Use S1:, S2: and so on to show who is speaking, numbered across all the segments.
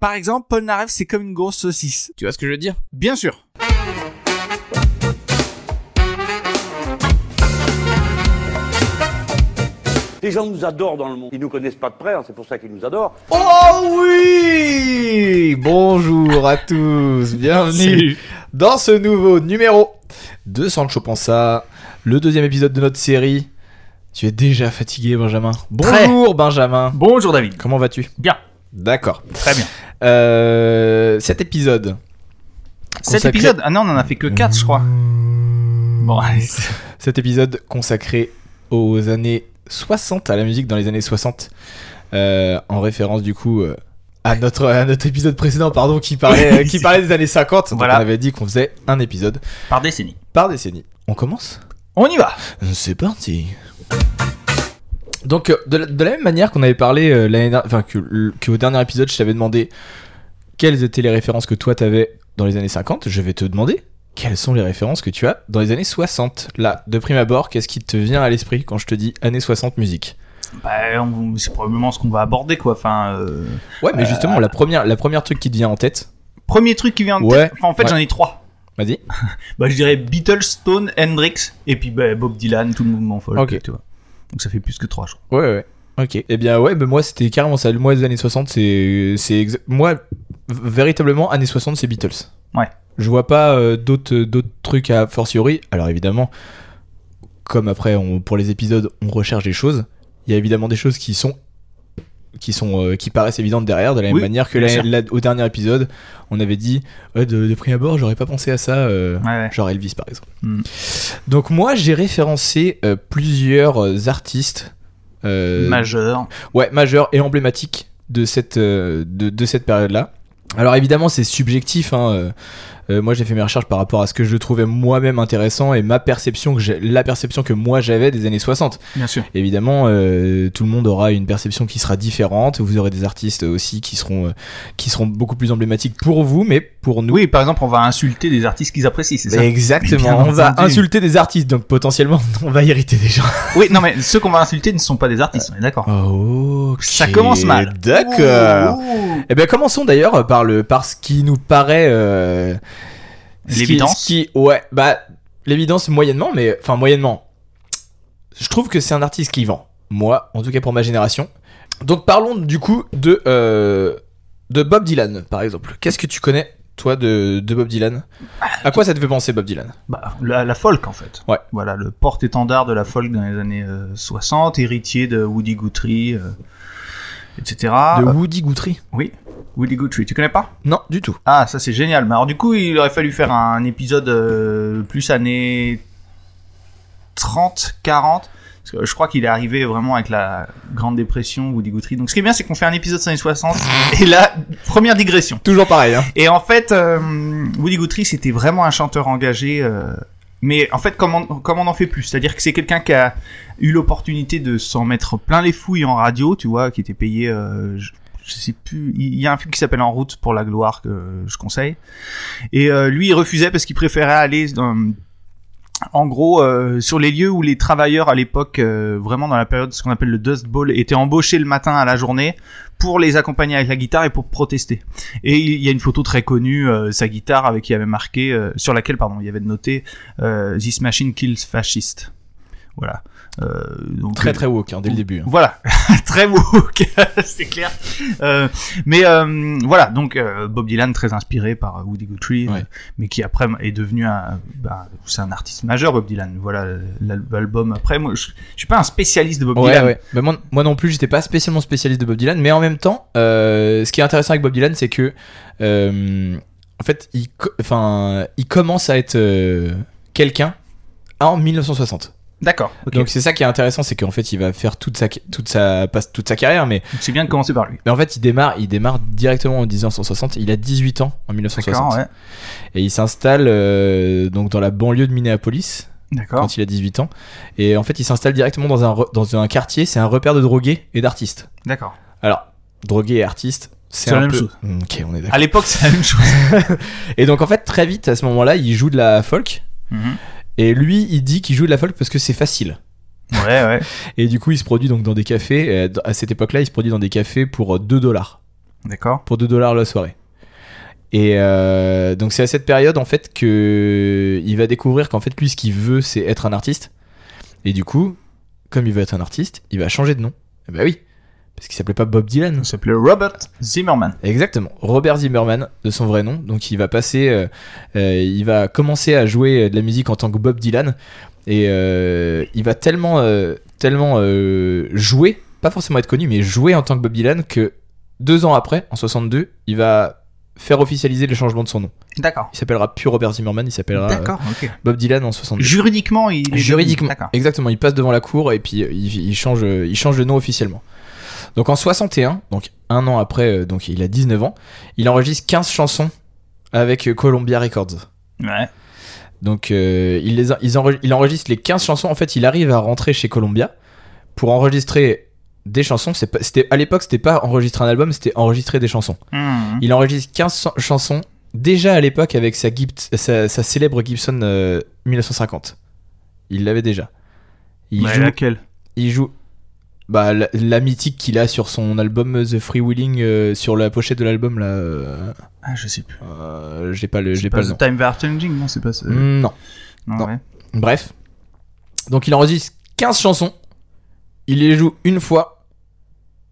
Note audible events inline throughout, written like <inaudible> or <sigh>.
S1: Par exemple, Paul Narev, c'est comme une grosse saucisse.
S2: Tu vois ce que je veux dire
S1: Bien sûr.
S3: Les gens nous adorent dans le monde. Ils nous connaissent pas de près, hein, c'est pour ça qu'ils nous adorent.
S4: Oh oui Bonjour à tous, bienvenue dans ce nouveau numéro de Sancho Pensa, le deuxième épisode de notre série. Tu es déjà fatigué, Benjamin.
S2: Très.
S4: Bonjour, Benjamin.
S2: Bonjour David.
S4: Comment vas-tu
S2: Bien.
S4: D'accord.
S2: Très bien.
S4: Euh, cet épisode.
S1: Cet
S4: consacré-
S1: épisode, ah non, on en a fait que 4, je crois. Bon, allez.
S4: Cet épisode consacré aux années 60, à la musique dans les années 60, euh, en référence du coup euh, à, notre, à notre épisode précédent, pardon, qui parlait, euh, qui parlait des années 50. Donc
S2: Voilà.
S4: on avait dit qu'on faisait un épisode
S2: <laughs> Par décennie.
S4: par décennie. On commence
S1: on y va.
S4: Euh, C'est parti donc euh, de la, de la même manière qu'on avait parlé euh, l'année dernière, enfin que, le- que au dernier épisode je t'avais demandé quelles étaient les références que toi t'avais dans les années 50, je vais te demander quelles sont les références que tu as dans les années 60. Là, de prime abord, qu'est-ce qui te vient à l'esprit quand je te dis années 60 musique
S2: Bah, on- c'est probablement ce qu'on va aborder quoi. Enfin, euh,
S4: Ouais, mais justement la première la première truc qui te vient en tête,
S1: Premier truc qui vient de
S4: Ouais.
S1: tête. Enfin, en fait,
S4: Ouais.
S1: j'en ai trois.
S4: vas-y.
S2: bah je dirais Beatles, Stone, Hendrix et puis bah, Bob Dylan, tout le mouvement folk.
S4: Ok.
S2: Tu vois. Donc ça fait plus que trois. Je crois.
S4: Ouais, ouais. Ok. Eh bien, ouais, bah, moi, c'était carrément ça. Moi, les années 60, c'est. c'est exa- Moi, v- véritablement, années 60, c'est Beatles.
S2: Ouais.
S4: Je vois pas euh, d'autres d'autres trucs à fortiori. Alors, évidemment, comme après, on- pour les épisodes, on recherche des choses. Il y a évidemment des choses qui sont. Qui, sont, euh, qui paraissent évidentes derrière, de la même
S2: Oui,
S4: manière que
S2: bien
S4: la-
S2: sûr.
S4: la- au dernier épisode, on avait dit ouais, de, de prime abord, j'aurais pas pensé à ça. euh,
S2: Ouais, ouais.
S4: genre Elvis par exemple.
S2: Mm.
S4: Donc moi j'ai référencé euh, plusieurs euh, artistes euh,
S2: Majeur.
S4: ouais, majeurs et emblématiques de cette, euh, de, de cette période-là. Alors évidemment c'est subjectif, hein, euh, euh, moi j'ai fait mes recherches par rapport à ce que je trouvais moi-même intéressant et ma perception que j'ai- la perception que moi j'avais des années 60.
S2: Bien sûr.
S4: Évidemment, euh, tout le monde aura une perception qui sera différente. Vous aurez des artistes aussi qui seront, euh, qui seront beaucoup plus emblématiques pour vous, mais pour nous,
S2: Oui, par exemple, on va insulter des artistes qu'ils apprécient, c'est ça Bien
S4: Exactement. On va
S2: entendu.
S4: insulter des artistes, donc potentiellement <laughs> on va irriter des gens.
S2: Oui, non mais ceux qu'on va insulter ne sont pas des artistes, on est d'accord.
S4: Oh,
S2: Ça commence mal.
S4: D'accord.
S2: Ouh.
S4: Eh bien, commençons d'ailleurs par le par ce qui nous paraît euh, ce qui-
S2: L'évidence.
S4: ce qui- Ouais, bah l'évidence moyennement, mais enfin moyennement. Je trouve que c'est un artiste qui vend. Moi, en tout cas pour ma génération. Donc parlons du coup de euh, de Bob Dylan par exemple. Qu'est-ce que tu connais toi de, de Bob Dylan À quoi ça te fait penser Bob Dylan
S2: Bah, la, la folk en fait.
S4: Ouais.
S2: Voilà, le porte-étendard de la folk dans les années euh, 60, héritier de Woody Guthrie, euh, etc.
S4: De
S2: Euh,
S4: Woody Guthrie
S2: Woody Guthrie, tu connais pas
S4: Non, du tout.
S2: Ah, ça c'est génial. Mais alors du coup, il aurait fallu faire un épisode euh, plus années 30, 40. Parce que je crois qu'il est arrivé vraiment avec la Grande Dépression, Woody Guthrie. Donc ce qui est bien, c'est qu'on fait un épisode des années 60. Et là, première digression.
S4: Toujours pareil. Hein.
S2: Et en fait, euh, Woody Guthrie, c'était vraiment un chanteur engagé. euh, mais en fait, comment on, comme on en fait plus C'est-à-dire que c'est quelqu'un qui a eu l'opportunité de s'en mettre plein les fouilles en radio, tu vois, qui était payé. euh, je, je sais plus. Il y a un film qui s'appelle En route pour la gloire que je conseille. Et euh, lui, il refusait parce qu'il préférait aller. dans- en gros, euh, sur les lieux où les travailleurs à l'époque, euh, vraiment dans la période de ce qu'on appelle le Dust Bowl, étaient embauchés le matin à la journée pour les accompagner avec la guitare et pour protester. Et il y a une photo très connue, euh, sa guitare avec qui il avait marqué, euh, sur laquelle pardon, il y avait noté euh, This machine kills fascist. Voilà. Euh, donc,
S4: Très très woke hein, dès le début. hein.
S2: voilà, <laughs> très woke, c'est clair. Euh, mais euh, voilà, donc euh, Bob Dylan très inspiré par euh, Woody Guthrie, euh,
S4: Ouais.
S2: mais qui après est devenu un, bah, c'est un artiste majeur Bob Dylan. Voilà l'al- l'album après. Moi, je, je suis pas un spécialiste de Bob
S4: Ouais,
S2: Dylan.
S4: ouais. Bah, moi, moi non plus, j'étais pas spécialement spécialiste de Bob Dylan, mais en même temps, euh, ce qui est intéressant avec Bob Dylan, c'est que, euh, en fait, il, co- enfin, il commence à être euh, quelqu'un en 1960.
S2: D'accord. ok.
S4: Donc c'est ça qui est intéressant, c'est qu'en fait, il va faire toute sa, toute sa, pas toute sa carrière, mais,
S2: Donc, c'est bien de commencer par lui.
S4: mais en fait, il démarre, il démarre directement en 1960. Il a 18 ans en 1960
S2: D'accord. Ouais.
S4: et il s'installe euh, donc dans la banlieue de Minneapolis.
S2: D'accord.
S4: quand il a 18 ans. Et en fait, il s'installe directement dans un, re- dans un quartier, c'est un repère de drogués et d'artistes.
S2: D'accord.
S4: Alors, drogués et artistes, c'est
S2: C'est la
S4: un
S2: même
S4: peu-
S2: chose.
S4: Mm, Ok, on est d'accord.
S2: À l'époque, c'est la même chose. <laughs>
S4: Et donc, en fait, très vite, à ce moment-là, il joue de la folk.
S2: Mhm.
S4: Et lui, il dit qu'il joue de la folk parce que c'est facile.
S2: Ouais, ouais.
S4: Et du coup, il se produit donc dans des cafés. euh, d- À cette époque-là, il se produit dans des cafés pour euh, 2 dollars.
S2: D'accord.
S4: pour 2 dollars la soirée. Et euh, donc c'est à cette période en fait que il va découvrir qu'en fait lui ce qu'il veut c'est être un artiste. Et du coup, comme il veut être un artiste, il va changer de nom. Et bah oui, parce qu'il s'appelait pas Bob Dylan.
S2: Il s'appelait Robert Zimmerman.
S4: Exactement, Robert Zimmerman de son vrai nom. Donc il va passer, euh, euh, il va commencer à jouer euh, de la musique en tant que Bob Dylan et euh, il va tellement, euh, tellement euh, jouer, pas forcément être connu, mais jouer en tant que Bob Dylan que deux ans après, en 62, il va faire officialiser le changement de son nom.
S2: D'accord.
S4: Il s'appellera plus Robert Zimmerman, il s'appellera euh,
S2: D'accord, ok.
S4: Bob Dylan en 62.
S2: Juridiquement, il est-
S4: Juridiquement.
S2: D'accord.
S4: Exactement, il passe devant la cour et puis euh, il, il change, euh, il change de nom officiellement. Donc en 61, donc un an après, euh, donc il a 19 ans, il enregistre 15 chansons avec euh, Columbia Records.
S2: Ouais.
S4: Donc euh, il, les, en- ils enre- il enregistre les 15 chansons, en fait il arrive à rentrer chez Columbia pour enregistrer des chansons. C'est pas- C'était À l'époque c'était pas enregistrer un album, c'était enregistrer des chansons.
S2: Hmm.
S4: Il enregistre 15 chan- chansons déjà à l'époque avec sa, Gibbs- sa, sa célèbre Gibson euh, 1950. Il l'avait déjà. Il,
S2: Ouais,
S4: joue,
S2: laquelle
S4: il joue bah, la, la mythique qu'il a sur son album euh, The Free Willing, euh, sur la pochette de l'album là. euh,
S2: Ah, je sais plus.
S4: euh, j'ai pas le, j'ai
S2: C'est
S4: pas
S2: pas
S4: le nom.
S2: The Time We Are Changing, non, c'est pas ça.
S4: Mm, Non. non.
S2: ouais.
S4: Bref. Donc il enregistre 15 chansons, il les joue une fois,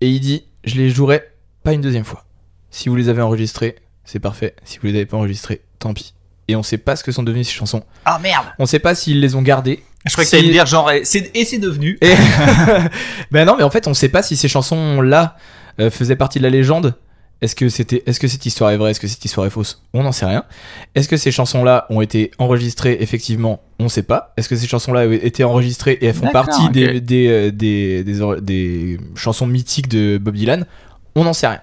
S4: et il dit Je les jouerai pas une deuxième fois. Si vous les avez enregistrées, c'est parfait. Si vous les avez pas enregistrées, tant pis. Et on sait pas ce que sont devenues ces chansons.
S2: Ah merde
S4: On sait pas s'ils les ont gardées.
S2: Je crois que
S4: C'est-
S2: t'allais me dire genre, et c'est et c'est devenu.
S4: Et. ben non, mais en fait, on sait pas si ces chansons-là euh, faisaient partie de la légende. Est-ce que, c'était, est-ce que cette histoire est vraie Est-ce que cette histoire est fausse On n'en sait rien. Est-ce que ces chansons-là ont été enregistrées Effectivement, on ne sait pas. Est-ce que ces chansons-là ont été enregistrées et elles font
S2: D'accord,
S4: partie
S2: ok.
S4: des, des, euh, des, des or- des chansons mythiques de Bob Dylan On n'en sait rien.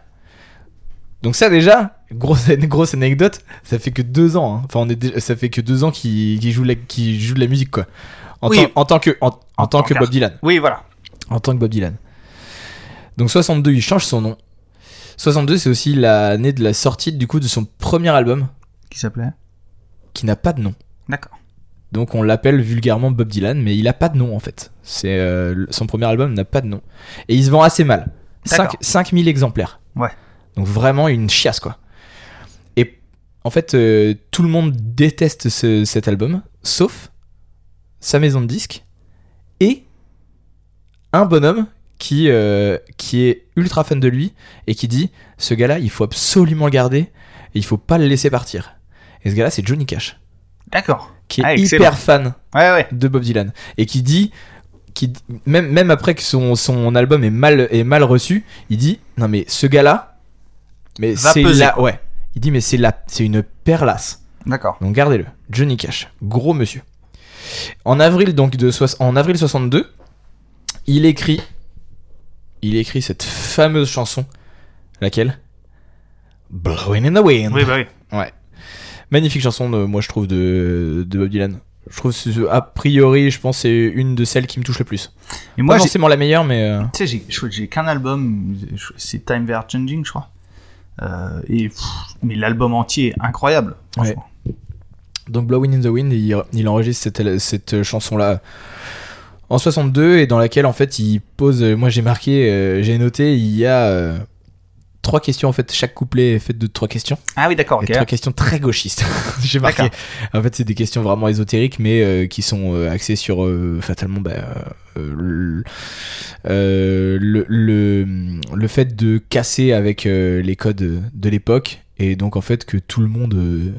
S4: Donc ça déjà, grosse, <laughs> grosse anecdote, ça fait que deux ans. hein. Enfin, on est, dé- ça fait que deux ans qu'il qu'il joue, de la- qu'il joue de la musique quoi. En,
S2: Oui.
S4: tant, en tant que, en, en tant
S2: En tant
S4: que Bob
S2: qu'art-
S4: Dylan.
S2: Oui, voilà.
S4: En tant que Bob Dylan. Donc 62, il change son nom. 62, c'est aussi l'année de la sortie du coup de son premier album
S2: Qui s'appelait
S4: qui n'a pas de nom.
S2: D'accord.
S4: Donc on l'appelle vulgairement Bob Dylan, mais il a pas de nom en fait. C'est euh, le- son premier album n'a pas de nom et il se vend assez mal.
S2: D'accord.
S4: 5 5000 exemplaires.
S2: Ouais.
S4: Donc vraiment une chiasse quoi. Et en fait euh, tout le monde déteste ce- cet album sauf sa maison de disques et un bonhomme qui euh, qui est ultra fan de lui et qui dit ce gars-là il faut absolument le garder et il faut pas le laisser partir. Et ce gars-là c'est Johnny Cash
S2: D'accord.
S4: qui est
S2: Ah, excellent.
S4: hyper fan
S2: Ouais, ouais.
S4: de Bob Dylan et qui dit qui même même après que son, son album est mal est mal reçu, il dit non mais ce gars-là mais
S2: Va
S4: c'est
S2: peser,
S4: la ouais. Il dit mais c'est la c'est une perlasse.
S2: D'accord.
S4: Donc gardez-le. Johnny Cash, gros monsieur. En avril donc de soix- en avril 62, il écrit il écrit cette fameuse chanson laquelle Blowing in the wind.
S2: Oui, bah oui.
S4: Magnifique chanson, de- moi je trouve, de, de Bob Dylan. Je trouve, ce- a priori, je pense, c'est une de celles qui me touche le plus.
S2: Et
S4: Moi,
S2: moi,
S4: pas
S2: j'ai-
S4: forcément la meilleure, mais. euh,
S2: tu sais, j'ai- je crois que j'ai qu'un album, je- c'est Time We Are Changing, je crois. Euh, et pff, mais l'album entier est incroyable. franchement.
S4: Donc, Blowing in the Wind, il, il enregistre cette, cette chanson-là en 62, et dans laquelle, en fait, il pose. Moi, j'ai marqué, euh, j'ai noté, il y a euh, trois questions, en fait. Chaque couplet est fait de trois questions.
S2: Ah oui, d'accord,
S4: Et
S2: ok.
S4: Trois questions très gauchistes. <laughs> J'ai marqué. En fait, c'est des questions vraiment ésotériques, mais euh, qui sont euh, axées sur euh, fatalement bah, euh, le, euh, le, le- le fait de casser avec euh, les codes de l'époque, et donc en fait que tout le monde euh,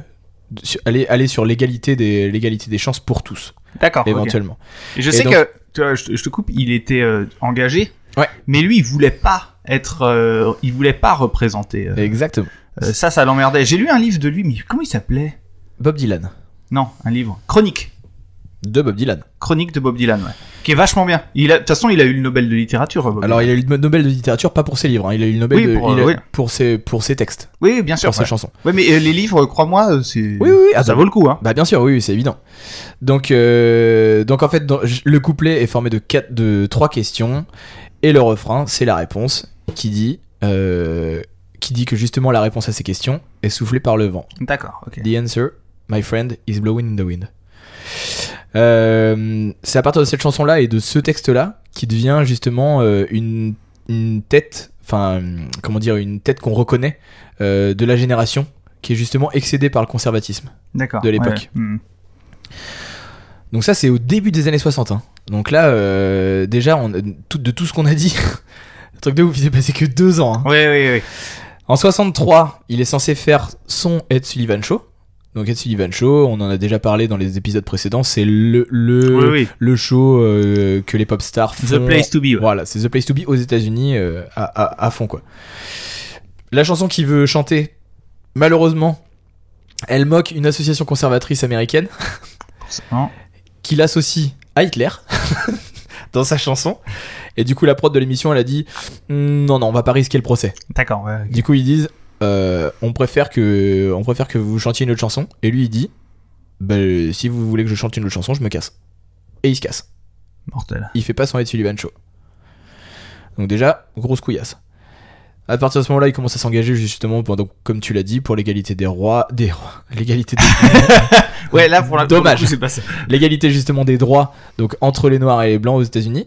S4: sur- aller aller sur l'égalité des l'égalité des chances pour tous,
S2: D'accord. Ah, ok.
S4: éventuellement.
S2: Et je
S4: Et
S2: sais
S4: donc-
S2: que, tu vois, je, te- je te coupe, il était euh, engagé.
S4: Ouais.
S2: Mais lui, il voulait pas être, euh, il voulait pas représenter. euh,
S4: Exactement.
S2: euh, ça, ça l'emmerdait. J'ai lu un livre de lui, mais comment il s'appelait
S4: Bob Dylan,
S2: Non, un livre. Chronique.
S4: de Bob Dylan.
S2: Chronique de Bob Dylan, ouais. Qui est vachement bien. Il a- De toute façon, il a eu le Nobel de littérature. Bob
S4: Alors,
S2: Dylan.
S4: il a eu le Nobel de littérature pas pour ses livres, hein, il a eu le Nobel
S2: Oui,
S4: de-
S2: pour,
S4: il
S2: euh,
S4: a-
S2: oui.
S4: pour ses pour ses textes,
S2: Oui, oui, bien sûr.
S4: pour ses
S2: Ouais.
S4: chansons.
S2: Ouais, mais euh, les livres, crois-moi, euh, c'est.
S4: Oui, oui, oui. Ah
S2: ça
S4: bah,
S2: vaut le coup, hein.
S4: Bah bien sûr, oui, oui, c'est évident. Donc, euh, donc en fait, dans- j- le couplet est formé de quatre, de trois questions et le refrain, c'est la réponse qui dit, euh, qui dit que justement la réponse à ces questions est soufflée par le vent.
S2: D'accord, ok.
S4: The answer, my friend, is blowing in the wind. Euh, c'est à partir de cette chanson-là et de ce texte-là qui devient justement euh, une, une tête, enfin, enfin, euh, comment dire, une tête qu'on reconnaît euh, de la génération qui est justement excédée par le conservatisme.
S2: D'accord.
S4: De l'époque.
S2: ouais, ouais. Hmm.
S4: Donc ça, c'est au début des années 60. hein. Donc là, euh, déjà, on, tout- de tout ce qu'on a dit, <laughs> le truc de ouf, il s'est passé que deux ans. hein.
S2: Oui, oui, oui.
S4: En 63, il est censé faire son Ed Sullivan Show. Donc Ed Sullivan Show, on en a déjà parlé dans les épisodes précédents, c'est le le,
S2: Oui, oui.
S4: le show euh, que les pop stars font.
S2: The place to be. ouais.
S4: Voilà, c'est The Place to Be aux États-Unis euh, à, à- à fond quoi. La chanson qu'il veut chanter, malheureusement, elle moque une association conservatrice américaine
S2: Non.
S4: qui l'associe à Hitler <laughs> dans sa chanson. Et du coup, la prod de l'émission, elle a dit Hmm, non, non, on va pas risquer le procès.
S2: D'accord. ouais, ok.
S4: Du coup, ils disent euh, on préfère que on préfère que vous chantiez une autre chanson. Et lui, il dit bah, si vous voulez que je chante une autre chanson, je me casse. Et il se casse.
S2: Mortel.
S4: Il fait pas son Ed Sullivan Show. Donc déjà, grosse couillasse. À partir de ce moment-là, il commence à s'engager justement, pour- donc, comme tu l'as dit, pour l'égalité des rois, des rois, <laughs> l'égalité des
S2: <laughs> Ouais, là pour la.
S4: Dommage.
S2: pour le coup, c'est pas ça.
S4: l'égalité justement des droits donc entre les noirs et les blancs aux États-Unis.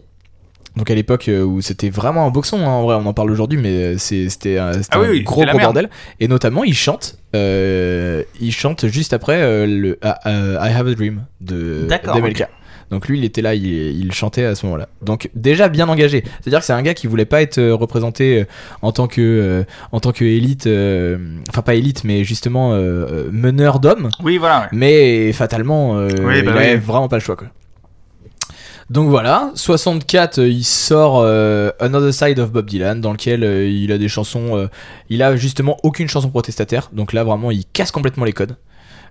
S4: Donc à l'époque euh, où c'était vraiment un boxon, hein, en vrai on en parle aujourd'hui mais euh, c'est- c'était un, c'était
S2: Ah oui,
S4: un
S2: oui,
S4: gros
S2: c'était la
S4: gros
S2: merde.
S4: bordel. Et notamment il chante, euh, il chante juste après euh, le ah, euh, I Have a Dream de
S2: D'accord,
S4: d'MLK. Donc lui il était là, il, il chantait à ce moment-là. Donc déjà bien engagé. C'est-à-dire que c'est un gars qui voulait pas être euh, représenté euh, en tant que euh, en tant que élite, euh, enfin pas élite mais justement euh, euh, meneur d'hommes. <laughs>
S2: Oui, voilà. ouais.
S4: Mais fatalement, euh,
S2: Oui, bah
S4: il avait
S2: oui.
S4: vraiment pas le choix. Quoi. Donc voilà, 64, euh, il sort euh, Another Side of Bob Dylan, dans lequel euh, il a des chansons. euh, il a justement aucune chanson protestataire, donc là vraiment il casse complètement les codes.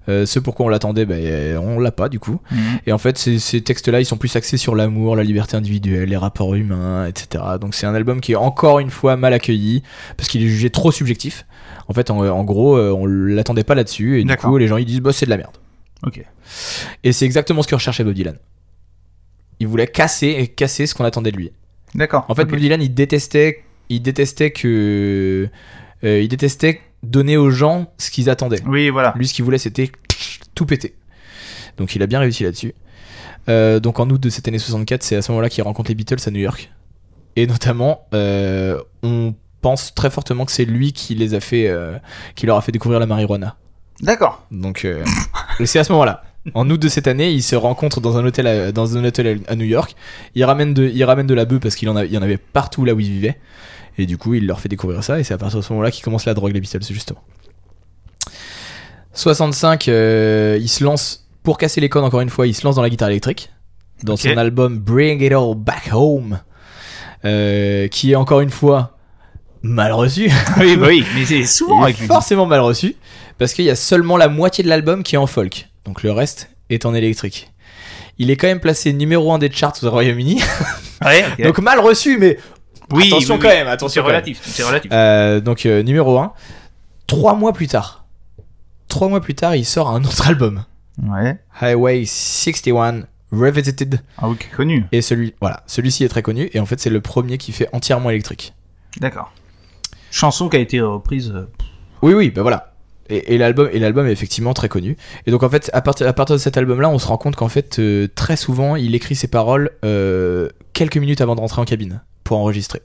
S4: Euh, ce pourquoi on l'attendait, ben, euh, on l'a pas du coup.
S2: Mhm.
S4: Et en fait, ces, ces textes-là, ils sont plus axés sur l'amour, la liberté individuelle, les rapports humains, etc. Donc c'est un album qui est encore une fois mal accueilli parce qu'il est jugé trop subjectif. En fait, en, en gros, euh, on l'attendait pas là-dessus et du
S2: D'accord.
S4: coup, les gens ils disent bah c'est de la merde.
S2: Ok.
S4: Et c'est exactement ce que recherchait Bob Dylan. Il voulait casser et casser ce qu'on attendait de lui.
S2: D'accord.
S4: En fait,
S2: Ok.
S4: Bob Dylan, il détestait, il détestait que, euh, il détestait donner aux gens ce qu'ils attendaient.
S2: Oui, voilà.
S4: Lui, ce qu'il voulait, c'était tout péter. Donc, il a bien réussi là-dessus. Euh, donc, en août de cette année 64, c'est à ce moment-là qu'il rencontre les Beatles à New York. Et notamment, euh, on pense très fortement que c'est lui qui les a fait, euh, qui leur a fait découvrir la marijuana. <laughs>
S2: D'accord.
S4: Donc, euh, et c'est à ce moment-là. En août de cette année, ils se rencontrent dans un hôtel à, dans un hôtel à New York. Ils ramènent de, ils ramènent de la bœuf parce qu'il en, a- il y en avait partout là où ils vivaient. Et du coup, il leur fait découvrir ça. Et c'est à partir de ce moment-là qu'ils commencent la drogue, les Beatles, justement. 65, euh, ils se lancent, pour casser les codes encore une fois, ils se lancent dans la guitare électrique. Dans
S2: Ok.
S4: son album Bring It All Back Home. euh, qui est encore une fois mal reçu
S2: oui, bah oui. Mais c'est
S4: il
S2: souvent
S4: est
S2: avec lui.
S4: forcément mal reçu parce qu'il y a seulement la moitié de l'album qui est en folk. Donc le reste est en électrique. Il est quand même placé numéro 1 des charts au Royaume-Uni.
S2: Ouais.
S4: <laughs>
S2: ok.
S4: Donc mal reçu mais
S2: oui,
S4: attention
S2: oui,
S4: quand
S2: oui.
S4: même, attention
S2: C'est
S4: quand même.
S2: relatif. C'est relatif.
S4: Euh, donc euh, numéro 1. Trois mois plus tard. Trois mois plus tard, il sort un autre album.
S2: Ouais.
S4: Highway 61 Revisited.
S2: Ah ok, connu.
S4: Et celui, voilà, celui-ci est très connu et en fait c'est le premier qui fait entièrement électrique.
S2: D'accord. Chanson qui a été reprise. euh,
S4: Oui, oui, bah voilà. Et, et l'album, et l'album est effectivement très connu. Et donc en fait, à partir, à partir de cet album-là, on se rend compte qu'en fait, euh, très souvent, il écrit ses paroles euh, quelques minutes avant de rentrer en cabine pour enregistrer.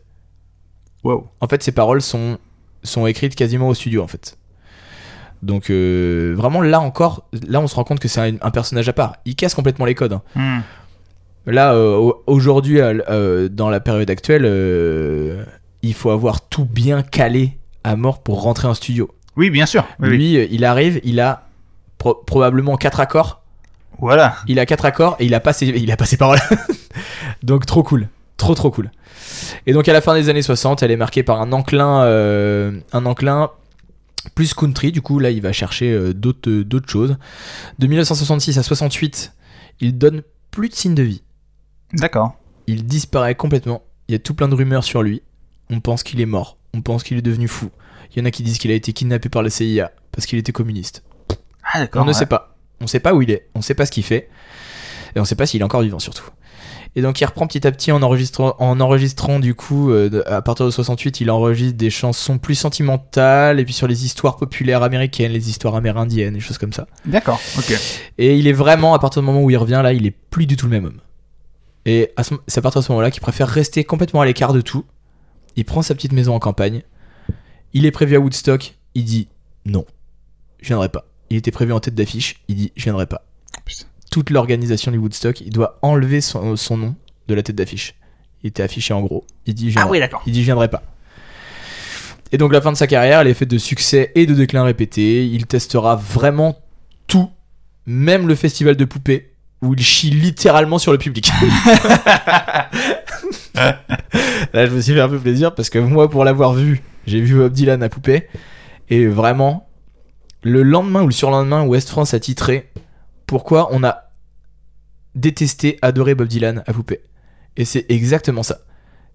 S2: Wow.
S4: En fait, ses paroles sont sont écrites quasiment au studio, en fait. Donc euh, vraiment, là encore, là, on se rend compte que c'est un, un personnage à part. Il casse complètement les codes. hein.
S2: Hmm.
S4: Là, euh, au- aujourd'hui, à l- euh, dans la période actuelle, euh, il faut avoir tout bien calé à mort pour rentrer en studio.
S2: Oui, bien sûr. Oui, oui.
S4: Lui, euh, il arrive, il a pro- probablement quatre accords.
S2: Voilà.
S4: Il a quatre accords et il a pas ses, il a pas ses paroles. <laughs> donc trop cool, trop trop cool. Et donc à la fin des années 60, elle est marquée par un enclin, euh, un enclin plus country. Du coup, là, il va chercher euh, d'autres euh, d'autres choses. De 1966 à 68, il donne plus de signes de vie.
S2: D'accord.
S4: Il disparaît complètement. Il y a tout plein de rumeurs sur lui. On pense qu'il est mort. On pense qu'il est devenu fou. Il y en a qui disent qu'il a été kidnappé par la CIA parce qu'il était communiste.
S2: Ah d'accord.
S4: On ne
S2: ouais.
S4: sait pas. On sait pas où il est. On sait pas ce qu'il fait. Et on sait pas s'il est encore vivant surtout. Et donc il reprend petit à petit en enregistrant, en enregistrant du coup, euh, de- à partir de 68, il enregistre des chansons plus sentimentales et puis sur les histoires populaires américaines, les histoires amérindiennes, des choses comme ça.
S2: D'accord. Ok.
S4: Et il est vraiment, à partir du moment où il revient là, il est plus du tout le même homme. Et à ce- c'est à partir de ce moment-là qu'il préfère rester complètement à l'écart de tout. il prend sa petite maison en campagne, il est prévu à Woodstock, il dit non, je viendrai pas. Il était prévu en tête d'affiche, il dit je viendrai pas.
S2: Putain.
S4: Toute l'organisation du Woodstock, il doit enlever son, son nom de la tête d'affiche. Il était affiché en gros, il dit je viendrai,
S2: Ah d'accord.
S4: il dit je viendrai pas. Et donc la fin de sa carrière, elle est faite de succès et de déclin répété. Il testera vraiment tout, même le festival de poupées, où il chie littéralement sur le public. Là, je me suis fait un peu plaisir parce que moi, pour l'avoir vu, j'ai vu Bob Dylan à poupée. Et vraiment, le lendemain ou le surlendemain, West France a titré Pourquoi on a détesté, adoré Bob Dylan à poupée. Et c'est exactement ça.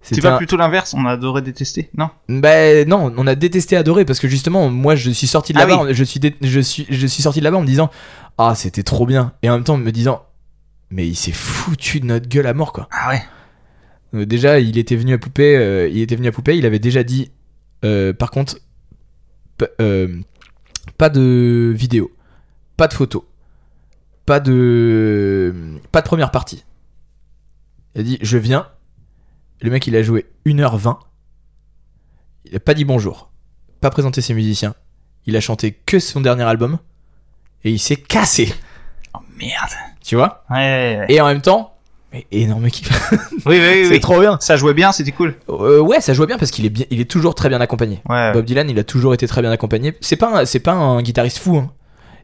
S2: C'est
S4: C'était
S2: pas
S4: un-
S2: plutôt l'inverse, on adorait détester, non
S4: ben non, on a détesté adorer parce que justement, moi je suis sorti de
S2: Ah
S4: là-bas, je suis dé- je suis je suis sorti de là-bas en me disant ah c'était trop bien et en même temps me disant mais il s'est foutu de notre gueule à mort quoi.
S2: Ah ouais.
S4: Euh, Déjà il était venu à poupée, euh, il était venu à poupée, il avait déjà dit euh, par contre p- euh, pas de vidéo, pas de photo, pas de pas de première partie. Il a dit je viens. Le mec il a joué 1h20. Il a pas dit bonjour, pas présenté ses musiciens. Il a chanté que son dernier album et il s'est cassé,
S2: Oh merde.
S4: tu vois
S2: Ouais, ouais, ouais.
S4: Et en même temps, mais énorme équipe,
S2: Oui, oui, oui.
S4: <laughs> c'est trop bien.
S2: Ça jouait bien, c'était cool.
S4: Euh, ouais, ça jouait bien parce qu'il est bien, il est toujours très bien accompagné.
S2: Ouais.
S4: Bob Dylan, il a toujours été très bien accompagné. C'est pas, un- c'est pas un guitariste fou. hein.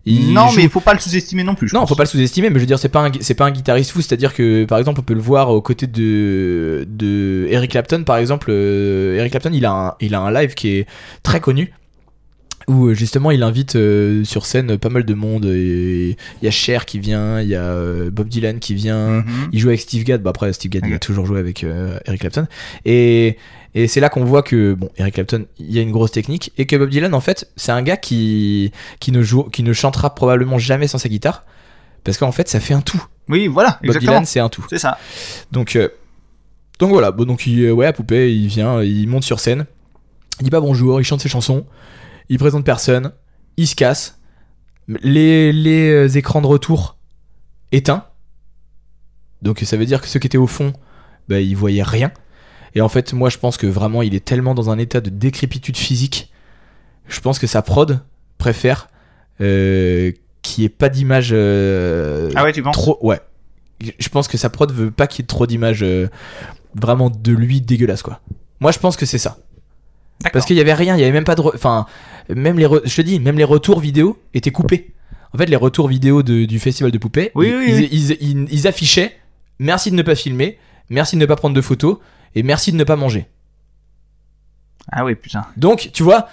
S4: Il
S2: non,
S4: joue-
S2: mais il faut pas le sous-estimer non plus. je
S4: non,
S2: pense.
S4: faut pas le sous-estimer, mais je veux dire, c'est pas un, gui- c'est pas un guitariste fou. C'est-à-dire que, par exemple, on peut le voir aux côtés de, de Eric Clapton, par exemple. Euh, Eric Clapton, il a un, il a un live qui est très connu. Où euh, justement il invite euh, sur scène pas mal de monde. Et Il y a Cher qui vient, il y a euh, Bob Dylan qui vient,
S2: Mhm.
S4: il joue avec Steve Gadd. Bah après, Steve Gadd, il a
S2: Ok.
S4: toujours joué avec euh, Eric Clapton. Et, et c'est là qu'on voit que, bon, Eric Clapton, il y a une grosse technique. Et que Bob Dylan, en fait, c'est un gars qui, qui, ne joue, qui ne chantera probablement jamais sans sa guitare. Parce qu'en fait, ça fait un tout.
S2: Oui, voilà,
S4: Bob
S2: exactement.
S4: Dylan, c'est un tout.
S2: C'est ça.
S4: Donc, euh, donc voilà. Bon, donc, il, euh, ouais, à poupée, il vient, il monte sur scène. Il dit pas bonjour, il chante ses chansons. Il présente personne. Il se casse. Les, les euh, écrans de retour éteints. Donc ça veut dire que ceux qui étaient au fond, bah, ils voyaient rien. Et en fait, moi, je pense que vraiment, il est tellement dans un état de décrépitude physique. Je pense que sa prod préfère euh, qu'il n'y ait pas d'image euh,
S2: Ah ouais, tu penses
S4: trop ouais je pense que sa prod veut pas qu'il y ait trop d'images euh, vraiment de lui dégueulasse quoi moi je pense que c'est ça
S2: D'accord.
S4: parce qu'il y avait rien il y avait même pas de re- enfin même les re- je te dis même les retours vidéo étaient coupés en fait les retours vidéo de- du festival de poupées
S2: Oui,
S4: ils,
S2: oui,
S4: ils, ils- ils- ils affichaient merci de ne pas filmer merci de ne pas prendre de photos et merci de ne pas manger
S2: Ah oui, putain.
S4: donc tu vois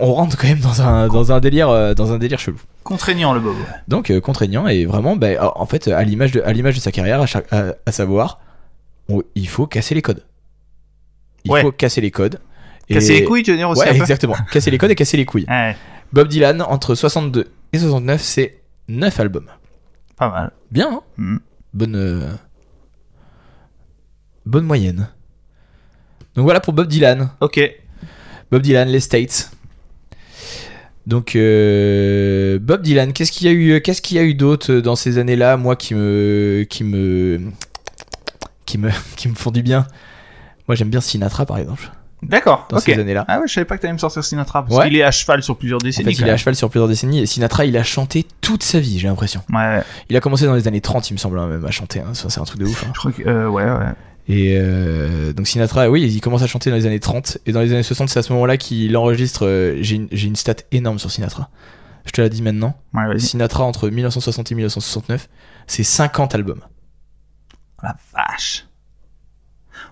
S4: on rentre quand même dans un dans un délire euh, dans un délire chelou
S2: Contraignant le Bob. ouais.
S4: donc euh, contraignant et vraiment, bah, en fait, à l'image de, à l'image de sa carrière, à, chaque- à- à savoir, on- il faut casser les codes. Il
S2: Ouais.
S4: faut casser les codes. et-
S2: Casser les couilles, tu veux dire aussi
S4: Ouais,
S2: un peu <laughs>
S4: exactement. casser les codes et casser les couilles.
S2: Ouais,
S4: Bob Dylan, entre 62 et 69, c'est 9 albums.
S2: pas mal.
S4: Bien, hein
S2: Mhm.
S4: Bonne. euh, Bonne moyenne. Donc voilà pour Bob Dylan.
S2: Ok.
S4: Bob Dylan, les States. Donc euh, Bob Dylan, qu'est-ce qu'il y a eu, euh, qu'est-ce qu'il y a eu d'autre euh, dans ces années-là, moi qui me, qui me, qui me, <laughs> qui me font du bien. Moi j'aime bien Sinatra par exemple
S2: D'accord.
S4: dans
S2: Ok.
S4: ces années-là.
S2: Ah ouais, je savais pas que t'allais me sortir Sinatra parce
S4: Ouais.
S2: qu'il est à cheval sur plusieurs
S4: En
S2: décennies.
S4: fait, il est à cheval sur plusieurs décennies et Sinatra, il a chanté toute sa vie, j'ai l'impression.
S2: quand même. Ouais,
S4: Il a commencé dans les années 30, il me semble, hein, même à chanter. hein. Ça, C'est un truc de ouf. hein.
S2: je crois que. euh, ouais, ouais.
S4: Et euh, donc Sinatra, oui, il commence à chanter dans les années 30. Et dans les années 60, c'est à ce moment-là qu'il enregistre. euh, j'ai une, j'ai une stat énorme sur Sinatra. Je te la dis maintenant.
S2: Ouais, vas-y.
S4: Sinatra entre 1960 et 1969, c'est 50 albums.
S2: Oh, La vache.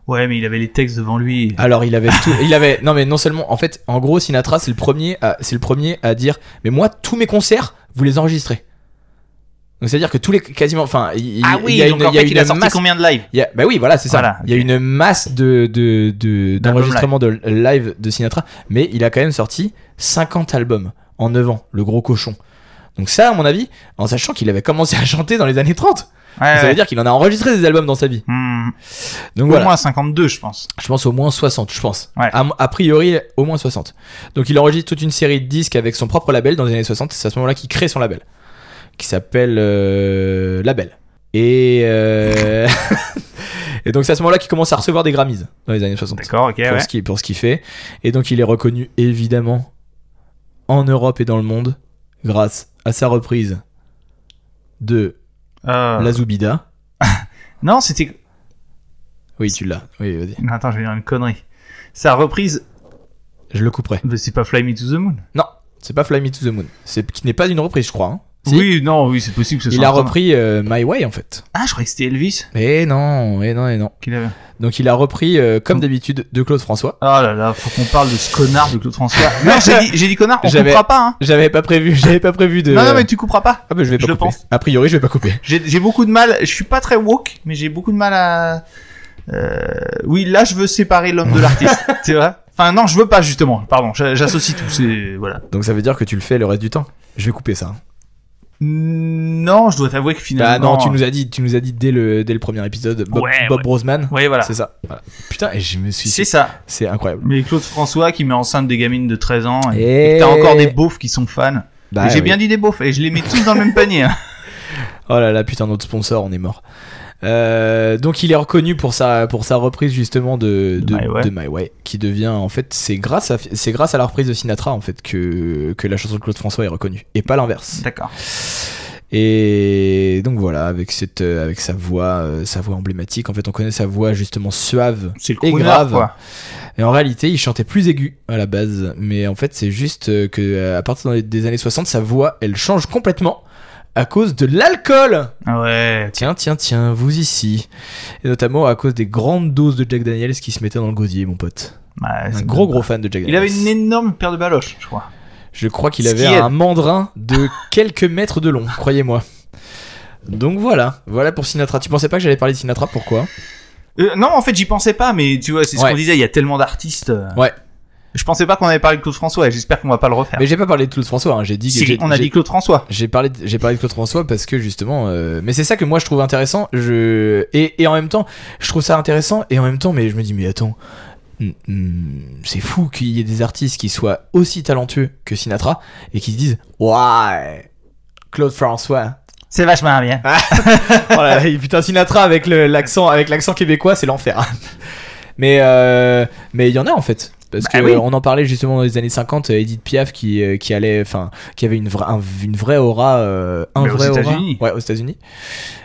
S2: Ouais, mais il avait les textes devant lui.
S4: Alors il avait tout, il avait non mais non seulement en fait en gros Sinatra c'est le premier à c'est le premier à dire mais moi tous mes concerts vous les enregistrez. Donc c'est à dire que tous les quasiment enfin il,
S2: ah
S4: il
S2: oui,
S4: y a
S2: donc
S4: une,
S2: en
S4: il y a
S2: fait, il a
S4: une
S2: sorti
S4: masse
S2: combien de lives
S4: Il y a- bah oui, voilà, c'est ça.
S2: Voilà,
S4: Il y a une masse de, de, de-
S2: D'albums
S4: d'enregistrements de, live de Sinatra, mais il a quand même sorti 50 albums en 9 ans, le gros cochon. Donc ça, à mon avis, en sachant qu'il avait commencé à chanter dans les années 30,
S2: Ouais,
S4: ça
S2: Ah ouais.
S4: veut dire qu'il en a enregistré des albums dans sa vie.
S2: Hmm.
S4: Donc
S2: Au
S4: voilà,
S2: moins 52, je pense.
S4: je pense au moins 60, je pense.
S2: Ouais.
S4: A, a priori, au moins 60. Donc il enregistre toute une série de disques avec son propre label dans les années 60, c'est à ce moment-là qu'il crée son label, qui s'appelle euh, Label. Et... euh, <laughs> Et donc c'est à ce moment-là qu'il commence à recevoir des Grammys dans les années 60.
S2: D'accord, ok,
S4: pour,
S2: Eh ouais.
S4: ce qui, pour ce qu'il fait. Et donc il est reconnu évidemment en Europe et dans le monde grâce à sa reprise de
S2: Euh,
S4: La Zoubida.
S2: Non, c'était.
S4: Oui, tu l'as. Oui, vas-y.
S2: Non, Attends, je vais dire une connerie. Sa reprise,
S4: Je le couperai.
S2: mais c'est pas Fly Me to the Moon.
S4: Non, c'est pas Fly Me to the Moon. C'est qui n'est pas une reprise, je crois. hein. Si.
S2: Oui, non, oui, c'est possible que ce
S4: Il
S2: soit
S4: a
S2: un standard.
S4: repris euh, My Way en fait.
S2: Ah, je croyais que c'était Elvis
S4: Et non, et non, et non.
S2: qu'il avait.
S4: Donc il a repris euh, comme d'habitude de Claude François.
S2: Ah là là, faut qu'on parle de ce connard de
S4: <laughs>
S2: Claude François. non, j'ai dit, j'ai dit connard, on
S4: J'avais- Euh,
S2: coupera pas, hein.
S4: J'avais pas prévu, <laughs> j'avais pas prévu de.
S2: Non, non, mais tu couperas pas.
S4: Ah bah, je vais pas
S2: Je le
S4: couper.
S2: pense.
S4: A priori, je vais pas couper.
S2: J'ai j'ai beaucoup de mal, je suis pas très woke, mais j'ai beaucoup de mal à. Euh, oui, là, je veux séparer l'homme
S4: <laughs>
S2: de l'artiste, tu vois. Enfin, non, je veux pas, justement. Pardon, j'a- j'associe tout, c'est. Voilà.
S4: Donc ça veut dire que tu le fais le reste du temps. Je vais couper ça. hein.
S2: Non, je dois t'avouer que
S4: Bah non,
S2: finalement.
S4: tu nous as dit, tu nous as dit dès le dès le premier épisode Bob,
S2: Ouais,
S4: Bob
S2: euh, ouais.
S4: Roseman.
S2: Oui, voilà.
S4: C'est ça. Voilà. Putain, et je me suis.
S2: C'est ça.
S4: C'est incroyable.
S2: Mais Claude François qui met enceinte des gamines de 13 ans et,
S4: Et-
S2: et t'as encore des beaufs qui sont fans.
S4: Eh Bah,
S2: Et j'ai
S4: oui.
S2: bien dit des beaufs et je les mets tous dans le même panier.
S4: <laughs>
S2: hein.
S4: Oh là là, putain, notre sponsor, on est mort. Euh, donc il est reconnu pour sa, pour sa reprise justement de, de,
S2: De My Way.
S4: de My Way, qui devient en fait, c'est grâce, à, c'est grâce à la reprise de Sinatra en fait que, que la chanson de Claude François est reconnue, et pas l'inverse.
S2: D'accord.
S4: Et donc voilà, avec, cette, euh, avec sa, voix, euh, sa voix emblématique, en fait on connaît sa voix justement suave.
S2: C'est le
S4: Et
S2: crooner,
S4: grave.
S2: quoi.
S4: Et en réalité, il chantait plus aigu à la base, mais en fait c'est juste euh, que euh, à partir des- des années 60, sa voix, elle change complètement à cause de l'alcool
S2: Ah Ouais.
S4: Tiens, tiens, tiens, vous ici. Et notamment à cause des grandes doses de Jack Daniels qui se mettaient dans le gosier, mon pote.
S2: Ouais,
S4: Un
S2: Ah, c'est
S4: gros,
S2: bon.
S4: gros fan de Jack Daniels.
S2: Il avait une énorme paire de baloches, je crois.
S4: Je crois qu'il
S2: Ce
S4: avait
S2: qui est-
S4: un mandrin de <laughs> quelques mètres de long, croyez-moi. Donc voilà, voilà pour Sinatra. Tu pensais pas que j'allais parler de Sinatra, pourquoi
S2: Euh, non, en fait, j'y pensais pas, mais tu vois, c'est ce
S4: Ouais.
S2: qu'on disait, il y a tellement d'artistes. euh,
S4: Ouais.
S2: Je pensais pas qu'on avait parlé de Claude François et j'espère qu'on va pas le refaire.
S4: Mais j'ai pas parlé de Claude François, hein, j'ai dit que...
S2: Si,
S4: j'ai-
S2: on a
S4: j'ai-
S2: dit Claude François.
S4: J'ai parlé, de- j'ai parlé de Claude François parce que justement, euh, mais c'est ça que moi je trouve intéressant. Je et, et en même temps, je trouve ça intéressant et en même temps, mais je me dis mais attends, hum, hum, c'est fou qu'il y ait des artistes qui soient aussi talentueux que Sinatra et qui se disent ouais Claude François.
S2: C'est vachement bien.
S4: Oh là là, et putain Sinatra avec le- l'accent avec l'accent québécois, c'est l'enfer. <laughs> mais euh, mais il y en a en fait. Parce
S2: Bah
S4: que
S2: oui.
S4: euh, on en parlait justement dans les années 50, euh, Edith Piaf qui, euh, qui allait, enfin, qui avait une, vra- un- une vraie aura, euh, un
S2: Mais aux
S4: vrai aura,
S2: États-Unis.
S4: ouais, aux États-Unis,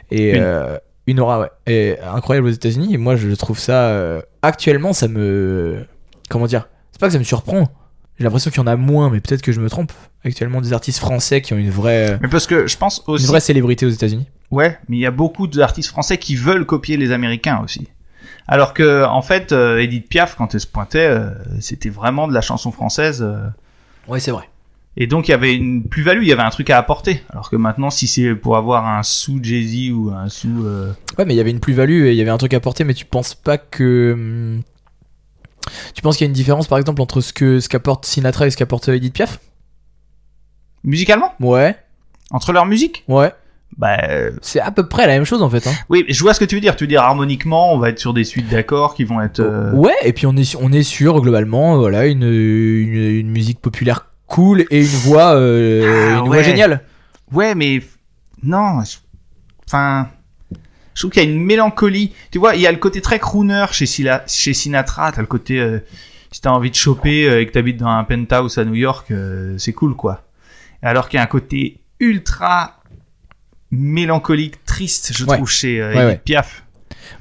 S4: et
S2: Oui.
S4: euh, une aura, ouais, et incroyable aux États-Unis. Et moi, je trouve ça euh, actuellement, ça me, comment dire, c'est pas que ça me surprend. J'ai l'impression qu'il y en a moins, mais peut-être que je me trompe. Actuellement, des artistes français qui ont une vraie,
S2: Mais parce que je pense
S4: une
S2: aussi.
S4: vraie célébrité aux États-Unis.
S2: Ouais, mais il y a beaucoup d'artistes français qui veulent copier les Américains aussi. Alors que, en fait, euh, Edith Piaf, quand elle se pointait, euh, c'était vraiment de la chanson française. euh,
S4: Ouais, c'est vrai.
S2: et donc, il y avait une plus-value, il y avait un truc à apporter. Alors que maintenant, si c'est pour avoir un sou Jay-Z ou un sou. euh,
S4: Ouais, mais il y avait une plus-value et il y avait un truc à porter, mais tu penses pas que. hum, Tu penses qu'il y a une différence par exemple entre ce que ce qu'apporte Sinatra et ce qu'apporte euh, Edith Piaf
S2: musicalement
S4: Ouais,
S2: Entre leur musique
S4: ouais.
S2: Bah. euh,
S4: C'est à peu près la même chose en fait. Hein.
S2: oui, mais je vois ce que tu veux dire. Tu veux dire harmoniquement, on va être sur des suites d'accords qui vont être. euh,
S4: Ouais, et puis on est, on est sur globalement euh, voilà, une, une, une musique populaire cool et une voix, euh,
S2: Ah
S4: une voix
S2: ouais.
S4: géniale.
S2: Ouais, mais f- non. je- Enfin, je trouve qu'il y a une mélancolie. Tu vois, il y a le côté très crooner chez, Sila- chez Sinatra. T'as le côté euh, si t'as envie de choper euh, et que t'habites dans un penthouse à New York, euh, c'est cool, quoi. Alors qu'il y a un côté ultra mélancolique, triste, je
S4: Ouais.
S2: trouve, chez euh,
S4: Ouais,
S2: Edith
S4: ouais.
S2: Piaf.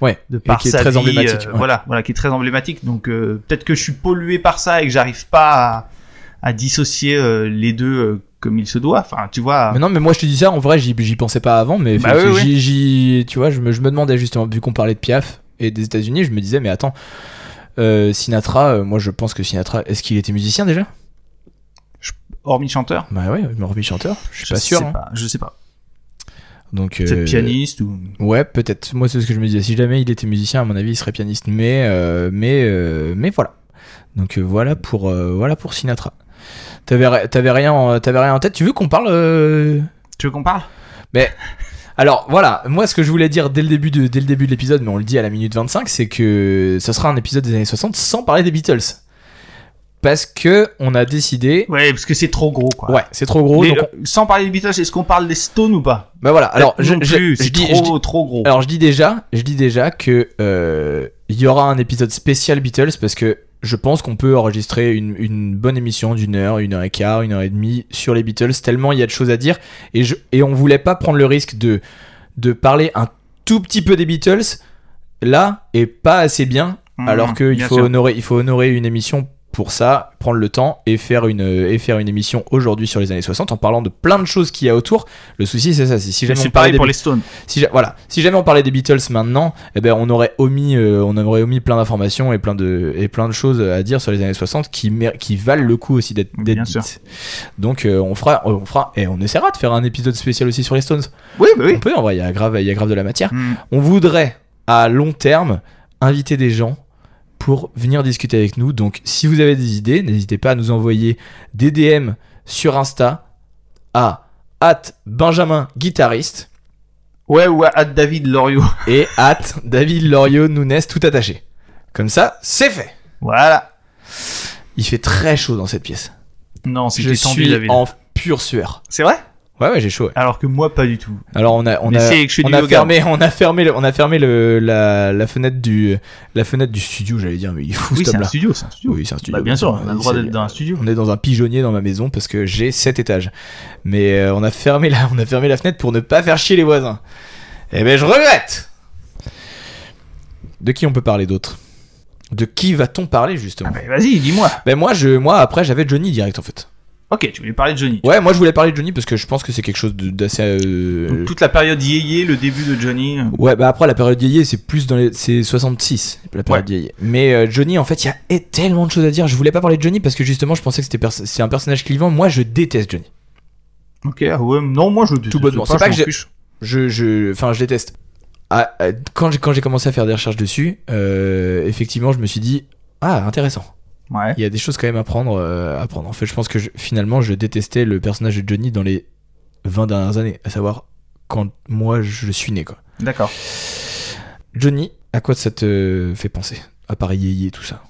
S4: Ouais,
S2: De
S4: et
S2: par
S4: qui est
S2: sa
S4: très
S2: vie,
S4: emblématique,
S2: euh,
S4: ouais.
S2: Voilà, voilà, qui est très emblématique. Donc euh, peut-être que je suis pollué par ça et que j'arrive pas à, à dissocier euh, les deux euh, comme il se doit. Enfin, tu vois.
S4: Mais non, mais moi je te dis ça, en vrai j'y, j'y pensais pas avant, mais
S2: Ah. Bah
S4: fait-
S2: oui,
S4: j'y, j'y- tu vois, je me, je me demandais justement, vu qu'on parlait de Piaf et des États-Unis, je me disais, mais attends, euh, Sinatra, euh, moi je pense que Sinatra, est-ce qu'il était musicien déjà
S2: hormis chanteur
S4: Bah ouais, Morbi chanteur, je suis pas sûr.
S2: sais
S4: hein.
S2: pas, je sais pas.
S4: Donc
S2: Peut-être
S4: euh,
S2: pianiste ou.
S4: Ouais, peut-être. Moi, c'est ce que je me disais. Si jamais il était musicien, à mon avis, il serait pianiste. Mais, euh, mais, euh, mais voilà. Donc euh, voilà pour, euh, voilà pour Sinatra. T'avais, ri- t'avais rien, en, t'avais rien en tête. Tu veux qu'on parle euh,
S2: Tu veux qu'on parle
S4: Alors voilà. Moi, ce que je voulais dire dès le début de, dès le début de l'épisode, mais on le dit à la minute 25, c'est que ce sera un épisode des années 60 sans parler des Beatles. parce que on a décidé.
S2: Ouais, parce que c'est trop gros, quoi.
S4: Ouais, c'est trop gros.
S2: Les-
S4: donc on-
S2: Sans parler des Beatles, est-ce qu'on parle des Stones ou pas
S4: Bah voilà. Alors,
S2: Non
S4: je, je-
S2: plus,
S4: je
S2: c'est
S4: dis,
S2: trop,
S4: je dis-
S2: trop gros.
S4: alors je dis déjà, je dis déjà que euh, il y aura un épisode spécial Beatles parce que je pense qu'on peut enregistrer une, une bonne émission d'une heure, une heure et quart, une heure et demie sur les Beatles. Tellement il y a de choses à dire et je et on voulait pas prendre le risque de de parler un tout petit peu des Beatles là et pas assez bien
S2: Mmh,
S4: alors qu'il
S2: bien
S4: faut
S2: sûr.
S4: honorer, il faut honorer une émission pour ça, prendre le temps et faire une, et faire une émission aujourd'hui sur les années 60 en parlant de plein de choses qu'il y a autour. Le souci, c'est ça, c'est si jamais on
S2: C'est
S4: parlait
S2: pareil
S4: des,
S2: pour les Stones.
S4: si ja- voilà, si jamais on parlait des Beatles maintenant, eh ben on aurait omis, euh, on aurait omis plein d'informations et plein de, et plein de choses à dire sur les années 60 qui, mér- qui valent le coup aussi d'être, d'être
S2: Bien sûr.
S4: dites. Donc euh, on fera, on fera, et on essaiera de faire un épisode spécial aussi sur les Stones.
S2: Oui, bah oui.
S4: On peut, en vrai, il y a grave, il y a grave de la matière.
S2: Mmh.
S4: On voudrait, à long terme, inviter des gens pour venir discuter avec nous. Donc, si vous avez des idées, n'hésitez pas à nous envoyer des DM sur Insta à at Benjamin Guitariste
S2: Ouais, ou à
S4: <laughs>
S2: David Loriot.
S4: et at David Loriot Nunes tout attaché. Comme ça, c'est fait.
S2: voilà.
S4: Il fait très chaud dans cette pièce.
S2: Non,
S4: Je
S2: c'était tendu,
S4: suis
S2: David.
S4: en pure sueur.
S2: C'est vrai
S4: Ouais, ouais, j'ai chaud. ouais.
S2: Alors que moi, pas du tout.
S4: Alors on a on
S2: Mais
S4: a
S2: c'est que je fais
S4: on
S2: du
S4: a
S2: yoga.
S4: fermé on a fermé le- on a fermé le la, la fenêtre du la fenêtre du studio j'allais dire mais il est fou
S2: Oui,
S4: ce
S2: c'est
S4: homme
S2: un
S4: là.
S2: studio, c'est un studio.
S4: Oui, c'est un studio.
S2: Bah, bien sûr, on a le droit
S4: C'est-
S2: d'être dans un studio.
S4: On est dans un pigeonnier dans ma maison parce que j'ai 7 étages. Mais euh, on, a fermé la, on a fermé la fenêtre pour ne pas faire chier les voisins. Eh ben je regrette De qui on peut parler d'autre De qui va-t-on parler justement
S2: Bah, vas-y, dis-moi.
S4: Ben moi, je, moi après j'avais Johnny direct en fait.
S2: Ok, tu voulais parler de Johnny.
S4: Ouais, moi je voulais parler de Johnny parce que je pense que c'est quelque chose de- d'assez... euh,
S2: Donc, toute la période yéyé, le début de Johnny. euh,
S4: Ouais, bah après la période Yéyé, c'est plus dans les. C'est 66, la période Yéyé. Mais euh, Johnny, en fait, il y a et- tellement de choses à dire. Je voulais pas parler de Johnny parce que justement, je pensais que c'était pers- c'est un personnage clivant. Moi, je déteste Johnny.
S2: Ok, ouais, non, moi je déteste
S4: bonnement. C'est pas
S2: je
S4: que
S2: m'en
S4: j'ai-
S2: fiche.
S4: Je. je- Enfin, je, déteste. Ah, ah, quand j'ai quand j'ai commencé à faire des recherches dessus, euh, effectivement, je me suis dit. Ah, intéressant.
S2: Ouais.
S4: Il y a des choses quand même à prendre. euh, à prendre. En fait, je pense que je- finalement, je détestais le personnage de Johnny dans les 20 dernières années, à savoir quand moi je suis né, quoi.
S2: D'accord.
S4: Johnny, à quoi ça te fait penser À part Yéyé et tout ça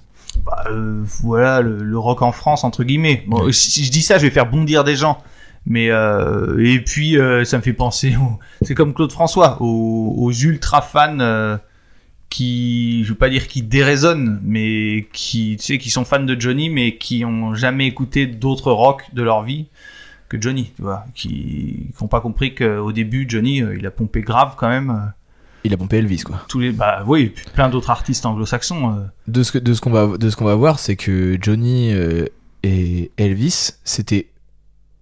S2: Bah, euh, voilà, le, le rock en France, entre guillemets. Bon,
S4: Ouais.
S2: si si je dis ça, je vais faire bondir des gens. Mais, euh, et puis, euh, ça me fait penser au- C'est comme Claude François, aux, aux ultra fans euh, qui, je veux pas dire qui déraisonnent, mais qui, tu sais, qui sont fans de Johnny, mais qui ont jamais écouté d'autres rock de leur vie que Johnny, tu vois. Qui n'ont pas compris qu'au début, Johnny, euh, il a pompé grave quand même. euh,
S4: Il a pompé Elvis, quoi.
S2: tous les bah oui et puis plein d'autres artistes anglo-saxons euh.
S4: De ce que- de ce qu'on va de ce qu'on va voir, c'est que Johnny euh, et Elvis, c'était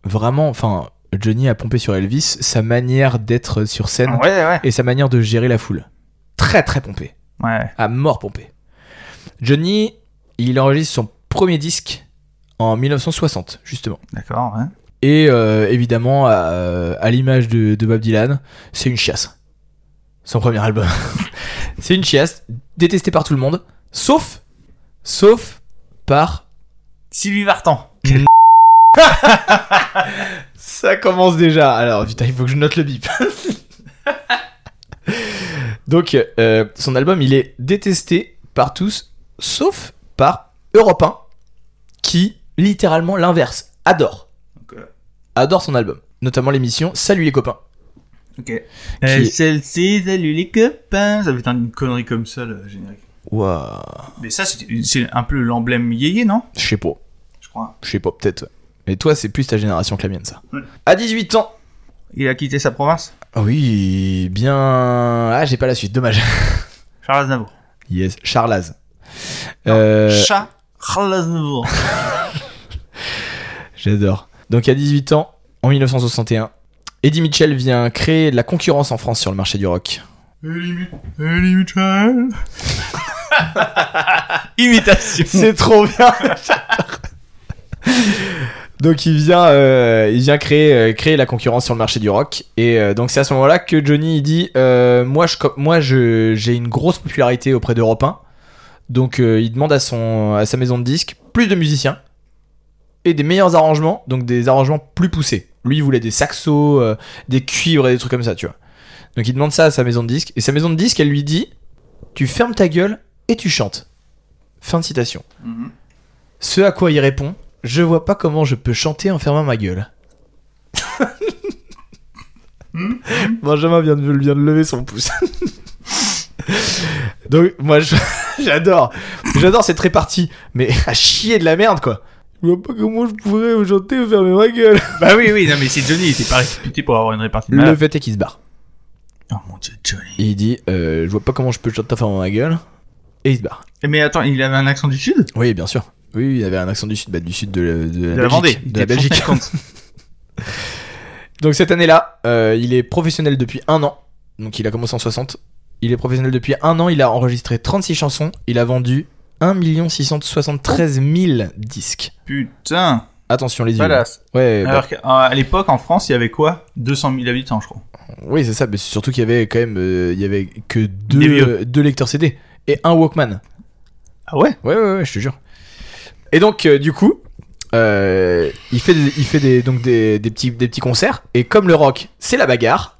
S4: vraiment, enfin, Johnny a pompé sur Elvis sa manière d'être sur scène
S2: ouais ouais
S4: et sa manière de gérer la foule. Très très pompé,
S2: ouais
S4: à mort pompé. Johnny, il enregistre son premier disque en 1960, justement.
S2: d'accord hein. ouais.
S4: Et euh, évidemment, à, euh, à l'image de, de Bob Dylan, c'est une chiasse. Son premier album. <laughs> c'est une chiasse, détestée par tout le monde, sauf, sauf par...
S2: Sylvie Vartan
S4: Ça commence déjà. Alors, putain, il faut que je note le bip. <laughs> Donc, euh, son album, il est détesté par tous, sauf par Europe 1, qui, littéralement l'inverse, adore.
S2: ok,
S4: Adore son album. Notamment l'émission Salut les copains.
S2: Euh,
S4: Qui-
S2: celle-ci salut les copains ça fait une connerie comme ça le générique
S4: Waouh.
S2: mais ça c'est c'est un peu l'emblème yéyé non
S4: Je sais pas.
S2: je crois
S4: Je sais pas, peut-être. ouais. Mais toi, c'est plus ta génération que la mienne, ça.
S2: Ouais.
S4: À 18 ans.
S2: il a quitté sa province
S4: Ah Oui, bien. Ah, j'ai pas la suite, dommage. <laughs>
S2: Charles Aznavour
S4: Yes, Charlaz. Euh,
S2: Charles <laughs> Aznavour
S4: J'adore. Donc, à 18 ans, en 1961, Eddie Mitchell vient créer de la concurrence en France sur le marché du rock.
S2: Eddie Mitchell <laughs>
S4: <laughs>
S2: imitation
S4: C'est trop bien. donc il vient, euh, il vient créer, euh, créer la concurrence sur le marché du rock. Et euh, donc c'est à ce moment-là que Johnny il dit, euh, moi je, co- moi je, j'ai une grosse popularité auprès d'Europe 1. Donc euh, il demande à son, à sa maison de disques plus de musiciens et des meilleurs arrangements, donc des arrangements plus poussés. Lui il voulait des saxos, euh, des cuivres et des trucs comme ça, tu vois. Donc il demande ça à sa maison de disques et sa maison de disques elle lui dit, tu fermes ta gueule et tu chantes. Fin de citation.
S2: Mhm.
S4: Ce à quoi il répond Je vois pas comment je peux chanter en fermant ma gueule.
S2: Mhm.
S4: Benjamin vient de, vient de lever son pouce. Donc, moi, je- <laughs> j'adore. J'adore cette répartie. Mais à chier de la merde, quoi. Je vois pas comment je pourrais chanter ou fermer ma gueule.
S2: Bah oui, oui, non, mais c'est Johnny, il était pas réputé pour avoir une répartie de
S4: Le
S2: malade.
S4: fait est qu'il se barre.
S2: Oh mon dieu, Johnny.
S4: Il dit euh, Je vois pas comment je peux chanter en fermant ma gueule. Et il se barre.
S2: Mais attends, il avait un accent du Sud
S4: Oui, bien sûr. Oui, il avait un accent du sud, bah, du sud de, la- de la
S2: De la
S4: Belgique.
S2: Vendée.
S4: De la Belgique. Donc cette année-là, euh, il est professionnel depuis un an. Donc il a commencé en 60. Il est professionnel depuis un an. Il a enregistré 36 chansons. Il a vendu 1 673 000 disques.
S2: Putain,
S4: Attention les yeux.
S2: badass.
S4: Ouais, bah,
S2: Alors qu'à l'époque, en France, il y avait quoi 200 000 habitants, je crois.
S4: oui, c'est ça. Mais c'est surtout qu'il y avait quand même, euh, il y avait que
S2: Des
S4: deux,
S2: vieux.
S4: deux lecteurs CD et un Walkman.
S2: Ah ouais
S4: Ouais, ouais, ouais, je te jure. Et donc, euh, du coup, euh, il fait, des, il fait des, donc des, des petits, des petits concerts. Et comme le rock, c'est la bagarre,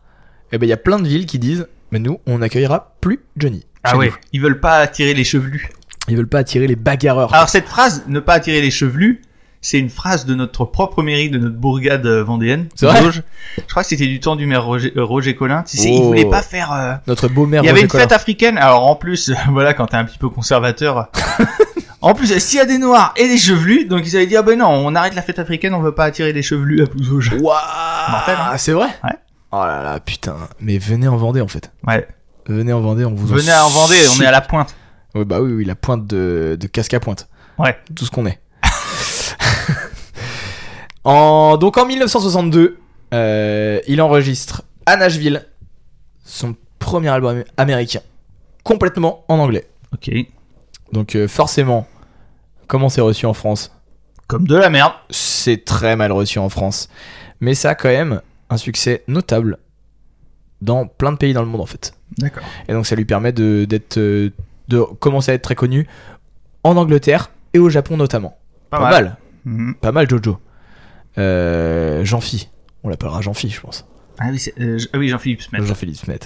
S4: et ben il y a plein de villes qui disent Mais nous, on n'accueillera plus Johnny.
S2: Ah
S4: Chez
S2: ouais,
S4: nous.
S2: ils veulent pas attirer les chevelus.
S4: Ils veulent pas attirer les bagarreurs.
S2: Alors cette phrase, ne pas attirer les chevelus, c'est une phrase de notre propre mairie, de notre bourgade euh, vendéenne.
S4: C'est vrai
S2: Vosges. Je crois que c'était du temps du maire Roger, euh, Roger Collin. Tu sais, il
S4: Oh.
S2: voulait pas faire... euh,
S4: Notre beau-mère
S2: Il y avait
S4: Roger
S2: une
S4: Collin.
S2: fête africaine. Alors en plus, <laughs> voilà, quand t'es un petit
S4: <laughs>
S2: peu conservateur. en plus, s'il y a des noirs et des chevelus, donc ils avaient dit ah ben non, on arrête la fête africaine, on veut pas attirer des chevelus à Pouzouge. Mortel,
S4: Waouh
S2: hein.
S4: C'est vrai
S2: Ouais.
S4: Oh là là, putain. Mais venez en Vendée en fait.
S2: Ouais.
S4: Venez en Vendée, on vous
S2: Venez en Vendée, on est à la pointe.
S4: Ouais, bah oui, oui, la pointe de, de casque à pointe.
S2: Ouais.
S4: Tout ce qu'on est. <laughs> en, donc en 1962, euh, il enregistre à Nashville son premier album am- américain, complètement en anglais.
S2: Ok.
S4: Donc euh, forcément, comment c'est reçu en France
S2: Comme de la merde.
S4: C'est très mal reçu en France. Mais ça a quand même un succès notable dans plein de pays dans le monde en fait.
S2: D'accord.
S4: Et donc ça lui permet de, d'être, euh, de commencer à être très connu en Angleterre et au Japon notamment.
S2: Pas,
S4: Pas,
S2: mal.
S4: mal.
S2: Mhm.
S4: pas mal Jojo. Euh, Jean-Phi, on l'appellera Jean-Phi je pense.
S2: Ah oui, c'est- euh, je- ah oui, Jean-Philippe Smet.
S4: Jean-Philippe Smet.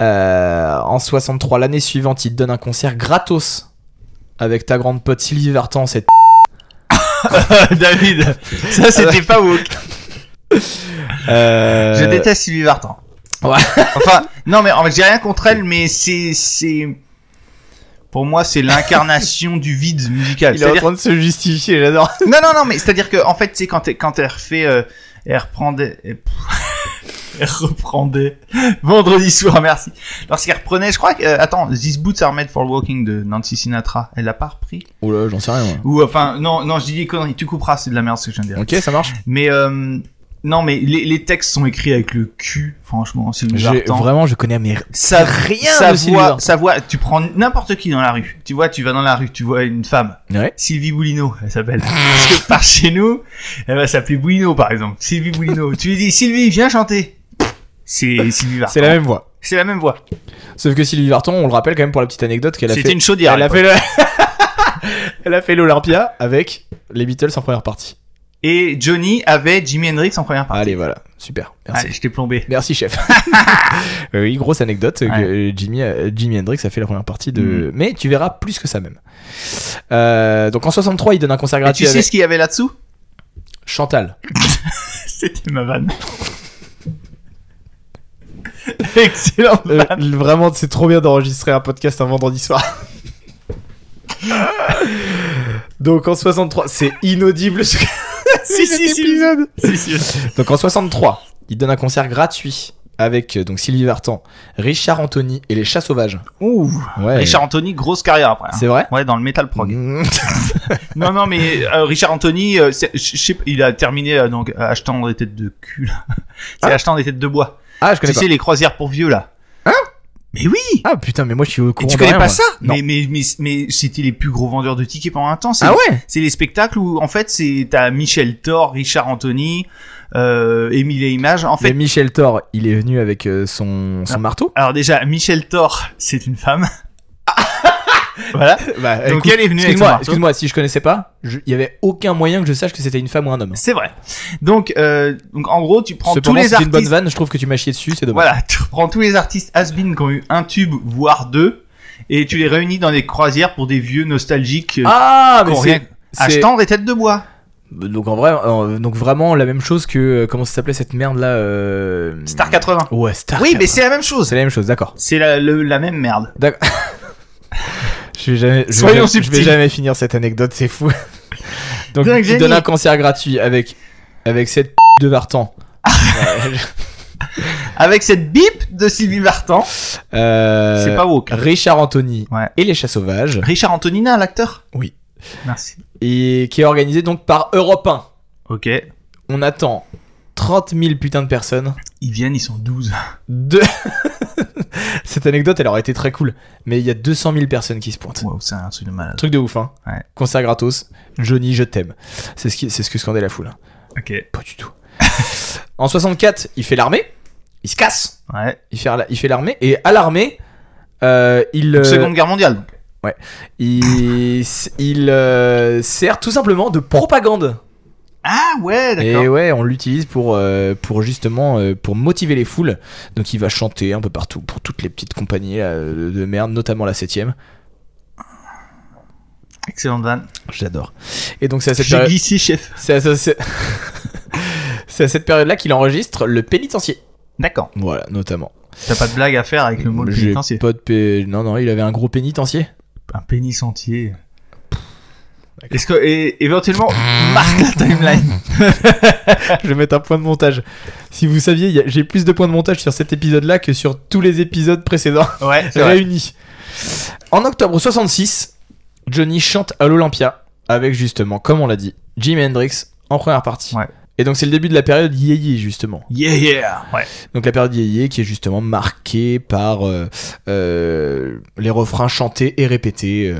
S4: Euh, en 63, l'année suivante, il donne un concert gratos avec ta grande pote Sylvie Vartan, cette
S2: <laughs> David, ça c'était pas woke.
S4: Euh,
S2: <laughs> Je déteste Sylvie Vartan.
S4: Ouais.
S2: <laughs> enfin, non mais en fait, j'ai rien contre elle, mais c'est c'est pour moi c'est l'incarnation du vide musical.
S4: Il est en
S2: C'est-à-dire
S4: train de se justifier, j'adore.
S2: Non, non, non, mais c'est-à-dire que, en fait, tu sais, quand, elle- quand elle refait, euh, elle reprend des, elle, <laughs> elle reprend des, vendredi soir, merci. Lorsqu'elle reprenait, je crois que, euh, attends, These Boots Are Made for Walking de Nancy Sinatra, elle l'a pas repris?
S4: Oula, j'en sais rien. moi.
S2: Ou, enfin, non, non, je dis des conneries, tu couperas, c'est de la merde ce que je viens de dire.
S4: Ok, ça marche.
S2: Mais, euh, non, mais les, les textes sont écrits avec le cul, franchement, c'est une
S4: J'ai-
S2: jartan.
S4: Vraiment, je connais mes
S2: Ça,
S4: rien
S2: sa
S4: de Sylvie Vartan.
S2: voix, sa voix, tu prends n'importe qui dans la rue. Tu vois, tu vas dans la rue, tu vois une femme.
S4: Ouais.
S2: Sylvie Boulino, elle s'appelle. Parce que par chez nous, elle va s'appeler Boulino, par exemple. Sylvie Boulino. tu lui dis, Sylvie, viens chanter. C'est Sylvie Vartan.
S4: C'est la même voix.
S2: C'est la même voix.
S4: Sauf que Sylvie Vartan, on le rappelle quand même pour la petite anecdote qu'elle a fait.
S2: C'était une chaudière.
S4: Elle a
S2: à
S4: fait le- Elle a fait l'Olympia avec les Beatles en première partie.
S2: l'époque. Et Johnny avait Jimi Hendrix en première partie.
S4: Allez, voilà. Super. Merci.
S2: Allez, je t'ai plombé.
S4: Merci, chef.
S2: <laughs>
S4: Euh, oui, grosse anecdote.
S2: Ouais. Mm.
S4: Que Jimmy, euh, Jimi Hendrix a fait la première partie de. Mais tu verras plus que ça même. Euh, donc en 63, il donne un concert
S2: Et tu
S4: gratuit
S2: sais
S4: avec
S2: ce qu'il y avait là-dessous
S4: Chantal.
S2: <laughs> C'était ma vanne. <laughs> Excellent.
S4: Euh, vraiment, c'est trop bien d'enregistrer un podcast un vendredi soir. <laughs> donc en 63, c'est inaudible ce
S2: Si,
S4: cet
S2: si, si.
S4: épisode.
S2: Si, si.
S4: Donc en 63, il donne un concert gratuit avec euh, donc Sylvie Vartan, Richard Anthony et les Chats Sauvages.
S2: Ouh.
S4: Ouais.
S2: Richard Anthony, grosse carrière après. hein.
S4: C'est vrai
S2: Ouais, dans le metal prog.
S4: Mmh.
S2: Non, non, mais euh, Richard Anthony, euh, c'est- je je sais pas, il a terminé euh, donc euh, achetant des têtes de cul. là. C'est
S4: Ah.
S2: achetant des têtes de bois.
S4: <laughs> Ah, je connais
S2: Tu
S4: pas.
S2: sais les croisières pour vieux là. Hein Mais oui.
S4: Ah putain, mais moi je suis au courant.
S2: Et tu
S4: de
S2: connais
S4: rien,
S2: pas
S4: moi.
S2: ça
S4: Non.
S2: Mais mais mais, mais c'était les plus gros vendeurs de tickets pendant un temps. C'est
S4: Ah ouais
S2: c'est les spectacles où en fait c'est t'as Michel Thor, Richard Anthony, euh, Émile et Images. En fait, Ah.
S4: Mais Michel Thor, il est venu avec euh, son, son
S2: <laughs>
S4: marteau.
S2: alors déjà Michel Thor, c'est une
S4: <laughs>
S2: femme. voilà.
S4: Bah,
S2: Donc
S4: écoute,
S2: elle est venue avec son
S4: Excuse-moi,
S2: marteau.
S4: excuse-moi, si je connaissais pas, je- il y avait aucun moyen que je sache que c'était une femme ou un homme.
S2: C'est vrai. Donc euh, donc en gros tu prends tous
S4: Cependant,
S2: les
S4: c'est une bonne
S2: artistes.
S4: vanne, je trouve que tu m'as chié dessus, c'est dommage.
S2: Voilà, tu prends tous les artistes has qui ont eu un tube, voire deux, et tu les réunis dans des croisières pour des vieux nostalgiques. euh,
S4: Ah,
S2: qui
S4: mais
S2: ont
S4: c'est-
S2: rien-
S4: c'est-
S2: Achetant des têtes de bois.
S4: Donc en vrai, euh, donc vraiment la même chose que euh, comment ça s'appelait cette merde là euh...
S2: Star 80.
S4: Ouais, Star.
S2: Oui, mais
S4: 80.
S2: c'est la même chose.
S4: c'est la même chose, d'accord.
S2: C'est la, le- la même merde.
S4: Je vais jamais, je vais,
S2: Soyons
S4: jamais- je vais
S2: subtils.
S4: jamais finir cette anecdote, c'est fou. <laughs> Donc,
S2: Dingue
S4: il
S2: génie.
S4: donne un cancer gratuit avec, avec cette p de Vartan.
S2: Avec cette bip de Sylvie Vartan,
S4: Euh,
S2: c'est pas woke.
S4: Richard Anthony
S2: Ouais.
S4: et les chats sauvages,
S2: Richard Antonina, l'acteur
S4: Oui.
S2: Merci.
S4: et qui est organisé donc par Europe 1.
S2: Ok.
S4: On attend 30 000 putains de personnes.
S2: Ils viennent, ils sont 12.
S4: De... <laughs> cette anecdote, elle aurait été très cool, mais il y a 200 000 personnes qui se pointent.
S2: Wow, c'est un truc de malade.
S4: Truc de ouf, hein.
S2: Ouais.
S4: Concert gratos. Johnny, je t'aime. C'est ce, qui- c'est ce que scandait la foule. hein.
S2: Ok.
S4: Pas du
S2: <laughs>
S4: tout. en 64, il fait l'armée. Il se casse.
S2: Ouais.
S4: Il fait, il fait l'armée. Et à l'armée, euh, il, euh,
S2: Seconde guerre mondiale. donc.
S4: il, il euh, sert tout simplement de propagande.
S2: Ah ouais, d'accord.
S4: Et ouais, on l'utilise pour, euh, pour justement euh, pour motiver les foules. Donc il va chanter un peu partout pour toutes les petites compagnies euh, de merde, notamment la 7
S2: Excellente vanne.
S4: J'adore. Et donc c'est à cette
S2: J'ai
S4: période.
S2: glissé, chef.
S4: C'est à, c'est- <laughs> c'est à cette période-là qu'il enregistre le pénitencier.
S2: D'accord.
S4: Voilà, notamment.
S2: T'as pas de blague à faire avec le mot
S4: J'ai
S2: pénitencier.
S4: Pas de pé- Non, non, il avait un gros pénitencier.
S2: Un pénis entier. Est-ce que, et, éventuellement, marque la timeline.
S4: <laughs> Je vais mettre un point de montage. Si vous saviez, il y a- j'ai plus de points de montage sur cet épisode-là que sur tous les épisodes précédents
S2: <laughs> Ouais, c'est vrai.
S4: réunis. En octobre 66, Johnny chante à l'Olympia avec justement, comme on l'a dit, Jimi Hendrix en première partie.
S2: Ouais.
S4: Et donc c'est le début de la période yéyé justement.
S2: Yeah, yeah. Ouais.
S4: Donc la période yéyé qui est justement marquée par euh, euh, les refrains chantés et répétés, euh,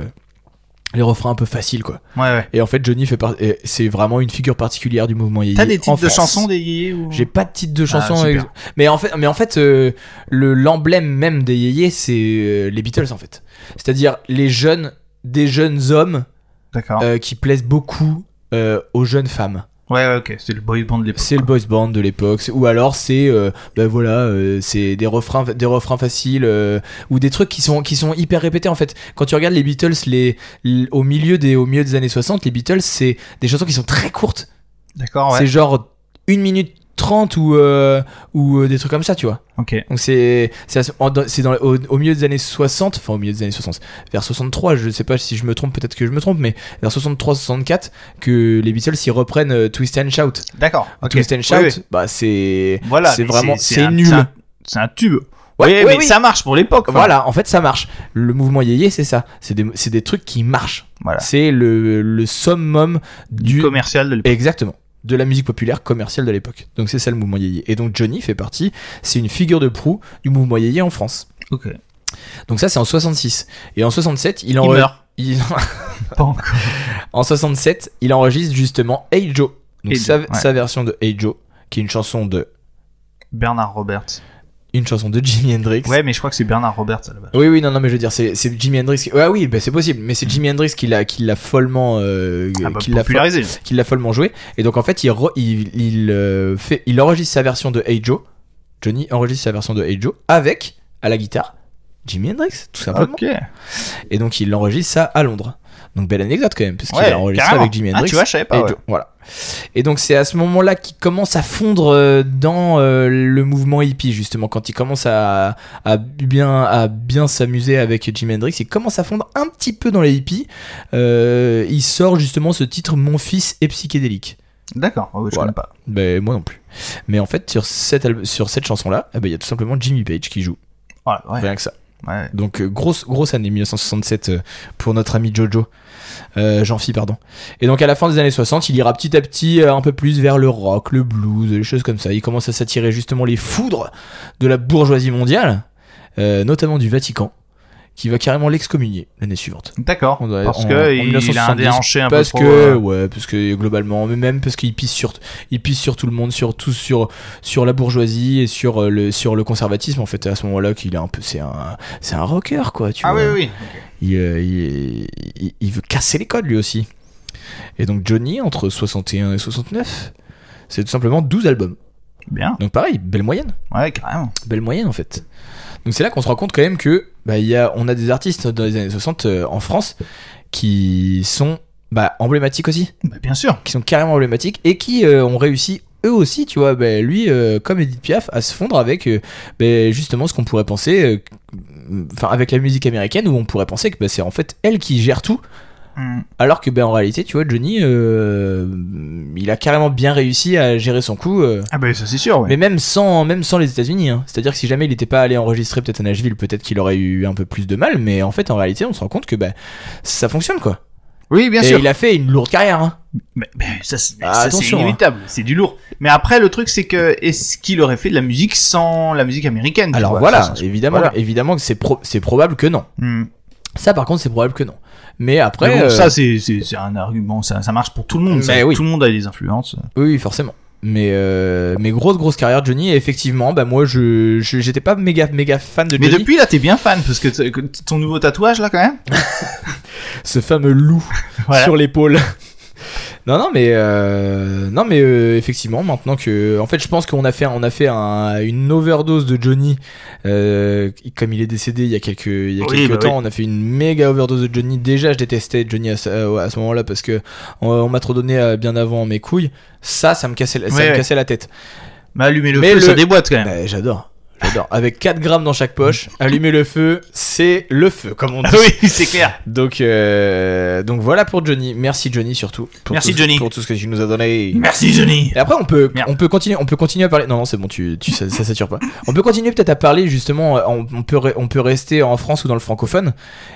S4: les refrains un peu faciles quoi.
S2: Ouais, ouais.
S4: Et en fait Johnny fait par- et c'est vraiment une figure particulière du mouvement yéyé.
S2: T'as des
S4: en
S2: titres de
S4: France.
S2: chansons des yéyés ou...
S4: J'ai pas de titre de chanson.
S2: Ah, super.
S4: ex- Mais en fait, mais en fait euh, le l'emblème même des yéyés, c'est euh, les Beatles en fait. C'est-à-dire les jeunes, des jeunes hommes
S2: D'accord.
S4: euh, qui plaisent beaucoup euh, aux jeunes femmes.
S2: Ouais, ouais, ok. C'est le boy band de l'époque.
S4: C'est le boys band de l'époque, c'est- ou alors c'est, euh, ben voilà, euh, c'est des refrains, des refrains faciles euh, ou des trucs qui sont qui sont hyper répétés en fait. Quand tu regardes les Beatles, les, l- au milieu des au milieu des années 60, les Beatles c'est des chansons qui sont très courtes.
S2: D'accord, Ah ouais.
S4: C'est genre 1 minute 30 ou, euh, ou euh, des trucs comme ça, tu vois.
S2: Ok.
S4: Donc c'est c'est à ce- en- dans- c'est dans- au, au milieu des années 60, enfin au milieu des années 60, vers 63, je sais pas si je me trompe, peut-être que je me trompe, mais vers 63-64 que les Beatles s'y reprennent euh, Twist and Shout.
S2: D'accord. ok.
S4: Twist and
S2: Oui,
S4: Shout,
S2: oui.
S4: bah c'est
S2: Voilà.
S4: c'est
S2: mais
S4: vraiment c'est
S2: un-
S4: nul.
S2: c'est un- C'est un tube.
S4: Ouais,
S2: Ouais,
S4: ouais,
S2: mais
S4: oui.
S2: ça marche pour l'époque. enfin.
S4: Voilà, en fait ça marche. Le mouvement yéyé, c'est ça. C'est des, c'est des trucs qui marchent.
S2: Voilà.
S4: C'est le, le summum du,
S2: Commercial de l'époque.
S4: Exactement. De la musique populaire commerciale de l'époque. Donc c'est ça le mouvement yéyé. Et donc Johnny fait partie, c'est une figure de proue du mouvement yéyé en France.
S2: Ok.
S4: Donc ça c'est en 66. Et en 67, il,
S2: Il
S4: enre-
S2: meurt.
S4: il-
S2: <laughs> Pas encore.
S4: en 67, il enregistre justement Hey Joe. Donc
S2: Hey
S4: sa,
S2: Joe, ouais.
S4: sa version de Hey Joe, qui est une chanson de
S2: Bernard Roberts.
S4: une chanson de Jimi Hendrix.
S2: Ouais, mais je crois que c'est Bernard Roberts à la base.
S4: Oui, oui, non, non, mais je veux dire, c'est c'est Jimi Hendrix. Qui... Ouais, oui, bah, c'est possible, mais c'est Jimi Hendrix qui l'a qui l'a follement, euh,
S2: Mm. Ah bah,
S4: qui l'a fo-
S2: popularisé.
S4: qui l'a follement joué. Et donc en fait, il, re- il, il, euh, fait, il enregistre sa version de Hey Joe. Johnny enregistre sa version de Hey Joe avec, à la guitare, Jimi Hendrix, tout simplement.
S2: Ah, Ok.
S4: Et donc il enregistre ça à Londres. Donc belle anecdote quand même, parce qu'il
S2: Ouais,
S4: a enregistré
S2: carrément.
S4: avec Jimi
S2: Ah,
S4: Hendrix.
S2: tu vois, je savais pas.
S4: Hey
S2: ouais.
S4: Joe, voilà. Et donc c'est à ce moment-là qu'il commence à fondre euh, dans euh, le mouvement hippie justement quand il commence à, à bien à bien s'amuser avec Jimi Hendrix, il commence à fondre un petit peu dans les hippies. Euh, il sort justement ce titre Mon fils est psychédélique.
S2: D'accord. Ah oui, je
S4: Voilà.
S2: connais pas.
S4: Ben moi non plus. Mais en fait sur cette al- sur cette chanson là, il y a tout simplement Jimmy Page qui joue.
S2: Voilà, ouais,
S4: Rien que ça.
S2: ouais.
S4: Donc euh, grosse grosse année 1967 euh, pour notre ami Jojo, euh, Jean-Phi pardon. Et donc à la fin des années 60, il ira petit à petit euh, un peu plus vers le rock, le blues, les choses comme ça. Il commence à s'attirer justement les foudres de la bourgeoisie mondiale, euh, notamment du Vatican, qui va carrément l'excommunier l'année suivante.
S2: D'accord.
S4: On doit-
S2: Parce
S4: en- en
S2: que il a un
S4: 1970,
S2: déhanché un peu
S4: Parce
S2: trop,
S4: que
S2: euh,
S4: ouais, parce que globalement, mais même parce qu'il pisse sur il pisse sur tout le monde, sur tout sur sur la bourgeoisie et sur euh, le sur le conservatisme en fait à ce moment-là qu'il est un peu c'est un c'est un rocker quoi, tu
S2: Ah
S4: vois
S2: oui, oui.
S4: il, euh, il- il- il veut casser les codes lui aussi. Et donc Johnny, entre 61 et 69, c'est tout simplement 12 albums.
S2: Bien.
S4: Donc pareil, belle moyenne.
S2: Ouais, carrément.
S4: Belle moyenne en fait. Donc c'est là qu'on se rend compte quand même que bah, il y a, on a des artistes dans les années 60 euh, en France qui sont bah, emblématiques aussi,
S2: Bah, bien sûr.
S4: qui sont carrément emblématiques et qui euh, ont réussi eux aussi, tu vois, bah, lui, euh, comme Edith Piaf, à se fondre avec euh, bah, justement ce qu'on pourrait penser, euh, que- enfin avec la musique américaine, où on pourrait penser que bah, c'est en fait elle qui gère tout,
S2: Mm.
S4: alors que bah, en réalité, tu vois, Johnny, euh, il a carrément bien réussi à gérer son coup. euh,
S2: Ah bah ça c'est sûr, ouais.
S4: Mais même sans, même sans les États-Unis, hein. c'est-à-dire que si jamais il n'était pas allé enregistrer peut-être à Nashville, peut-être qu'il aurait eu un peu plus de mal, mais en fait, en réalité, on se rend compte que bah, ça fonctionne quoi.
S2: Oui, bien
S4: Et
S2: sûr.
S4: il a fait une lourde carrière. hein.
S2: Mais, mais ça, c'est-
S4: Ah,
S2: ça, c'est
S4: attention, hein.
S2: inévitable, c'est du lourd. Mais après le truc c'est que est-ce qu'il aurait fait de la musique sans la musique américaine tu
S4: Alors
S2: vois,
S4: voilà,
S2: ça, ça-
S4: évidemment,
S2: voilà.
S4: évidemment que c'est pro- c'est probable que non.
S2: Mm.
S4: Ça, par contre, c'est probable que non. Mais après,
S2: Mais bon,
S4: euh,
S2: ça c'est- c'est c'est un argument, ça, ça marche pour tout le monde. ça.
S4: Mais oui.
S2: Tout le monde a des influences.
S4: oui, oui, forcément. Mais euh, mais grosse grosse carrière de Johnny. Et effectivement, bah moi, je je- j'étais pas méga méga fan de
S2: Mais
S4: Johnny.
S2: depuis là t'es bien fan parce que t- que ton nouveau tatouage là quand même.
S4: ce fameux loup
S2: Voilà.
S4: sur l'épaule. <laughs> Non non mais euh, non mais euh, effectivement maintenant que en fait je pense qu'on a fait on a fait un- une overdose de Johnny euh, comme il est décédé il y a quelques il y a
S2: Oui,
S4: quelques
S2: bah
S4: temps on a fait une méga overdose de Johnny déjà je détestais Johnny à, ce- euh, à ce moment-là parce que on, on m'a trop donné euh, bien avant mes couilles ça ça me cassait la- ça
S2: Ouais,
S4: me
S2: ouais.
S4: cassait la tête
S2: Mais allumer le
S4: Mais
S2: feu
S4: le-
S2: ça déboîte quand même.
S4: Bah, j'adore j'adore avec 4 grammes dans chaque poche allumer le feu c'est le feu comme
S2: <laughs>
S4: on dit
S2: oui
S4: <laughs>
S2: c'est clair.
S4: donc, euh, donc voilà pour Johnny. Merci Johnny surtout. Pour
S2: Merci
S4: tout-
S2: Johnny.
S4: Pour tout ce que tu nous as donné.
S2: Merci Johnny.
S4: Et après on peut
S2: Merde.
S4: on peut continuer on peut continuer à parler non non c'est bon tu, tu ça, ça sature pas on peut continuer peut-être à parler justement euh, on, on peut re- on peut rester en France ou dans le francophone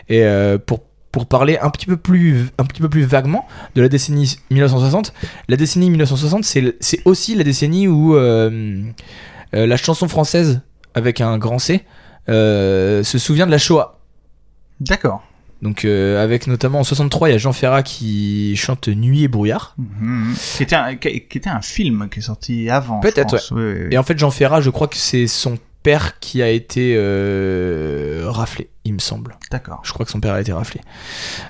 S4: et euh, pour pour parler un petit peu plus un petit peu plus vaguement de la décennie 1960 la décennie 1960 c'est le- c'est aussi la décennie où euh, euh, la chanson française avec un grand C euh, se souvient de la Shoah
S2: D'accord.
S4: donc euh, avec notamment en 63, il y a Jean Ferrat qui chante Nuit et brouillard.
S2: Mhm. Qui était un qui qui était un film qui est sorti avant. je
S4: Peut-être,
S2: pense. Oui, oui, oui.
S4: Et en fait Jean Ferrat, je crois que c'est son père qui a été euh, raflé, il me semble.
S2: D'accord.
S4: Je crois que son père a été raflé.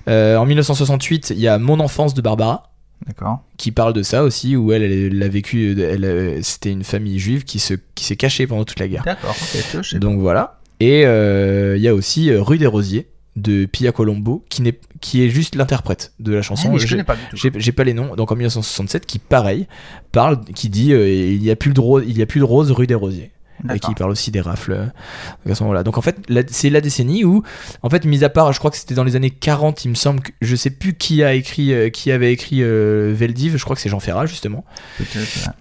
S4: Euh, en 1968, il y a Mon enfance de Barbara
S2: D'accord.
S4: qui parle de ça aussi où elle elle l'a vécu elle, euh, c'était une famille juive qui se qui s'est cachée pendant toute la guerre.
S2: D'accord. ok, tu vois, je sais
S4: Donc voilà. Et euh, il y a aussi euh, Rue des Rosiers de Pia Colombo qui n'est qui est juste l'interprète de la
S2: Ah,
S4: chanson.
S2: mais
S4: Je-
S2: je connais pas du tout.
S4: J'ai j'ai pas les noms. Donc en 1967, qui pareil parle, qui dit euh, il n'y a plus de rose, il y a plus de rose rue des Rosiers. Et
S2: D'accord.
S4: qui parle aussi des rafles euh, à ce moment-là. Donc en fait, la- c'est la décennie où, en fait, mis à part, je crois que c'était dans les années 40, il me semble, que, je sais plus qui a écrit, euh, qui avait écrit euh, Veldiv. Je crois que c'est Jean Ferrat justement.
S2: Peut-être, ouais.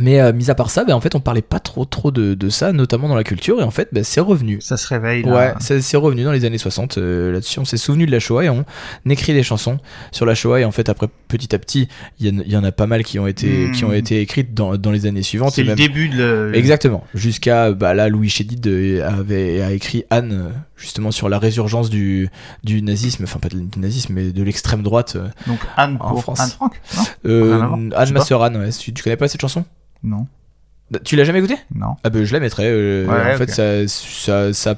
S4: Mais euh, mis à part ça, ben, en fait, on parlait pas trop trop de, de ça, notamment dans la culture. Et en fait, ben, c'est revenu.
S2: Ça se réveille.
S4: Ouais,
S2: Là.
S4: c'est c'est revenu dans les années 60. euh, Là-dessus, on s'est souvenu de la Shoah et on écrit des chansons sur la Shoah. Et en fait, après, petit à petit, il y, en- il y en a pas mal qui ont été,
S2: Mm.
S4: qui ont été écrites dans, dans les années suivantes.
S2: C'est
S4: et
S2: le
S4: même-
S2: début de. le-
S4: Exactement. Jusqu'à bah, là, Louis Chédid euh, avait a écrit Anne euh, justement sur la résurgence du, du nazisme, enfin pas de- du nazisme, mais de l'extrême droite. euh.
S2: Donc Anne
S4: En
S2: pour
S4: France.
S2: Anne Frank.
S4: Euh,
S2: Rien à voir, je
S4: Anne,
S2: sais
S4: ma
S2: pas.
S4: sœur Anne. ouais. Tu, tu connais pas cette chanson
S2: Non.
S4: Tu l'as jamais écoutée
S2: Non.
S4: Ah ben, je la mettrai. euh,
S2: Ouais,
S4: en fait,
S2: ok.
S4: ça, ça, ça-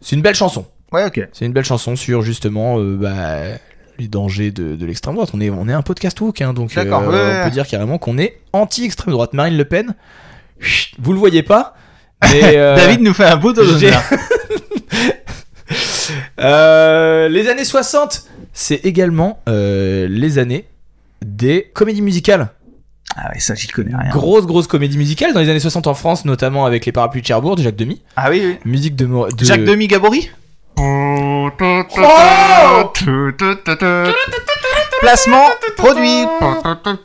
S4: c'est une belle chanson.
S2: Ouais, ok.
S4: C'est une belle chanson sur justement euh, bah, les dangers de, de l'extrême droite. On est, on est un podcast woke, hein, donc
S2: D'accord, ouais, ouais,
S4: on peut
S2: ouais.
S4: dire carrément qu'on est anti-extrême droite. Marine Le Pen, chut, vous le voyez pas,
S2: <laughs>
S4: mais euh,
S2: David nous fait un beau dodo.
S4: j'ai- euh, les années 60, c'est également euh, les années des comédies musicales.
S2: Ah ouais, ça j'y
S4: <laughs>
S2: connais rien.
S4: Grosse, grosse comédie musicale dans les années 60 en France, notamment avec Les Parapluies de Cherbourg de Jacques Demy.
S2: Ah oui, oui.
S4: Musique de, Mo- de-
S2: Jacques Demi Gabory. Oh Placement produit.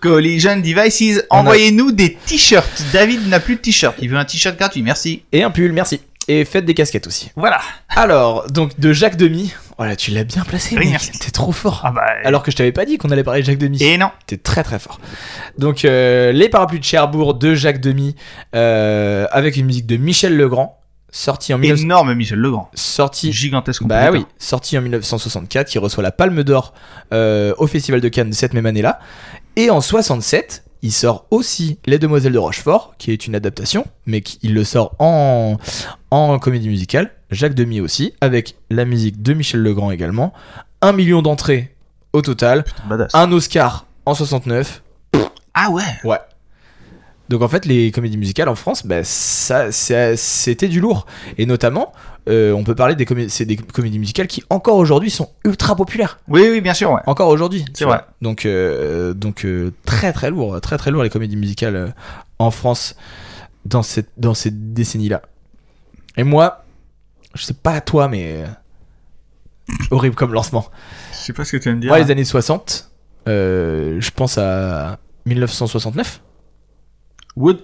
S2: Collision Devices.
S4: On a-
S2: Envoyez-nous des t-shirts. David n'a plus de t-shirt. Il veut un t-shirt gratuit. Merci.
S4: Et un pull, merci. Et faites des casquettes aussi.
S2: Voilà.
S4: Alors, donc de Jacques Demy. Voilà, tu l'as bien placé,
S2: Oui,
S4: mec.
S2: merci.
S4: T'es trop fort.
S2: Ah bah.
S4: Alors que je t'avais pas dit qu'on allait parler de Jacques Demy.
S2: Et non.
S4: T'es très très fort. Donc, euh, Les Parapluies de Cherbourg de Jacques Demy, euh, avec une musique de Michel Legrand, sortie en 19...
S2: Énorme Michel Legrand.
S4: sortie
S2: Gigantesque.
S4: Bah oui,
S2: compositeur.
S4: sorti en 1964, il reçoit la Palme d'Or euh, au Festival de Cannes cette même année-là. Et en 67, il sort aussi Les Demoiselles de Rochefort, qui est une adaptation, mais qui- il le sort en, en comédie musicale. Jacques Demy aussi, avec la musique de Michel Legrand également. Un million d'entrées au total,
S2: Badass.
S4: un Oscar en 69.
S2: Ah ouais.
S4: Ouais. Donc en fait, les comédies musicales en France, bah, ça, ça- c'était du lourd. Et notamment, euh, on peut parler des, comé- c'est des comédies musicales qui encore aujourd'hui sont ultra populaires.
S2: Oui, oui, bien sûr, ouais.
S4: Encore aujourd'hui. tu
S2: C'est
S4: vois.
S2: vrai.
S4: Donc, euh, donc euh, très très lourd, très très lourd les comédies musicales euh, en France dans cette dans ces décennies-là. Et moi, je sais pas toi, mais euh, horrible comme lancement.
S2: Je sais pas ce que tu vas me dire.
S4: Moi, les années 60, euh, je pense à 1969,
S2: Wood.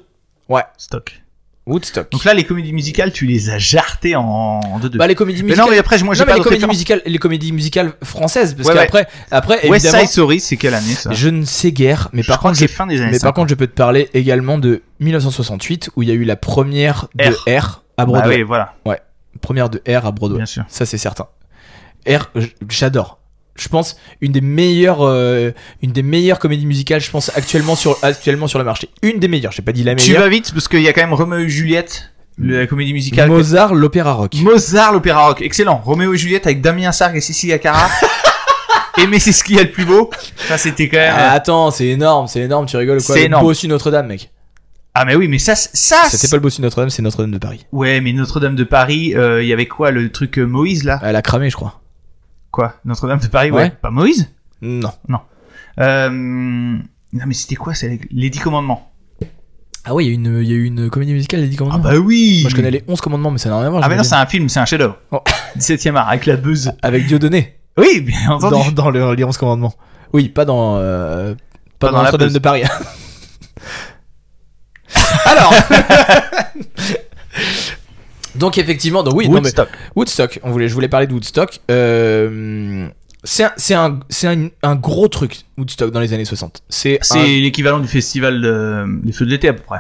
S4: Ouais.
S2: Stock.
S4: Woodstock.
S2: Donc là, les comédies musicales, tu les as jartées en, en deux deux.
S4: bah les comédies
S2: mais
S4: musicales.
S2: non, mais après, moi, j'ai
S4: Non, mais
S2: pas
S4: les
S2: de
S4: comédies
S2: référence.
S4: musicales, les comédies musicales françaises, parce
S2: Ouais, ouais.
S4: qu'après, après,
S2: West
S4: évidemment,
S2: Side Story, c'est quelle année ça
S4: je ne sais guère, mais
S2: Je
S4: par
S2: crois
S4: contre,
S2: que c'est fin des années.
S4: Mais par
S2: 50.
S4: contre, je peux te parler également de 1968 où il y a eu la première de R, à
S2: Bah
S4: Broadway.
S2: oui, voilà,
S4: Première de R à Broadway.
S2: bien sûr.
S4: Ça c'est certain. R, j- j'adore. Je pense une des meilleures, euh, une des meilleures comédies musicales, je pense actuellement sur actuellement sur le marché. Une des meilleures. J'ai pas dit la
S2: Tu
S4: meilleure.
S2: vas vite parce qu'il y a Mm. quand même Roméo et Juliette, la comédie musicale.
S4: Mozart, l'opéra rock.
S2: Mozart, l'opéra rock, excellent. Roméo et Juliette avec Damien Sargue et Cécilia
S4: <laughs>
S2: Cara. Aimer, c'est ce qu'il y a de plus beau. Ça, c'était quand même. euh,
S4: Ah, attends, c'est énorme, c'est énorme. Tu rigoles ou quoi
S2: C'est
S4: Le
S2: énorme.
S4: Bossu Notre-Dame, mec.
S2: Ah, mais oui, mais ça, c'est- ça.
S4: C'était
S2: c'est-
S4: pas le Bossu Notre-Dame, c'est Notre-Dame de Paris.
S2: Ouais, mais Notre-Dame de Paris, euh, il y avait quoi, le truc euh, Moïse là
S4: Elle a cramé, je crois.
S2: Quoi Notre-Dame de Paris, ouais.
S4: Ouais.
S2: Pas Moïse
S4: Non.
S2: Euh, Non, mais c'était quoi c'est Les Dix Commandements. Ah,
S4: Ah oui, il y a une, il y a eu une comédie musicale, les 10 commandements.
S2: bah oui
S4: Moi, je connais les 11 commandements, bah mais ça n'a rien à voir.
S2: Ah, mais non,
S4: j'imagine.
S2: c'est un film, c'est un chef-d'œuvre. <laughs>
S4: Oh.
S2: 17 e art, avec la buzz.
S4: Avec Dieudonné.
S2: Oui, bien entendu.
S4: dans, dans le, les 11 commandements. Oui, pas dans, euh, pas,
S2: Pas
S4: dans,
S2: dans la
S4: Notre-Dame
S2: pause.
S4: de <laughs> Paris. <laughs> Alors. Donc effectivement, donc oui, non, mais-
S2: Woodstock.
S4: Woodstock. On voulait, je voulais parler de Woodstock. Euh, c'est un, c'est un, c'est un, un gros truc Woodstock dans les années 60. C'est,
S2: C'est
S4: un-
S2: l'équivalent du festival de... des Feux de l'été à peu près.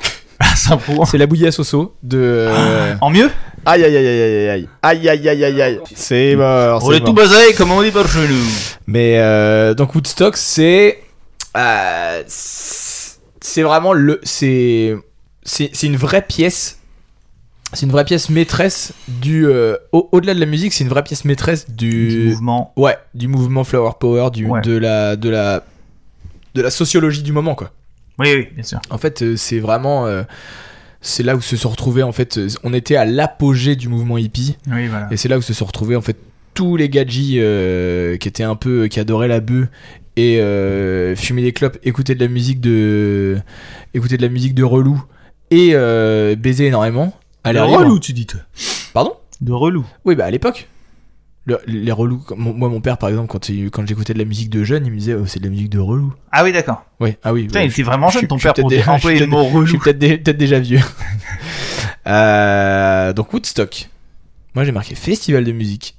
S4: <laughs> Ah,
S2: À Saint-Pau.
S4: c'est la bouillie à soso de.
S2: En mieux
S4: Aïe aïe aïe aïe aïe aïe aïe aïe aïe aïe aïe. C'est mort.
S2: On
S4: Ah, c'est
S2: est tout
S4: mort.
S2: basé, comme on dit par chez nous.
S4: Mais euh, donc Woodstock, c'est euh, c'est vraiment le c'est c'est c'est une vraie pièce. C'est une vraie pièce maîtresse du euh, au- au-delà de la musique, c'est une vraie pièce maîtresse
S2: Du
S4: du
S2: mouvement.
S4: ouais, du mouvement flower power du
S2: Ouais.
S4: de la de la de la sociologie du moment quoi.
S2: Oui, oui, bien sûr.
S4: En fait, euh, c'est vraiment euh, c'est là où se sont retrouvés en fait euh, on était à l'apogée du mouvement hippie.
S2: Oui, voilà.
S4: Et c'est là où se sont retrouvés en fait tous les gadgets euh, qui étaient un peu qui adoraient la bœuf et euh, fumer des clopes, écouter de la musique de écouter de la musique de relou et euh, baiser énormément à
S2: De
S4: l'air libre.
S2: relou, tu dis, toi.
S4: Pardon
S2: De relou.
S4: Oui, bah à l'époque Le- les relous comme mon- moi mon père par exemple quand il- quand j'écoutais de la musique de jeune, il me disait oh, c'est de la musique de relou.
S2: Ah oui, d'accord.
S4: Oui, ah oui.
S2: Putain,
S4: ouais,
S2: il était vraiment
S4: je
S2: jeune,
S4: suis-
S2: ton
S4: je suis
S2: père, pour
S4: peut-être des-
S2: employer
S4: je
S2: le
S4: suis
S2: mot
S4: je suis
S2: relou.
S4: peut-être dé- peut-être déjà
S2: <laughs>
S4: vieux. Euh, donc Woodstock. Moi j'ai marqué festival de musique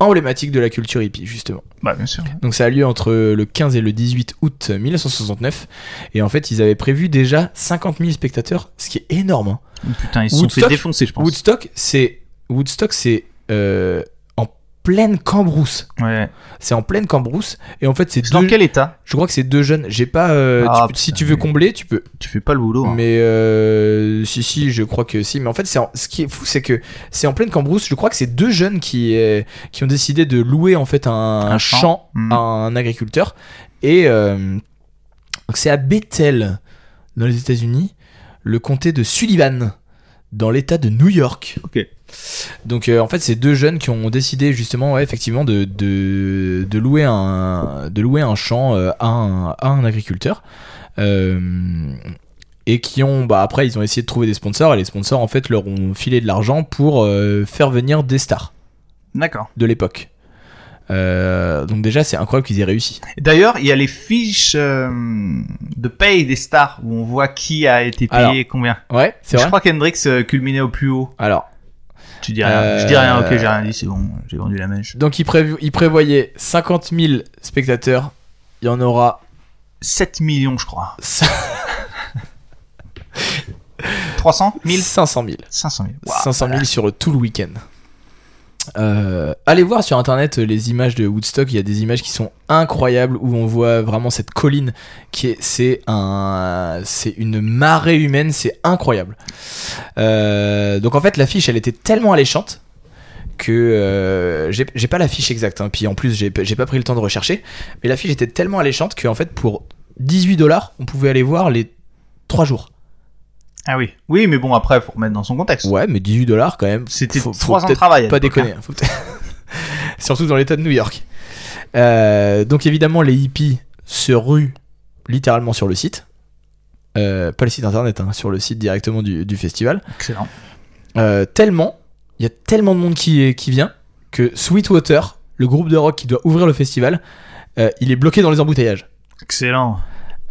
S4: emblématique de la culture hippie justement.
S2: Bah, bien sûr.
S4: Donc ça a lieu entre le 15 et le 18 août 1969. Et en fait, ils avaient prévu déjà 50 000 spectateurs, ce qui est énorme. hein.
S2: Putain, ils se sont fait
S4: Woodstock-
S2: défoncer, je pense.
S4: Woodstock, c'est Woodstock, c'est euh, en pleine cambrousse.
S2: Ouais.
S4: C'est en pleine cambrousse. Et en fait, c'est
S2: C'est dans
S4: deux.
S2: quel état
S4: Je crois que c'est deux jeunes. J'ai pas. euh,
S2: Ah,
S4: tu peux- si
S2: putain,
S4: tu veux
S2: mais-
S4: combler, tu peux.
S2: Tu fais pas le boulot. hein.
S4: Mais euh, si, si, je crois que si. Mais en fait, c'est en- ce qui est fou, c'est que c'est en pleine cambrousse. Je crois que c'est deux jeunes qui, euh, qui ont décidé de louer en fait un, un
S2: champ.
S4: champ
S2: Mhm.
S4: à un agriculteur. Et euh, donc c'est à Bethel, dans les États-Unis, le comté de Sullivan, dans l'État de New York.
S2: Ok.
S4: Donc euh, en fait, c'est deux jeunes qui ont décidé justement, ouais, effectivement, de, de, de louer, un, de louer un champ euh, à, un, à un agriculteur. Euh, et qui ont, bah après, ils ont essayé de trouver des sponsors, et les sponsors, en fait, leur ont filé de l'argent pour euh, faire venir des stars
S2: D'accord.
S4: de l'époque. Euh, donc déjà, c'est incroyable qu'ils aient réussi.
S2: D'ailleurs, il y a les fiches euh, de paye des stars où on voit qui a été payé
S4: Alors,
S2: et combien.
S4: Ouais, c'est
S2: Je
S4: vrai.
S2: crois qu'Hendrix euh, culminait au plus haut.
S4: Alors,
S2: Tu dis rien. Je dis
S4: Euh,
S2: rien, ok, j'ai rien dit, c'est bon, j'ai vendu la mèche.
S4: donc il, prévu- il prévoyait 50 000 spectateurs. Il y en aura
S2: 7 millions, je crois.
S4: 500
S2: 300 1000
S4: 500 000.
S2: 500 000. Waouh.
S4: 500 000 sur le- tout le week-end. Euh, allez voir sur internet euh, les images de Woodstock. Il y a des images qui sont incroyables où on voit vraiment cette colline qui est c'est un c'est une marée humaine. C'est incroyable. Euh, donc en fait l'affiche elle était tellement alléchante que euh, j'ai j'ai pas l'affiche exacte. hein. Puis en plus j'ai j'ai pas pris le temps de rechercher. Mais l'affiche était tellement alléchante que en fait pour 18 dollars on pouvait aller voir les 3 jours.
S2: Ah oui. Oui, mais bon, après, faut remettre dans son contexte.
S4: Ouais, mais 18 dollars quand même.
S2: C'était
S4: Faut- faut
S2: 3 ans de
S4: peut-être
S2: travail. à
S4: Pas
S2: l'époque,
S4: déconner.
S2: hein.
S4: hein, faut peut-être- <laughs> Surtout dans l'état de New York. Euh, donc évidemment, les hippies se ruent littéralement sur le site. Euh, pas le site internet, hein, sur le site directement du, du festival.
S2: Excellent.
S4: Euh, tellement, il y a tellement de monde qui, qui vient que Sweetwater, le groupe de rock qui doit ouvrir le festival, euh, il est bloqué dans les embouteillages.
S2: Excellent.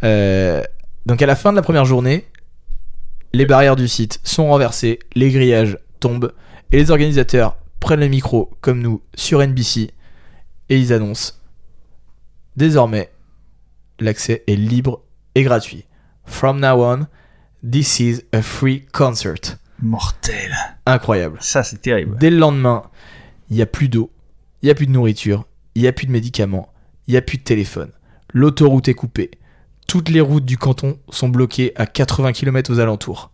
S4: Euh, donc à la fin de la première journée, les barrières du site sont renversées, les grillages tombent, et les organisateurs prennent le micro, comme nous, sur NBC, et ils annoncent Désormais, l'accès est libre et gratuit. From now on, this is a free concert.
S2: Mortel.
S4: Incroyable.
S2: Ça, c'est terrible.
S4: Dès le lendemain, il n'y a plus d'eau, il n'y a plus de nourriture, il n'y a plus de médicaments, il n'y a plus de téléphone. L'autoroute est coupée. Toutes les routes du canton sont bloquées à 80 km aux alentours.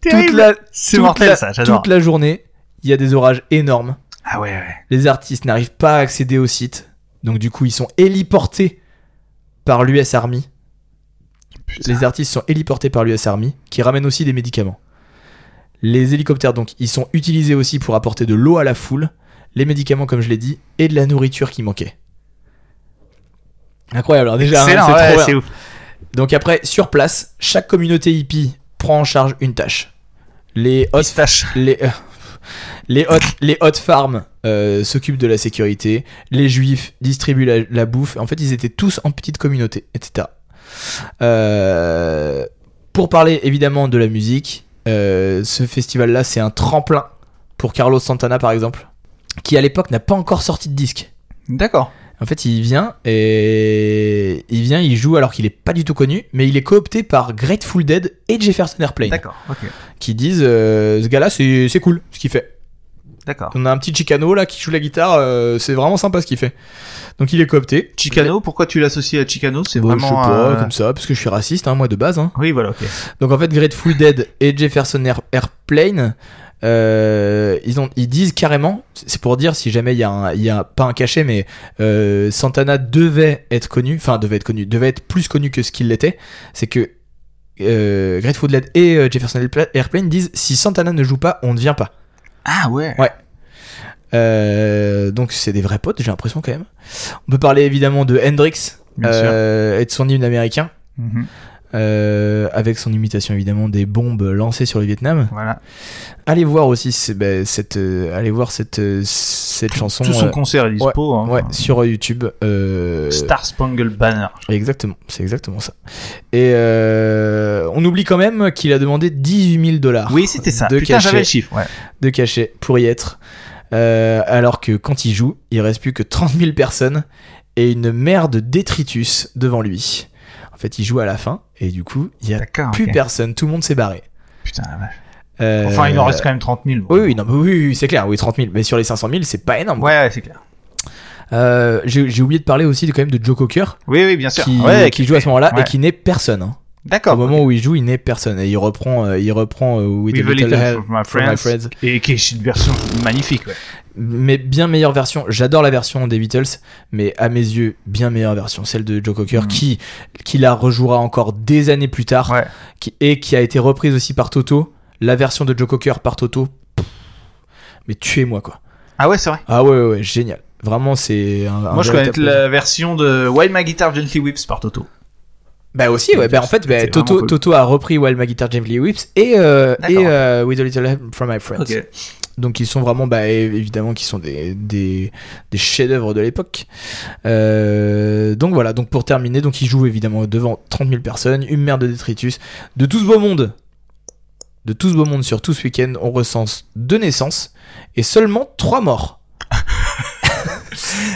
S4: Toute
S2: Terrible.
S4: la,
S2: C'est
S4: toute
S2: mortel,
S4: la-
S2: ça, j'adore.
S4: toute la journée, il y a des orages énormes.
S2: Ah ouais, ouais.
S4: Les artistes n'arrivent pas à accéder au site. Donc du coup, ils sont héliportés par l'US Army.
S2: Putain.
S4: Les artistes sont héliportés par l'US Army, qui ramène aussi des médicaments. Les hélicoptères, donc, ils sont utilisés aussi pour apporter de l'eau à la foule, les médicaments, comme je l'ai dit, et de la nourriture qui manquait. Incroyable, alors déjà, hein, c'est
S2: Excellent, ouais,
S4: trop bien.
S2: c'est ouf.
S4: Donc après, sur place, chaque communauté hippie prend en charge une tâche. Les hot
S2: Pistache.
S4: les, euh, les hot, les hot farms euh, s'occupent de la sécurité, les juifs distribuent la, la bouffe. En fait, ils étaient tous en petite communauté, etc. Euh, pour parler évidemment de la musique, euh, ce festival-là, c'est un tremplin pour Carlos Santana, par exemple, qui à l'époque n'a pas encore sorti de disque.
S2: D'accord.
S4: En fait, il vient et il vient, il joue alors qu'il est pas du tout connu, mais il est coopté par Grateful Dead et Jefferson Airplane,
S2: D'accord. Ok.
S4: qui disent euh, ce gars-là, c'est c'est cool ce qu'il fait.
S2: D'accord.
S4: On a un petit Chicano là qui joue la guitare, euh, c'est vraiment sympa ce qu'il fait. Donc il est coopté.
S2: Chicano, pourquoi tu l'associes à Chicano C'est
S4: Bon, je
S2: vraiment.
S4: sais pas,
S2: euh,
S4: comme ça, parce que je suis raciste, hein, moi de base. hein.
S2: Oui, voilà, ok.
S4: Donc en fait, Grateful Dead et Jefferson Air- Airplane, euh, ils, ont, ils disent carrément, c'est pour dire si jamais il y a, un- il y a pas un cachet, mais euh, Santana devait être connu, enfin devait être connu, devait être plus connu que ce qu'il l'était, c'est que euh, Grateful Dead et euh, Jefferson Airpla- Airplane disent si Santana ne joue pas, on ne vient pas.
S2: Ah ouais.
S4: Euh, donc c'est des vrais potes, j'ai l'impression quand même. On peut parler évidemment de Hendrix
S2: Bien
S4: euh, et de son hymne américain,
S2: Mhm.
S4: euh, avec son imitation évidemment des bombes lancées sur le Vietnam.
S2: Voilà.
S4: Allez voir aussi ce- ben, cette, euh, allez voir cette, euh, cette chanson
S2: Tout son
S4: euh,
S2: concert est dispo. hein.
S4: ouais, sur YouTube. euh,
S2: Star Spangled Banner.
S4: Exactement, c'est exactement ça. Et euh, on oublie quand même qu'il a demandé 18 000 dollars
S2: oui, c'était ça.
S4: de
S2: Putain,
S4: cachet.
S2: j'avais le chiffre. Ouais.
S4: de cachet pour y être. Euh, alors que quand il joue, il reste plus que 30 000 personnes et une mer de détritus devant lui. En fait, il joue à la fin et du coup, il y a
S2: D'accord.
S4: plus
S2: ok.
S4: personne, tout le monde s'est barré.
S2: Putain, la vache.
S4: Euh,
S2: Enfin, il en reste quand même 30 000. bon.
S4: Oui, oui, non, mais oui, oui, oui, c'est clair, oui, 30 000, mais sur les 500 000, c'est pas énorme.
S2: Ouais, ouais, c'est clair.
S4: Euh, J'ai j'ai oublié de parler aussi de, quand même de Joe Cocker,
S2: Oui, oui, bien sûr.
S4: qui,
S2: Ouais,
S4: qui joue à ce moment-là et
S2: ouais.
S4: qui n'est personne. hein. Au
S2: D'accord.
S4: moment où il joue, il n'est personne. Et il reprend, euh, il reprend euh, With
S2: With
S4: a Little Help
S2: from my
S4: from my
S2: friends.
S4: friends.
S2: Et qui est une version magnifique. Ouais.
S4: mais bien meilleure version. J'adore la version des Beatles, mais à mes yeux, bien meilleure version, celle de Joe Cocker,
S2: Mm.
S4: qui, qui la rejouera encore des années plus tard,
S2: Ouais.
S4: qui, et qui a été reprise aussi par Toto. La version de Joe Cocker par Toto, pff, mais tuez-moi quoi.
S2: Ah ouais, c'est vrai.
S4: Ah ouais, ouais, ouais, génial. Vraiment, c'est un. un
S2: Moi, je connais
S4: véritable plaisir.
S2: la version de Wild My Guitar Gently Whips par Toto.
S4: Bah aussi, ouais. Bah en fait, bah,
S2: C'est
S4: Toto,
S2: vraiment cool.
S4: Toto a repris While My Guitar Gently Whips et, euh,
S2: D'accord.
S4: et euh, With a Little Help from My Friends. Donc ils sont vraiment, bah, é- évidemment, qui sont des, des, des chefs-d'œuvre de l'époque. Euh, donc voilà, donc pour terminer, donc ils jouent évidemment devant 30 000 personnes, une mer de détritus, de tout ce beau monde. De tout ce beau monde sur tout ce week-end, on recense deux naissances et seulement trois morts.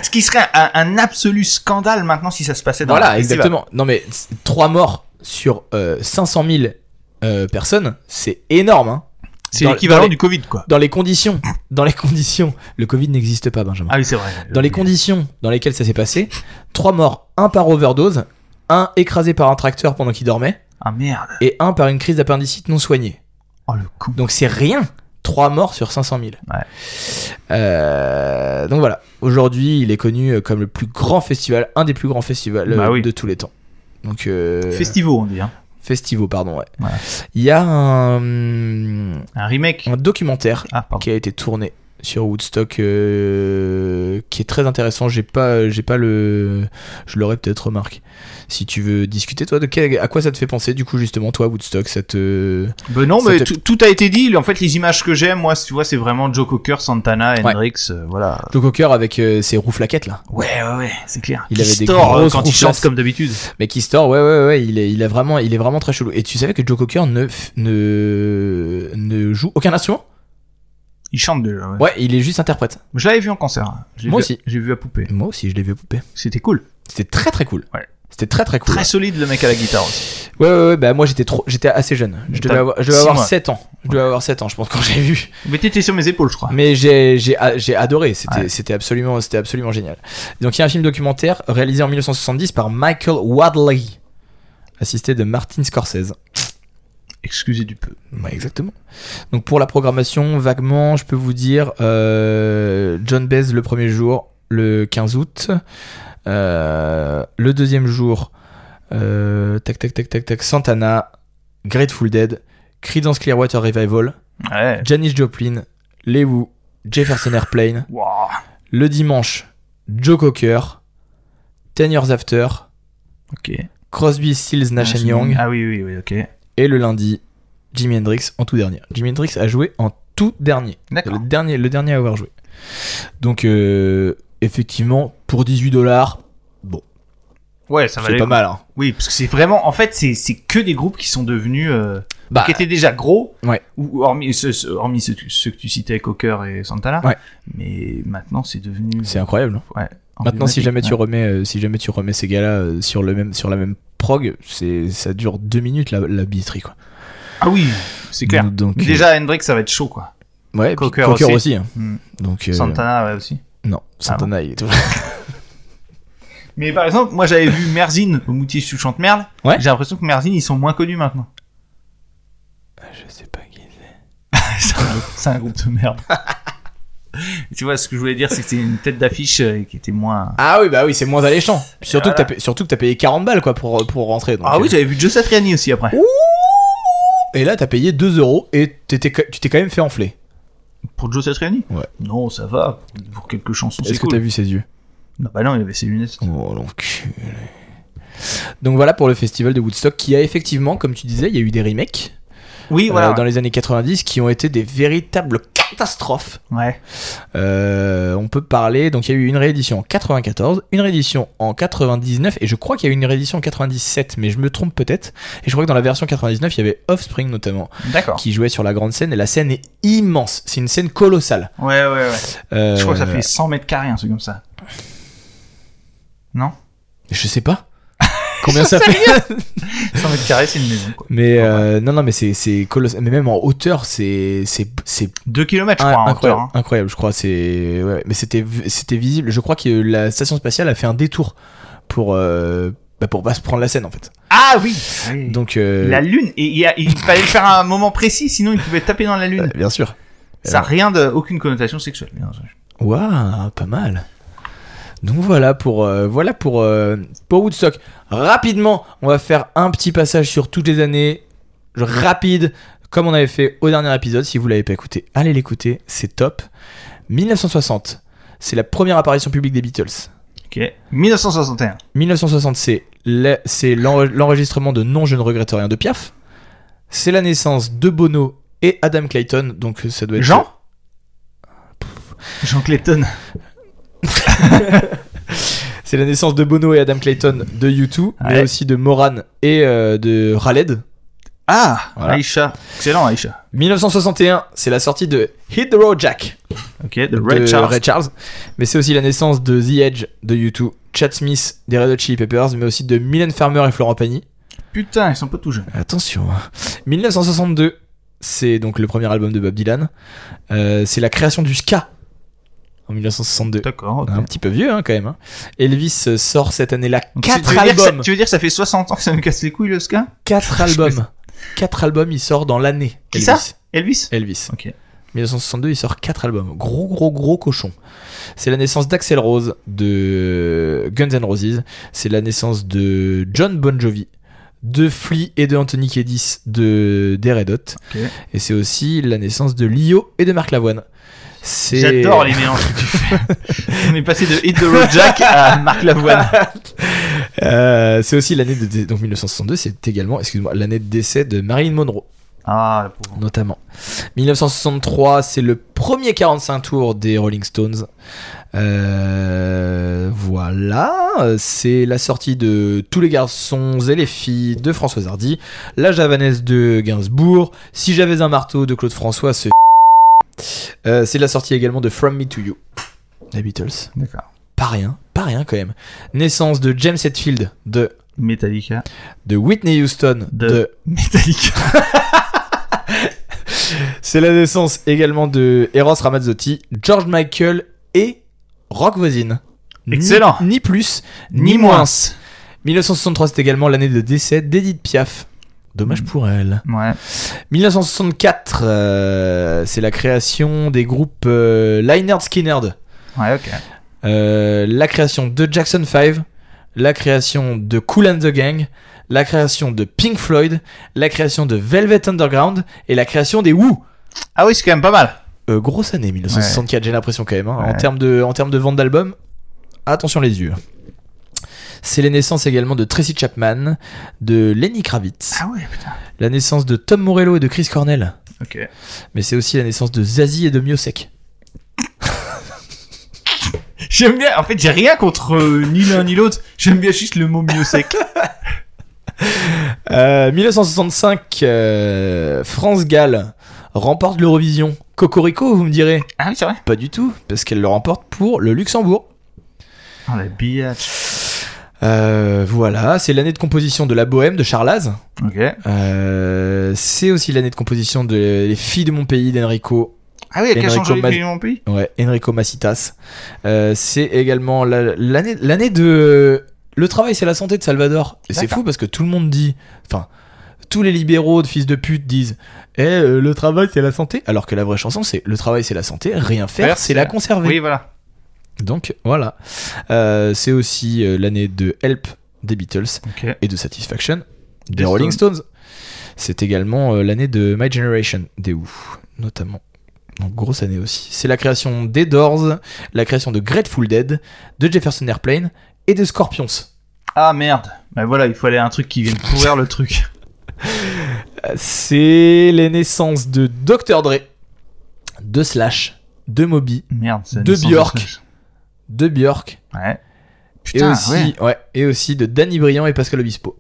S2: Ce qui serait un, un absolu scandale maintenant si ça se passait dans
S4: voilà,
S2: le festival.
S4: exactement. Non mais c- trois morts sur euh, 500 000 euh, personnes, c'est énorme. hein.
S2: C'est
S4: Dans-
S2: l'équivalent
S4: dans les-
S2: du Covid, quoi.
S4: Dans les conditions, dans les conditions, le Covid n'existe pas, Benjamin.
S2: Ah oui, c'est vrai.
S4: Dans les conditions dans lesquelles ça s'est passé, trois morts, un par overdose, un écrasé par un tracteur pendant qu'il dormait,
S2: Ah merde.
S4: et un par une crise d'appendicite non soignée.
S2: Oh le con.
S4: Donc c'est rien. Trois morts sur 500 000.
S2: Ouais.
S4: Euh, donc voilà. Aujourd'hui, il est connu comme le plus grand festival, un des plus grands festivals euh,
S2: Bah oui.
S4: de tous les temps. Donc euh,
S2: Festivo, on dit. Hein.
S4: Festivo, pardon. ouais.
S2: Voilà.
S4: Il y a un,
S2: Un remake.
S4: un documentaire
S2: Ah, pardon.
S4: qui a été tourné sur Woodstock euh, qui est très intéressant. J'ai pas, j'ai pas le, je l'aurais peut-être remarqué. Si tu veux discuter, toi, de quel- à quoi ça te fait penser du coup justement toi Woodstock, euh, ça te,
S2: Ben non, mais
S4: C'était-
S2: tout, tout a été dit. En fait, les images que j'aime, moi, tu vois, c'est vraiment Joe Cocker, Santana,
S4: Ouais.
S2: Hendrix, euh, voilà.
S4: le coqueur avec euh, ses roues flaquettes là.
S2: Ouais, ouais, ouais, c'est clair.
S4: Il
S2: Qui
S4: avait des
S2: sort, euh,
S4: grosses
S2: quand il chante
S4: roufflasses.
S2: comme d'habitude.
S4: Mais Keystore, ouais, ouais, ouais, il est, il a vraiment, il est vraiment très chelou. Et tu savais que Joe Cocker ne, f- ne, ne joue aucun instrument
S2: Il chante déjà. Ouais.
S4: Ouais, il est juste interprète.
S2: Je l'avais vu en concert. hein. Je l'ai
S4: Moi
S2: vu-
S4: aussi.
S2: J'ai vu à poupée.
S4: Moi aussi, je l'ai vu poupée.
S2: C'était cool.
S4: C'était très très cool.
S2: Ouais.
S4: C'était très très cool.
S2: Très solide le mec à la guitare aussi.
S4: Ouais, ouais, ouais, bah moi j'étais trop, j'étais assez jeune. Je devais
S2: T'as
S4: avoir, je devais
S2: six
S4: avoir
S2: mois.
S4: 7 ans. Je devais avoir 7 ans, je pense, quand j'ai vu.
S2: Mais t'étais sur mes épaules, je crois.
S4: Mais j'ai, j'ai, a- j'ai adoré. C'était,
S2: Ouais.
S4: c'était absolument, c'était absolument génial. Donc il y a un film documentaire réalisé en 1970 par Michael Wadley, assisté de Martin Scorsese.
S2: Excusez du peu.
S4: Ouais, exactement. Donc pour la programmation, vaguement, je peux vous dire euh, John Baez le premier jour, le 15 août. Euh, le deuxième jour, euh, tac tac tac tac tac, Santana, Grateful Dead, Creedence Clearwater Revival,
S2: Ouais.
S4: Janis Joplin, Les Who, Jefferson Airplane.
S2: Wow.
S4: Le dimanche, Joe Cocker, Ten Years After,
S2: Ok.
S4: Crosby, Stills, Nash and Young.
S2: Ah oui, oui, oui, ok.
S4: Et le lundi, Jimi Hendrix en tout dernier. Jimi Hendrix a joué en tout dernier. Le
S2: D'accord.
S4: dernier, le dernier à avoir joué. Donc, euh, effectivement, pour 18 dollars,
S2: Ouais, ça
S4: c'est
S2: valait.
S4: pas mal. hein.
S2: Oui, parce que c'est vraiment. En fait, c'est c'est que des groupes qui sont devenus. euh,
S4: Bah,
S2: qui étaient déjà gros.
S4: Ouais.
S2: Ou, ou hormis ce- ce- hormis ceux, ceux que tu citais, Cocker et Santana.
S4: Ouais.
S2: Mais maintenant, c'est devenu.
S4: c'est incroyable. hein.
S2: Ouais.
S4: Maintenant, si
S2: emblématique.
S4: jamais tu
S2: Ouais.
S4: remets, euh, si jamais tu remets ces gars-là euh, sur le même, sur la même prog, c'est, ça dure deux minutes la, la billetterie, quoi.
S2: Ah oui, c'est clair.
S4: Donc,
S2: Mais
S4: euh,
S2: déjà, Hendrix, ça va être chaud, quoi.
S4: ouais, puis
S2: Cocker
S4: Cocker, aussi.
S2: aussi.
S4: hein.
S2: Hmm. Ah
S4: Donc, euh,
S2: Santana, ouais, aussi.
S4: non, Santana, il est tout-
S2: Mais par exemple, moi j'avais vu Merzine au Moutier sous chante merle.
S4: Ouais.
S2: J'ai l'impression que Merzine ils sont moins
S4: <laughs>
S2: connus maintenant.
S4: Ah, Je sais pas qui.
S2: C'est un groupe- c'est un groupe de merde. <laughs> tu vois ce que je voulais dire, c'est que c'est une tête d'affiche euh, qui était moins.
S4: Ah oui, bah oui, c'est moins alléchant. Puis surtout,
S2: Voilà.
S4: que t'as payé- surtout que t'as payé 40 balles quoi pour, pour rentrer. donc,
S2: Ah oui,
S4: euh,
S2: j'avais vu Joe Satriani aussi après.
S4: Et là, t'as payé 2 euros et t'étais ca- tu t'es quand même fait enfler.
S2: Pour Joe Satriani
S4: Ouais.
S2: Non, ça va. Pour quelques chansons,
S4: Est-ce
S2: c'est
S4: que t'as
S2: cool.
S4: vu ses yeux
S2: Non, bah non, il avait ses lunettes.
S4: Oh l'enculé. Donc voilà pour le festival de Woodstock qui a effectivement, comme tu disais, il y a eu des remakes
S2: Oui,
S4: euh,
S2: voilà.
S4: dans les années 90 qui ont été des véritables catastrophes.
S2: Ouais.
S4: Euh, on peut parler, donc il y a eu une réédition en 94, une réédition en 99 et je crois qu'il y a eu une réédition en 97 mais je me trompe peut-être et je crois que dans la version 99 il y avait Offspring notamment
S2: D'accord.
S4: qui jouait sur la grande scène et la scène est immense, c'est une scène colossale.
S2: Ouais, ouais, ouais.
S4: Euh,
S2: Je crois que ça fait 100 mètres carrés, un truc comme ça. Non
S4: Je sais pas. <laughs> Combien
S2: <laughs>
S4: ça fait
S2: 100 mètres carrés, c'est une maison, quoi.
S4: Mais euh, non, non, mais c'est- c'est colossal. Mais même en hauteur, c'est c'est c'est
S2: 2 km, je crois, en hauteur.
S4: incroyable,
S2: hein.
S4: incroyable. Je crois c'est ouais, mais c'était v- c'était visible. Je crois que la station spatiale a fait un détour pour euh, bah, pour pas se prendre la scène en fait.
S2: Ah oui, oui.
S4: Donc euh,
S2: La lune, et il, y a- il fallait le faire à un moment précis, sinon il pouvait taper dans la lune.
S4: euh, bien sûr.
S2: Ça a rien de, aucune connotation sexuelle. bien sûr.
S4: Waouh, pas mal. Donc voilà pour euh, voilà pour euh, pour Woodstock. Rapidement, on va faire un petit passage sur toutes les années Je- rapide comme on avait fait au dernier épisode. Si vous l'avez pas écouté, allez l'écouter, c'est top. 1960, c'est la première apparition publique des Beatles.
S2: Ok. 1961.
S4: 1960, c'est le- c'est l'en- l'enregistrement de Non, je ne regrette rien de Piaf. C'est la naissance de Bono et Adam Clayton, donc ça doit être
S2: Jean Jean Clayton.
S4: C'est la naissance de Bono et Adam Clayton de U2, mais
S2: Ouais.
S4: aussi de Moran et euh, de Khaled.
S2: Ah,
S4: Voilà.
S2: Aïcha. Excellent, Aïcha.
S4: 1961, c'est la sortie de Hit the Road Jack
S2: Ok, de
S4: de
S2: Red Charles.
S4: Ray Charles, mais c'est aussi la naissance de The Edge de U2, Chad Smith des Red Hot Chili Peppers, mais aussi de Mylène Farmer et Florent Pagny.
S2: Putain, ils sont pas tout jeunes.
S4: Attention. hein. 1962, c'est donc le premier album de Bob Dylan. Euh, c'est la création du ska en 1962.
S2: D'accord. ok.
S4: Un petit peu vieux hein, quand même. hein. Elvis euh, sort cette année-là
S2: Donc, tu- tu
S4: quatre
S2: veux dire que ça-
S4: albums.
S2: tu veux dire que ça fait 60 ans que ça me casse les couilles, le ska
S4: Quatre albums. Quatre albums, il sort dans l'année.
S2: Qui
S4: Elvis.
S2: ça Elvis
S4: Elvis.
S2: Ok.
S4: 1962, il sort quatre albums. Gros, gros, gros cochon. C'est la naissance d'Axel Rose de Guns N' Roses. C'est la naissance de John Bon Jovi, de Flea et de Anthony Kiedis de des Red Hot.
S2: Ok.
S4: Et c'est aussi la naissance de Lio et de Marc Lavoine. C'est- <laughs>
S2: J'adore les mélanges que tu fais. On est passé de Hit the Road Jack à
S4: <laughs>
S2: Marc Lavoine.
S4: Euh, c'est aussi l'année de donc 1962, c'est également, excuse-moi, l'année de décès de Marilyn Monroe
S2: Ah, la pauvre.
S4: notamment. 1963, c'est le premier 45 tours des Rolling Stones. Euh, voilà, c'est la sortie de Tous les garçons et les filles de Françoise Hardy, La javanaise de Gainsbourg, Si j'avais un marteau de Claude François, ce <laughs> Euh, c'est la sortie également de From Me to You, les Beatles.
S2: D'accord.
S4: Pas rien, pas rien quand même. Naissance de James Hetfield, de,
S2: Metallica.
S4: de Whitney Houston,
S2: De-
S4: de
S2: Metallica.
S4: C'est la naissance également de Eros Ramazzotti, George Michael et Rock Voisine. Ni-
S2: Excellent.
S4: Ni, plus, ni,
S2: Ni
S4: moins.
S2: moins.
S4: 1963, c'est également l'année de décès d'Edith Piaf. Dommage pour elle.
S2: Ouais.
S4: 1964, euh, c'est la création des groupes euh, Lynyrd Skynyrd.
S2: Ouais, ok.
S4: Euh, la création de Jackson 5, la création de Cool and the Gang, la création de Pink Floyd, la création de Velvet Underground et la création des Who.
S2: Ah oui, c'est quand même pas mal.
S4: Euh, grosse année 1964, j'ai l'impression quand même. hein. En
S2: Ouais.
S4: termes de, en termes de vente d'albums, attention les yeux. C'est les naissances également de Tracy Chapman, de Lenny Kravitz,
S2: Ah ouais, putain.
S4: la naissance de Tom Morello et de Chris Cornell,
S2: Ok.
S4: mais c'est aussi la naissance de Zazie et de Miosek.
S2: J'aime bien. En fait, j'ai rien contre euh, ni l'un ni l'autre. J'aime bien juste le mot mieux sec.
S4: Euh, 1965, euh, France Gall remporte l'Eurovision. Cocorico, vous me direz
S2: <laughs> ah oui, c'est vrai.
S4: Pas du tout, parce qu'elle le remporte pour le Luxembourg.
S2: Oh, la biatch.
S4: Euh, voilà, c'est l'année de composition de La Bohème de Charlaz.
S2: Ok.
S4: Euh, c'est aussi l'année de composition de Les filles de mon pays d'Enrico.
S2: Ah oui, quels
S4: Enrico
S2: sont les
S4: Mas-
S2: pays de mon pays
S4: Ouais, Enrico Macitas. Euh, c'est également la- l'année l'année de Le travail c'est la santé de Salvador. Et c'est
S2: D'accord.
S4: fou parce que tout le monde dit enfin tous les libéraux de fils de pute disent "Eh euh, le travail c'est la santé" alors que la vraie chanson c'est "Le travail c'est la santé, rien faire
S2: Faire,
S4: c'est
S2: c'est-
S4: la conserver".
S2: Oui, voilà.
S4: Donc voilà. Euh, c'est aussi euh, l'année de Help des Beatles.
S2: Ok.
S4: et de Satisfaction des
S2: Des
S4: Rolling Stones. C'est également euh, l'année de My Generation des Who, notamment. Donc grosse année aussi. C'est la création des Doors, la création de Grateful Dead, de Jefferson Airplane et de Scorpions.
S2: Ah merde. Bah voilà, il fallait un truc qui vienne pourrir le truc.
S4: Euh, C'est les naissances de Dr Dre, de Slash, de Moby,
S2: Merde. c'est la
S4: De
S2: naissance
S4: Bjork.
S2: Slash.
S4: de Björk
S2: Ouais.
S4: et
S2: Putain,
S4: aussi
S2: <laughs> ouais.
S4: ouais, et aussi de Danny Briand et Pascal Obispo.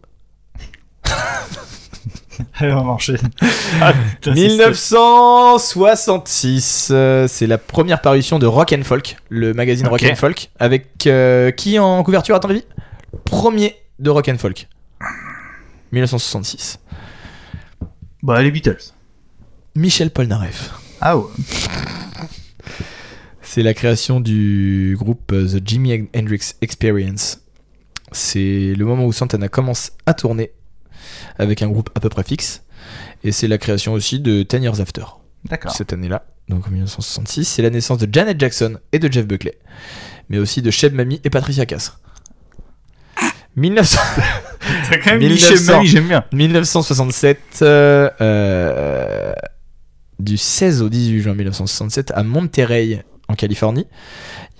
S2: Elle va marcher. <laughs> Ah, putain, c'est-
S4: 1966, euh, c'est la première parution de Rock and Folk, le magazine
S2: Ok.
S4: Rock and Folk, avec euh, qui en couverture à ton avis Premier de Rock and Folk. 1966.
S2: Bah, les Beatles.
S4: Michel Polnareff.
S2: Ah ouais.
S4: C'est la création du groupe euh, The Jimi Hendrix Experience. C'est le moment où Santana commence à tourner avec un groupe à peu près fixe. Et c'est la création aussi de Ten Years After.
S2: D'accord.
S4: cette année-là, donc en 1966, c'est la naissance de Janet Jackson et de Jeff Buckley, mais aussi de Cheb Mami et Patricia Cass. 1900
S2: T'as quand même
S4: mis 1900. chez Mamie,
S2: j'aime bien.
S4: 1967, euh, euh, du 16 au 18 juin 1967, à Monterey, en Californie,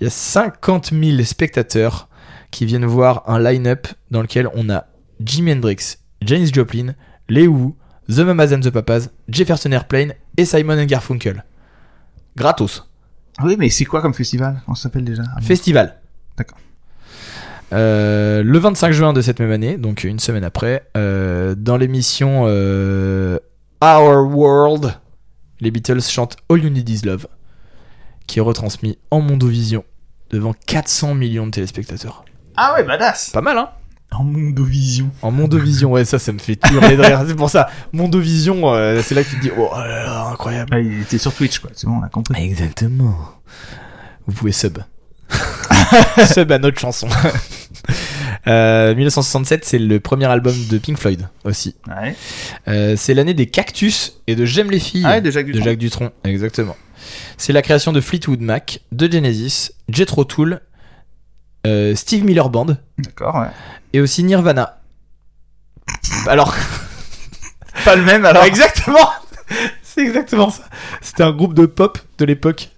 S4: il y a 50 000 spectateurs qui viennent voir un line-up dans lequel on a Jimi Hendrix, Janis Joplin, Les Who, The Mamas and the Papas, Jefferson Airplane et Simon and Garfunkel. Gratos.
S2: Oui, mais c'est quoi comme festival On s'appelle déjà. Ah,
S4: Festival.
S2: D'accord.
S4: Euh, le 25 juin de cette même année, donc une semaine après, euh, dans l'émission euh, Our World, les Beatles chantent All You Need Is Love, qui est retransmis en Mondovision devant 400 millions de téléspectateurs.
S2: Ah ouais, badass.
S4: Pas mal, hein
S2: En Mondovision.
S4: En Mondovision, ouais, ça, ça me fait hurler de rire. C'est pour ça, Mondovision, euh, c'est là que tu te dis, oh là là, incroyable.
S2: Ah, il était sur Twitch, quoi. C'est bon, on a compris.
S4: Exactement. Vous pouvez
S2: <laughs>
S4: sub. sub à notre chanson. Euh, 1967, c'est le premier album de Pink Floyd aussi.
S2: Ouais.
S4: Euh, c'est l'année des cactus et de J'aime les filles
S2: Ah ouais, de Jacques
S4: de
S2: Dutronc.
S4: Jacques Dutronc. Exactement. C'est la création de Fleetwood Mac, de Genesis, Jethro Tull, euh, Steve Miller Band
S2: D'accord, ouais.
S4: et aussi Nirvana. alors
S2: Pas le même alors.
S4: exactement <laughs> c'est exactement ça c'était un groupe de pop de l'époque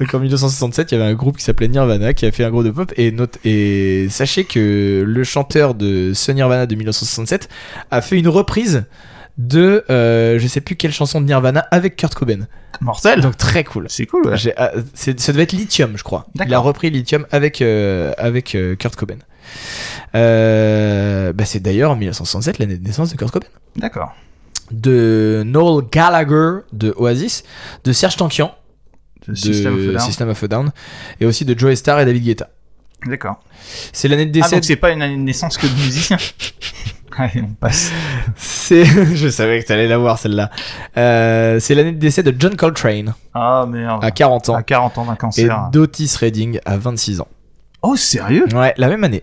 S4: donc en 1967 il y avait un groupe qui s'appelait Nirvana qui a fait un groupe de pop et note et sachez que le chanteur de ce Nirvana de 1967 a fait une reprise de euh, je sais plus quelle chanson de Nirvana avec Kurt Cobain
S2: Mortel.
S4: donc très cool
S2: C'est cool. ouais.
S4: J'ai- ah, c'est- ça devait être Lithium, je crois. Il a
S2: D'accord.
S4: repris Lithium avec, euh, avec euh, Kurt Cobain. Euh, bah, c'est d'ailleurs en 1967 l'année de naissance de Kurt Cobain.
S2: D'accord.
S4: De Noel Gallagher de Oasis, de Serge Tankian
S2: Le
S4: de
S2: System of a Down.
S4: System of a Down, et aussi de Joey Starr et David Guetta.
S2: D'accord.
S4: C'est l'année de
S2: Ah
S4: décès.
S2: donc c'est pas une année de naissance que de musicien. <laughs> Allez, on passe.
S4: <laughs> c'est... je savais que t'allais la voir celle-là. Euh, c'est l'année de décès de John Coltrane
S2: Ah merde.
S4: à 40 ans
S2: À 40 ans d'un
S4: et
S2: cancer.
S4: d'Otis Redding à 26 ans.
S2: Oh sérieux
S4: Ouais, la même année.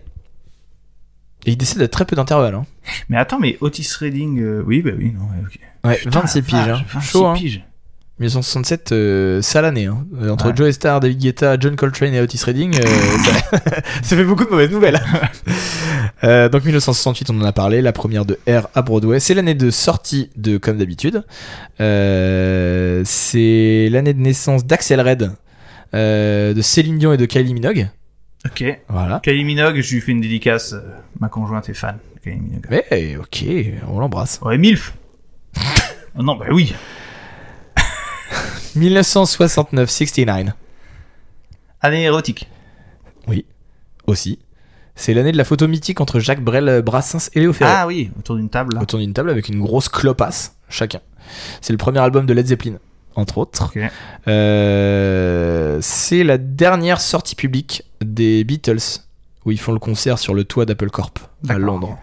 S4: Et il décède à très peu d'intervalle. Hein.
S2: Mais attends, mais Otis Redding, euh, oui bah oui non. ouais, ok.
S4: Ouais,
S2: Putain,
S4: 26
S2: la
S4: piges. Hein.
S2: vache, 26
S4: Chaud, hein.
S2: piges.
S4: 1967, euh, sale année. Hein. Euh, Entre
S2: Ouais.
S4: Joe Starr, David Guetta, John Coltrane et Otis Redding, euh, ça, ça fait beaucoup de mauvaises nouvelles. Euh, donc 1968, on en a parlé, la première de R à Broadway. C'est l'année de sortie de Comme d'habitude. Euh, c'est l'année de naissance d'Axel Red, euh, de Céline Dion et de Kylie Minogue.
S2: Ok.
S4: Voilà.
S2: Kylie Minogue, je lui fais une dédicace. euh, Ma conjointe est fan de Kylie Minogue.
S4: Mais ok, on l'embrasse.
S2: Ouais, Milf. <laughs> Oh non, bah oui.
S4: 1969, 69.
S2: Année érotique.
S4: aussi. C'est l'année de la photo mythique entre Jacques Brel, Brassens et Léo Ferré.
S2: Ah oui, autour d'une table. Là.
S4: autour d'une table avec une grosse clopasse chacun. C'est le premier album de Led Zeppelin, entre autres.
S2: Ok.
S4: Euh, c'est la dernière sortie publique des Beatles où ils font le concert sur le toit d'Apple Corp à
S2: D'accord.
S4: Londres.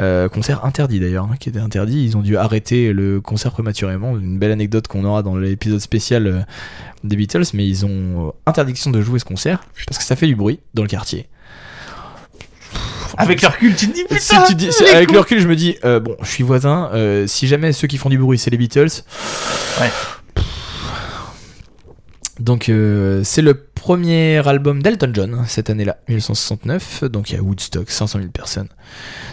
S4: Euh, concert interdit d'ailleurs, hein, qui était interdit. Ils ont dû arrêter le concert prématurément. Une belle anecdote qu'on aura dans l'épisode spécial euh, des Beatles, mais ils ont euh, interdiction de jouer ce concert parce que ça fait du bruit dans le quartier.
S2: Avec le recul, tu te dis
S4: Si
S2: putain.
S4: tu dis- si-
S2: les
S4: avec
S2: cons.
S4: le recul, je me dis, euh, bon, je suis voisin, euh, si jamais ceux qui font du bruit, c'est les Beatles.
S2: Ouais.
S4: Donc, euh, c'est le premier album d'Elton John, cette année-là, 1969. Donc, il y a Woodstock, 500 000 personnes.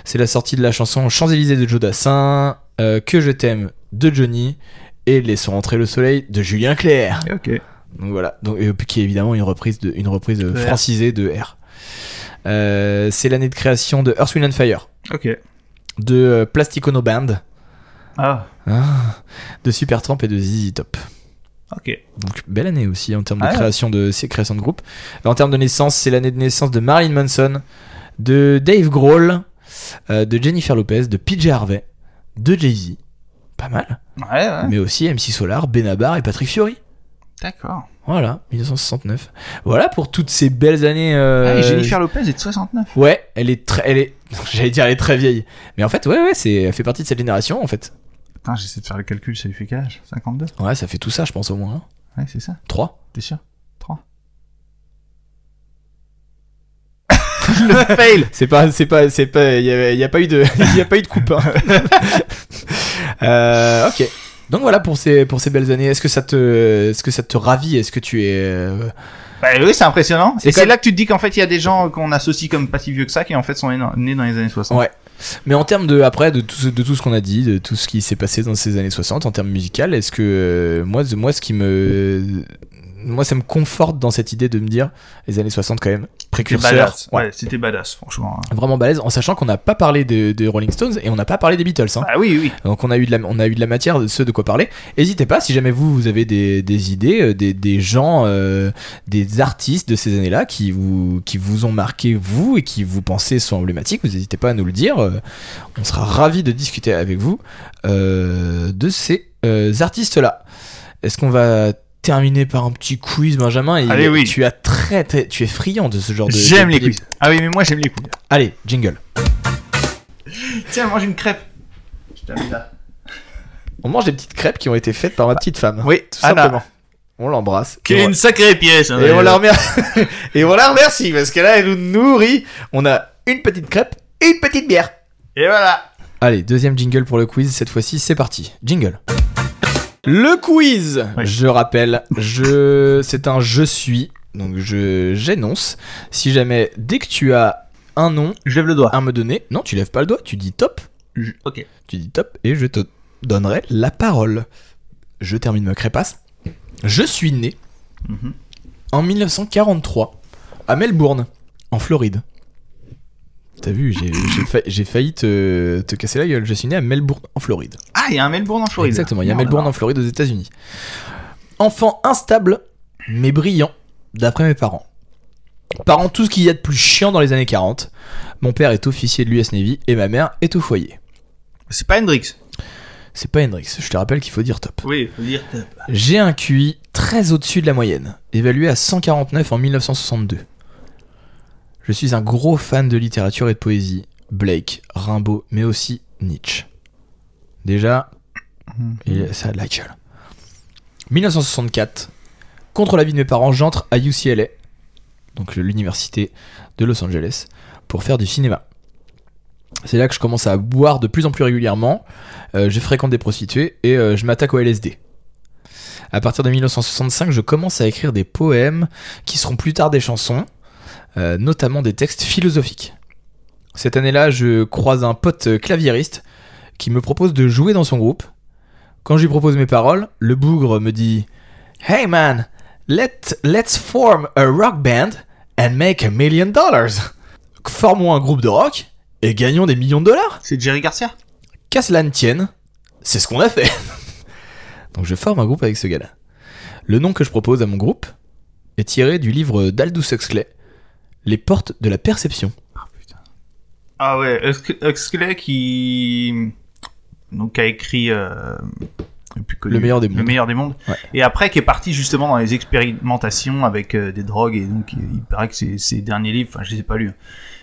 S4: C'est la sortie de la chanson Champs-Élysées de Joe Dassin, euh, Que je t'aime de Johnny et Laissons rentrer le soleil de Julien Clerc.
S2: Ok.
S4: Donc voilà, donc et puis qui est évidemment une reprise de une reprise de
S2: De R.
S4: francisée de R. Euh, c'est l'année de création de Earth Wind and Fire,
S2: Ok.
S4: de euh, Plasticono Band,
S2: Ah.
S4: hein, de Supertramp et de ZZ Top.
S2: Ok.
S4: Donc belle année aussi en termes de
S2: Ah ouais.
S4: création de c'est création de groupe. En termes de naissance, c'est l'année de naissance de Marilyn Manson, de Dave Grohl, euh, de Jennifer Lopez, de PJ Harvey, de Jay Z. Pas mal.
S2: Ouais, ouais.
S4: Mais aussi MC Solar, Benabar et Patrick Fiori.
S2: D'accord.
S4: Voilà, 1969. Voilà pour toutes ces belles années. euh,
S2: Ah, et Jennifer Lopez est de 69.
S4: Ouais, elle est très, elle est, <laughs> j'allais dire elle est très vieille, mais en fait ouais ouais, c'est, elle fait partie de cette génération en fait.
S2: Putain, j'essaie de faire le calcul, ça lui fait quel âge 52
S4: Ouais, ça fait tout ça, je pense au moins. hein.
S2: Ouais, c'est ça.
S4: Trois.
S2: T'es sûr 3. le fail
S4: C'est pas, c'est pas, c'est pas, il y, a- il y a pas eu de, <laughs> il y a pas eu de coupe. hein. Euh, ok. Donc voilà pour ces, pour ces belles années. Est-ce que ça te, est-ce que ça te ravit Est-ce que tu es, euh,
S2: Bah oui, c'est impressionnant.
S4: C'est
S2: Et
S4: comme-
S2: c'est là que tu te dis qu'en fait, il y a des gens qu'on associe comme pas si vieux que ça qui en fait sont éno- nés dans les années 60.
S4: Ouais. Mais en termes de après de tout, ce- de tout ce qu'on a dit, de tout ce qui s'est passé dans ces années 60 en termes musical, est-ce que euh, moi de- moi ce qui me moi ça me conforte dans cette idée de me dire les années 60 quand même
S2: C'était
S4: précurseurs,
S2: badass.
S4: ouais,
S2: Ouais, c'était badass, franchement. hein.
S4: vraiment balèze en sachant qu'on n'a pas parlé de, des Rolling Stones et on n'a pas parlé des Beatles hein.
S2: Ah oui, oui.
S4: Donc on a eu de la, on a eu de la matière, de ce de quoi parler. N'hésitez pas, si jamais vous, vous avez des, des idées, euh, des, des gens, euh, des artistes de ces années-là qui vous, qui vous ont marqué, vous, et qui vous pensez sont emblématiques, vous n'hésitez pas à nous le dire. Euh, On sera ravis de discuter avec vous euh, de ces euh, artistes-là. Est-ce qu'on va terminer par un petit quiz, Benjamin Et
S2: Allez, oui.
S4: Tu, as très, très- tu es friand de ce genre de...
S2: J'aime
S4: de-
S2: les
S4: de-
S2: quiz. Ah oui, mais moi j'aime les quiz.
S4: Allez, jingle.
S2: Tiens, mange une crêpe. Je t'amène là.
S4: On mange des petites crêpes qui ont été faites par ma petite femme.
S2: Oui,
S4: tout
S2: Anna.
S4: simplement. On l'embrasse.
S2: Qui
S4: Et
S2: est
S4: on-
S2: une sacrée pièce. hein,
S4: Et on,
S2: d'ailleurs.
S4: la remercie. <laughs> et on la remercie parce que là, elle nous nourrit. On a une petite crêpe et une petite bière.
S2: Et voilà.
S4: Allez, deuxième jingle pour le quiz. Cette fois-ci, c'est parti. Jingle. Le quiz.
S2: Oui.
S4: Je rappelle, je, c'est un je suis. Donc je j'énonce. Si jamais dès que tu as un nom
S2: Je lève le doigt.
S4: à me donner, non, tu lèves pas le doigt. Tu dis top. je-
S1: Ok.
S4: Tu dis top et je te donnerai la parole. Je termine ma crépasse. Je suis né
S2: Mhm.
S4: en 1943 à Melbourne, en Floride. T'as vu, j'ai j'ai fa- j'ai failli te, te casser la gueule. Je suis né à Melbourne, en Floride.
S2: Ah, il y a un Melbourne en Floride. Oh
S4: Exactement, il y a
S2: Merde,
S4: Melbourne en
S2: alors.
S4: Floride aux États-Unis. Enfant instable, mais brillant, d'après mes parents. Parents, tout ce qu'il y a de plus chiant dans les années 40. Mon père est officier de l'US Navy et ma mère est au foyer.
S2: C'est pas Hendrix.
S4: C'est pas Hendrix, je te rappelle qu'il faut dire top.
S2: Oui, faut dire.
S4: J'ai un QI très au-dessus de la moyenne, évalué à 149 en 1962. Je suis un gros fan de littérature et de poésie. Blake, Rimbaud, mais aussi Nietzsche. Déjà, il- ça a de la gueule. 1964, contre l'avis de mes parents, j'entre à UCLA, donc l'université de Los Angeles, pour faire du cinéma. C'est là que je commence à boire de plus en plus régulièrement, euh, je fréquente des prostituées et euh, je m'attaque au LSD. À partir de 1965, je commence à écrire des poèmes qui seront plus tard des chansons, euh, notamment des textes philosophiques. Cette année-là, je croise un pote euh, claviériste qui me propose de jouer dans son groupe. Quand je lui propose mes paroles, le bougre me dit Hey man, let, let's form a rock band and make a million dollars. Formons un groupe de rock et gagnons des millions de dollars.
S2: C'est Jerry Garcia
S4: Qu'à cela ne tienne, c'est ce qu'on a fait. <laughs> Donc je forme un groupe avec ce gars-là. Le nom que je propose à mon groupe est tiré du livre d'Aldous Huxley, Les portes de la perception.
S2: Ah ouais, Hux- Huxley qui. Donc, a écrit. euh, le plus connu,
S4: Le meilleur des mondes.
S2: Le meilleur des mondes.
S4: Ouais.
S2: Et après, qui est parti justement dans les expérimentations avec euh, des drogues. Et donc, il, il paraît que ses, ses derniers livres, enfin, je les ai pas lus. hein.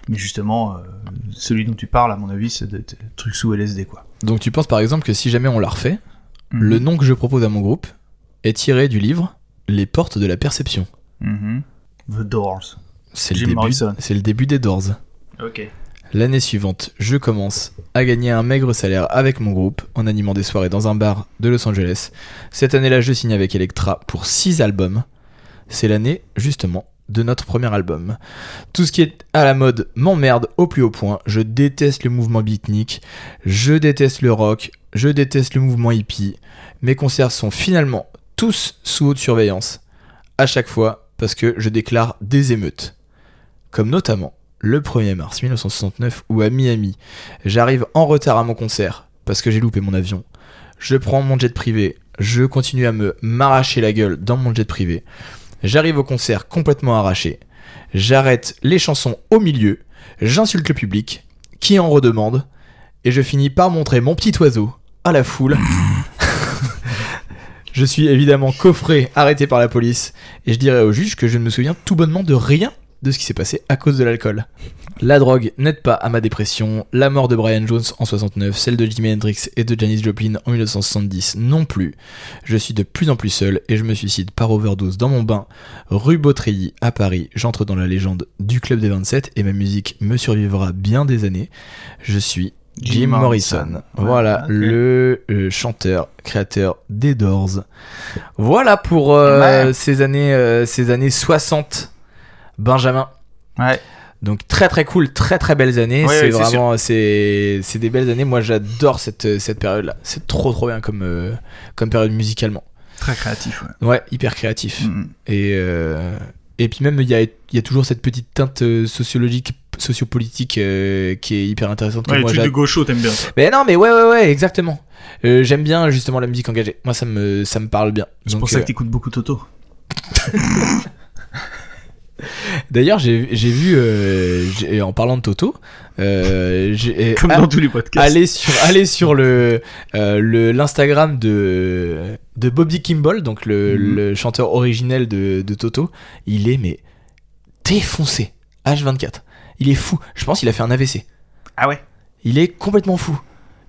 S2: Mais justement, euh, celui dont tu parles, à mon avis, c'est des trucs sous LSD, quoi.
S4: Donc tu penses par exemple que si jamais on la refait,
S2: Mhm.
S4: le nom que je propose à mon groupe est tiré du livre Les portes de la perception.
S2: Mhm. The Doors.
S4: C'est le,
S2: Jim
S4: début,
S2: Morrison.
S4: c'est le début des Doors.
S2: Ok.
S4: L'année suivante, je commence à gagner un maigre salaire avec mon groupe en animant des soirées dans un bar de Los Angeles. Cette année-là, je signe avec Electra pour 6 albums. C'est l'année, justement, de notre premier album. Tout ce qui est à la mode m'emmerde au plus haut point. Je déteste le mouvement beatnik, je déteste le rock, je déteste le mouvement hippie. Mes concerts sont finalement tous sous haute surveillance. À chaque fois, parce que je déclare des émeutes. Comme notamment le 1er mars 1969 ou à Miami. J'arrive en retard à mon concert parce que j'ai loupé mon avion. Je prends mon jet privé, je continue à me m'arracher la gueule dans mon jet privé. J'arrive au concert complètement arraché. J'arrête les chansons au milieu, j'insulte le public qui en redemande et je finis par montrer mon petit oiseau à la foule. <laughs> je suis évidemment coffré, arrêté par la police et je dirai au juge que je ne me souviens tout bonnement de rien de ce qui s'est passé à cause de l'alcool. La drogue n'aide pas à ma dépression, la mort de Brian Jones en 69, celle de Jimi Hendrix et de Janis Joplin en 1970 non plus. Je suis de plus en plus seul et je me suicide par overdose dans mon bain, rue Beautreilly à Paris. J'entre dans la légende du club des 27 et ma musique me survivra bien des années. Je suis Jim,
S2: Jim
S4: Morrison.
S2: Morrison.
S4: Voilà
S2: Ouais, ok.
S4: le euh, chanteur, créateur des Doors. Voilà pour euh,
S2: Ouais.
S4: ces années euh, ces années 60 Benjamin.
S2: Ouais.
S4: Donc très très cool, très très belles années.
S2: Ouais,
S4: c'est
S2: ouais, c'est
S4: vraiment, c'est c'est des belles années. Moi j'adore cette, cette période-là. C'est trop trop bien comme, euh, comme période musicalement.
S2: Très créatif, ouais.
S4: Ouais, hyper créatif.
S2: Mhm.
S4: Et, euh, et puis même il y a, il y a toujours cette petite teinte euh, sociologique, sociopolitique euh, qui est hyper intéressante. que
S2: Ouais, les
S4: moi,
S2: trucs
S4: j'ad-
S2: de gaucho, t'aimes bien.
S4: mais non, mais ouais ouais ouais, exactement. Euh, J'aime bien justement la musique engagée. Moi ça me, ça me parle bien.
S2: C'est
S4: Donc,
S2: pour ça
S4: euh,
S2: que t'écoutes beaucoup Toto.
S4: D'ailleurs j'ai j'ai vu, euh, j'ai- en parlant de Toto, euh, j'ai-
S2: <laughs> Comme
S4: ah,
S2: dans tous les podcasts.
S4: Allez sur, allez sur le euh, le- l'Instagram de de Bobby Kimball, donc le,
S2: Mhm.
S4: le chanteur originel de, de Toto. Il est mais défoncé, H24. Il est fou. Je pense qu'il a fait un AVC.
S2: Ah ouais
S4: Il est complètement fou.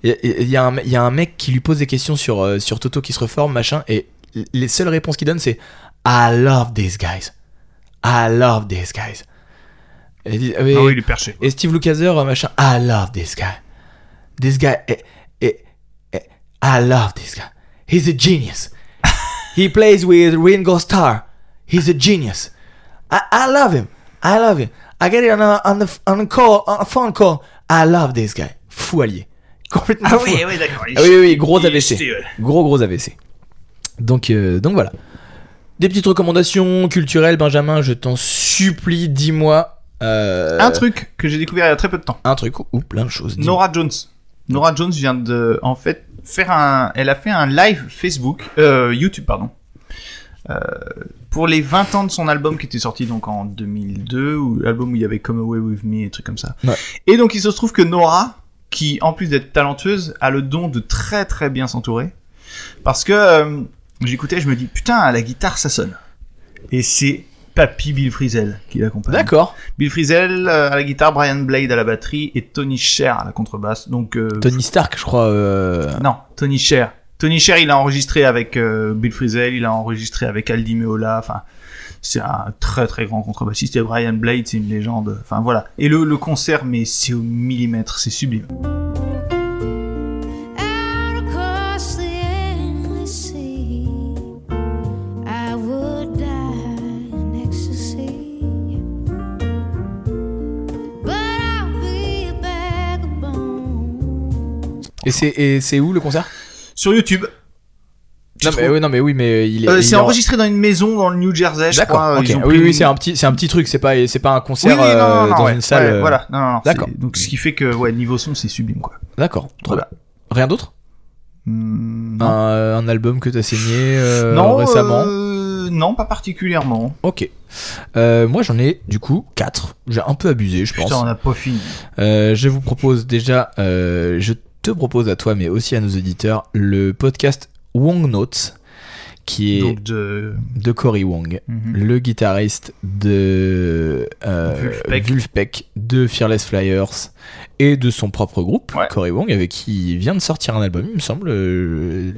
S4: Il y a- il y, a un- il y a un mec qui lui pose des questions sur euh, sur Toto qui se reforme machin et les seules réponses qu'il donne c'est I love these guys, I love these guys. Et il dit, Ah oui,
S2: Ah oui, il est perché.
S4: et Steve Lukather, euh, machin, I love this guy. This guy, eh, eh, eh, I love this guy. He's a
S2: <laughs>
S4: genius. He plays with Ringo Starr. He's a genius. I, I love him. I love him. I get it on a, on the, on a call, on a phone call. I love this guy. Fou allié. complètement
S2: Ah
S4: fou.
S2: oui, oui, d'accord.
S4: Ah oui, oui, oui, gros
S2: Il-
S4: AVC.
S2: c'est, ouais.
S4: Gros gros AVC. Donc, euh, donc voilà. Des petites recommandations culturelles, Benjamin, je t'en supplie, dis-moi. euh,
S2: Un truc que j'ai découvert il y a très peu de temps.
S4: Un truc ou- ou plein de choses. dis-moi.
S2: Nora Jones. Nora Jones vient de, en fait, faire un, elle a fait un live Facebook, euh, YouTube, pardon, Euh, pour les 20 ans de son album qui était sorti donc en 2002, ou l'album où il y avait Come Away With Me et trucs comme ça.
S4: Ouais.
S2: Et donc il se trouve que Nora, qui en plus d'être talentueuse, a le don de très très bien s'entourer, parce que euh, j'écoutais, je me dis putain, à la guitare ça sonne, et c'est Papy Bill Frisell qui l'accompagne.
S4: D'accord.
S2: Bill Frisell euh, à la guitare, Brian Blade à la batterie et Tony Sher à la contrebasse. Donc euh,
S4: Tony Stark, je crois. euh,
S2: non, Tony Sher. Tony Sher, il a enregistré avec euh, Bill Frisell, il a enregistré avec Aldi Meola. Enfin, c'est un très très grand contrebassiste. Et Brian Blade, c'est une légende. Enfin voilà. Et le, le concert, mais c'est au millimètre, c'est sublime.
S5: Out across the endless sea, I would die in ecstasy. But I'll be a bag of bones.
S4: Et c'est et c'est où le concert
S2: Sur YouTube. Tu
S4: non mais,
S2: trouves-
S4: oui, non mais oui, mais il est.
S2: Euh,
S4: il
S2: c'est
S4: est en-
S2: enregistré dans une maison dans le New Jersey, je
S4: D'accord.
S2: crois.
S4: ok.
S2: Ils ont
S4: Oui,
S2: pris
S4: oui,
S2: une-
S4: c'est un petit, c'est un petit truc. C'est pas, c'est pas un
S2: Oui,
S4: concert
S2: oui, non, non,
S4: euh,
S2: non,
S4: dans
S2: ouais,
S4: une salle.
S2: ouais,
S4: euh,
S2: voilà. Non, non, non,
S4: D'accord.
S2: c'est- Donc ce qui fait que ouais, niveau son, c'est sublime quoi.
S4: D'accord. Trop
S2: Voilà.
S4: bien. Rien d'autre
S2: Hmm,
S4: un, euh, un album que t'as saigné euh,
S2: non,
S4: récemment
S2: euh, Non, pas particulièrement.
S4: Ok. Euh, moi j'en ai du coup 4. J'ai un peu abusé, je pense.
S2: Putain, on n'a pas fini.
S4: Euh, je vous propose déjà, euh, je te propose à toi, mais aussi à nos auditeurs, le podcast Wong Notes, qui est
S2: Donc de.
S4: de Cory Wong,
S2: Mhm.
S4: le guitariste de euh,
S2: Vulfpeck.
S4: Vulfpeck, de Fearless Flyers et de son propre groupe,
S2: Ouais.
S4: Cory Wong, avec qui il vient de sortir un album, il me semble. euh,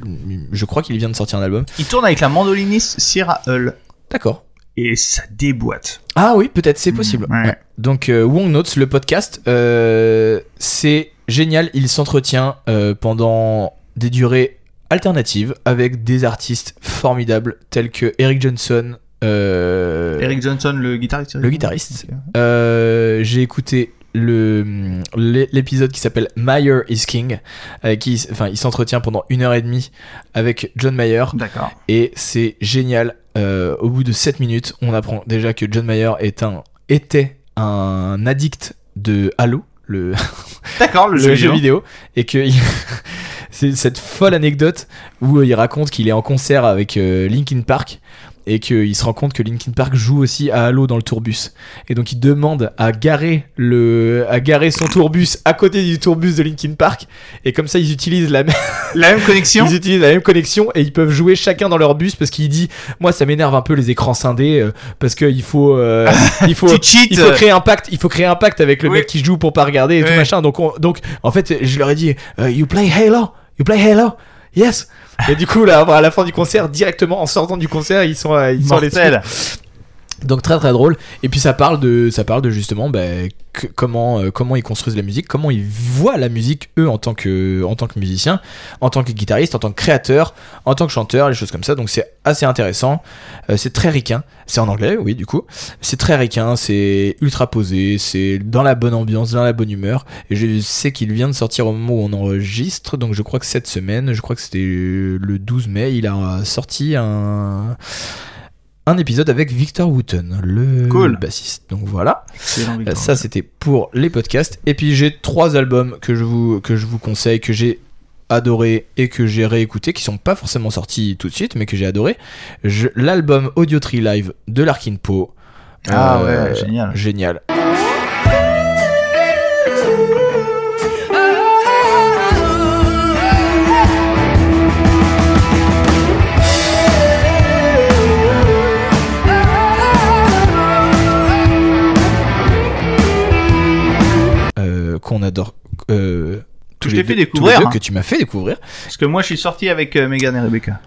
S4: Je crois qu'il vient de sortir un album.
S2: Il tourne avec la mandoliniste Sierra Hull.
S4: D'accord.
S2: Et ça déboîte.
S4: Ah oui, peut-être, c'est possible.
S2: Mm, ouais.
S4: Ouais. Donc euh, Wong Notes, le podcast, euh, c'est génial. Il s'entretient euh, pendant des durées alternatives avec des artistes formidables tels que Eric Johnson. euh,
S2: Eric Johnson, le guitariste.
S4: Le guitariste. euh, J'ai écouté le l'é- l'épisode qui s'appelle Meyer is King, avec qui, il s- enfin, il s'entretient pendant une heure et demie avec John Mayer
S2: D'accord.
S4: et c'est génial. Euh, au bout de 7 minutes, on apprend déjà que John Mayer est un, était un addict de Halo, le,
S2: D'accord, le,
S4: le jeu vidéo, et que il- <laughs> c'est cette folle anecdote où euh, il raconte qu'il est en concert avec euh, Linkin Park et qu'il se rend compte que Linkin Park joue aussi à Halo dans le tourbus. Et donc il demande à garer le, à garer son tourbus à côté du tourbus de Linkin Park. Et comme ça ils utilisent la,
S2: La même connexion
S4: ils utilisent la même connexion et ils peuvent jouer chacun dans leur bus parce qu'il dit moi ça m'énerve un peu les écrans scindés euh, parce que il faut euh, il faut
S2: Tu cheats euh,
S4: il faut créer un pacte il faut créer un pacte avec le
S2: Oui.
S4: mec qui joue pour pas regarder et tout
S2: Oui.
S4: machin donc on- donc en fait je leur ai dit euh, you play Halo you play Halo yes et du coup là à la fin du concert directement en sortant du concert ils sont euh, ils sont les
S2: Mortel.
S4: donc très très drôle. Et puis ça parle de ça parle de justement bah, que- comment euh, comment ils construisent la musique, comment ils voient la musique eux en tant que en tant que musicien, en tant que guitariste, en tant que créateur, en tant que chanteur, les choses comme ça. Donc c'est assez intéressant. Euh, c'est très ricain. C'est en anglais, oui du coup. C'est très ricain. C'est ultra posé. C'est dans la bonne ambiance, dans la bonne humeur. Et je sais qu'il vient de sortir au moment où on enregistre. Donc je crois que cette semaine, je crois que c'était euh, le 12 mai, il a sorti un un épisode avec Victor Wooten, le
S2: Cool.
S4: bassiste. Donc voilà,
S2: Excellent,
S4: Euh,
S2: Victor.
S4: ça c'était pour les podcasts. Et puis j'ai trois albums que je vous, que je vous conseille, que j'ai adoré et que j'ai réécouté, qui sont pas forcément sortis tout de suite, mais que j'ai adoré. Je- L'album Audio Tree Live de Larkin Poe.
S2: Ah ouais,
S4: Euh,
S2: génial.
S4: Génial. Euh, qu'on adore. euh, tous
S2: Je
S4: les
S2: t'ai fait
S4: deux- tous les
S2: découvrir,
S4: deux
S2: hein.
S4: que tu m'as fait découvrir.
S2: Parce que moi, je suis sorti avec euh, Megan et Rebecca.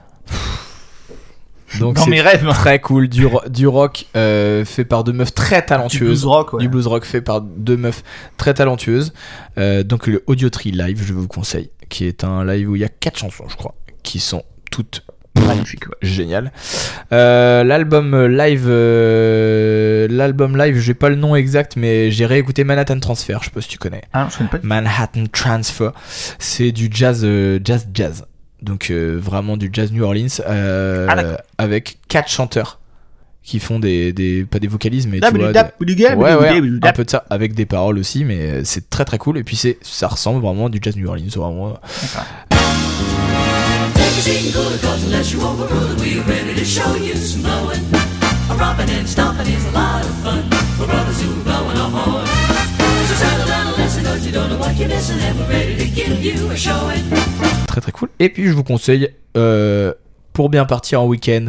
S4: Donc
S2: Dans
S4: Oh, c'est
S2: mes rêves. hein.
S4: très cool du, ro- du rock euh, fait par deux meufs très
S2: Du blues
S4: talentueuses.
S2: rock, ouais.
S4: du blues rock fait par deux meufs très talentueuses. Euh, donc le Audio Tree Live, je vous conseille, qui est un live où il y a quatre chansons, je crois, qui sont toutes pff,
S2: Magnifique. ouais.
S4: Génial. Euh, l'album live, euh, l'album live, j'ai pas le nom exact, mais j'ai réécouté Manhattan Transfer. Je sais pas si tu connais.
S2: Ah non, je connais pas.
S4: Manhattan Transfer, c'est du jazz, euh, jazz, jazz. Donc euh, vraiment du jazz New Orleans euh,
S2: Ah, d'accord.
S4: avec quatre chanteurs qui font des, des pas des vocalises mais tu vois, des- Ouais, ouais, un
S2: Ouais,
S4: peu de ça avec des paroles aussi, mais euh, c'est très très cool. Et puis c'est, ça ressemble vraiment à du jazz New Orleans, vraiment.
S6: Take a seat and cool it, cause unless you overruled, we're ready to show you snowing. A romping and stomping is a lot of fun. We're brothers who are blowing our horns. So settle down and listen, cause you don't know what you're missing, and we're ready to give you a showing.
S4: Très très cool. Et puis je vous conseille, euh, pour bien partir en week-end,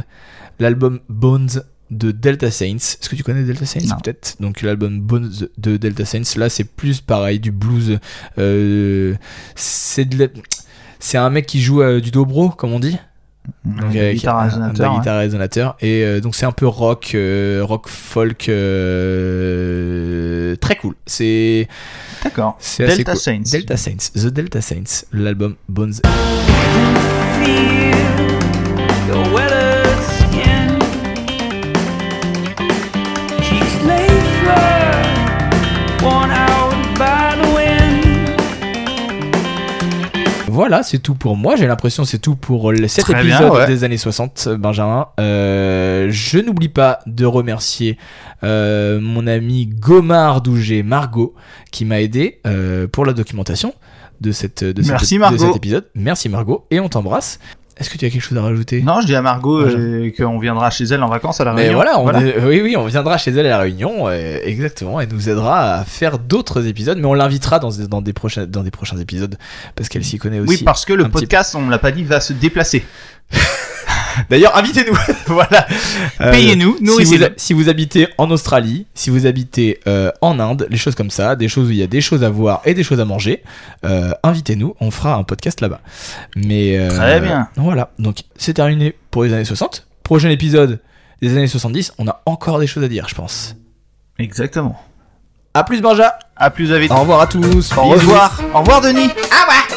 S4: l'album Bones de Delta Saints. Est-ce que tu connais Delta Saints
S2: Non.
S4: peut-être Donc l'album Bones de Delta Saints, là c'est plus pareil, du blues. euh, c'est de la- C'est un mec qui joue euh, du dobro, comme on dit. Donc,
S2: ouais.
S4: avec
S2: Guitare
S4: un-
S2: résonateur,
S4: un
S2: ouais.
S4: guitare résonateur. Et euh, donc c'est un peu rock, euh, rock folk, euh, très cool. C'est
S2: D'accord.
S4: c'est assez
S2: Delta
S4: cool.
S2: Saints.
S4: Delta Saints, The Delta Saints, l'album Bones. Voilà, c'est tout pour moi. J'ai l'impression que c'est tout pour le- cet
S2: Très bien,
S4: épisode
S2: ouais.
S4: des années 60, Benjamin. Euh, je n'oublie pas de remercier euh, mon ami Gomard Douget, Margot, qui m'a aidé euh, pour la documentation de, cette, de, cette-
S2: Merci,
S4: de
S2: Margot.
S4: cet épisode. Merci Margot, et on t'embrasse. Est-ce que tu as quelque chose à rajouter
S2: Non, je dis à Margot
S4: Voilà.
S2: euh, qu'on viendra chez elle en vacances à la
S4: Mais
S2: Réunion.
S4: voilà, on est- oui, oui, on viendra chez elle à la Réunion, euh, exactement, elle nous aidera à faire d'autres épisodes, mais on l'invitera dans, dans, des prochains, dans des prochains épisodes, parce qu'elle s'y connaît aussi.
S2: Oui, parce que
S4: Euh, un
S2: le
S4: petit peu.
S2: podcast, on l'a pas dit, va se déplacer. <laughs>
S4: D'ailleurs, invitez-nous, voilà. Euh,
S2: Payez-nous,
S4: si vous,
S2: nourrissez-nous.
S4: si vous habitez en Australie, si vous habitez euh, en Inde, les choses comme ça, des choses où il y a des choses à voir et des choses à manger, euh, invitez-nous, on fera un podcast là-bas. Mais euh,
S2: Très bien.
S4: Voilà, donc c'est terminé pour les années 60. Prochain épisode des années 70, on a encore des choses à dire, je pense.
S2: Exactement.
S4: À plus, Benja.
S2: À plus, à vite.
S4: Au revoir à tous.
S2: Au
S4: Bisous.
S2: revoir. Au revoir, Denis.
S6: Ah ouais!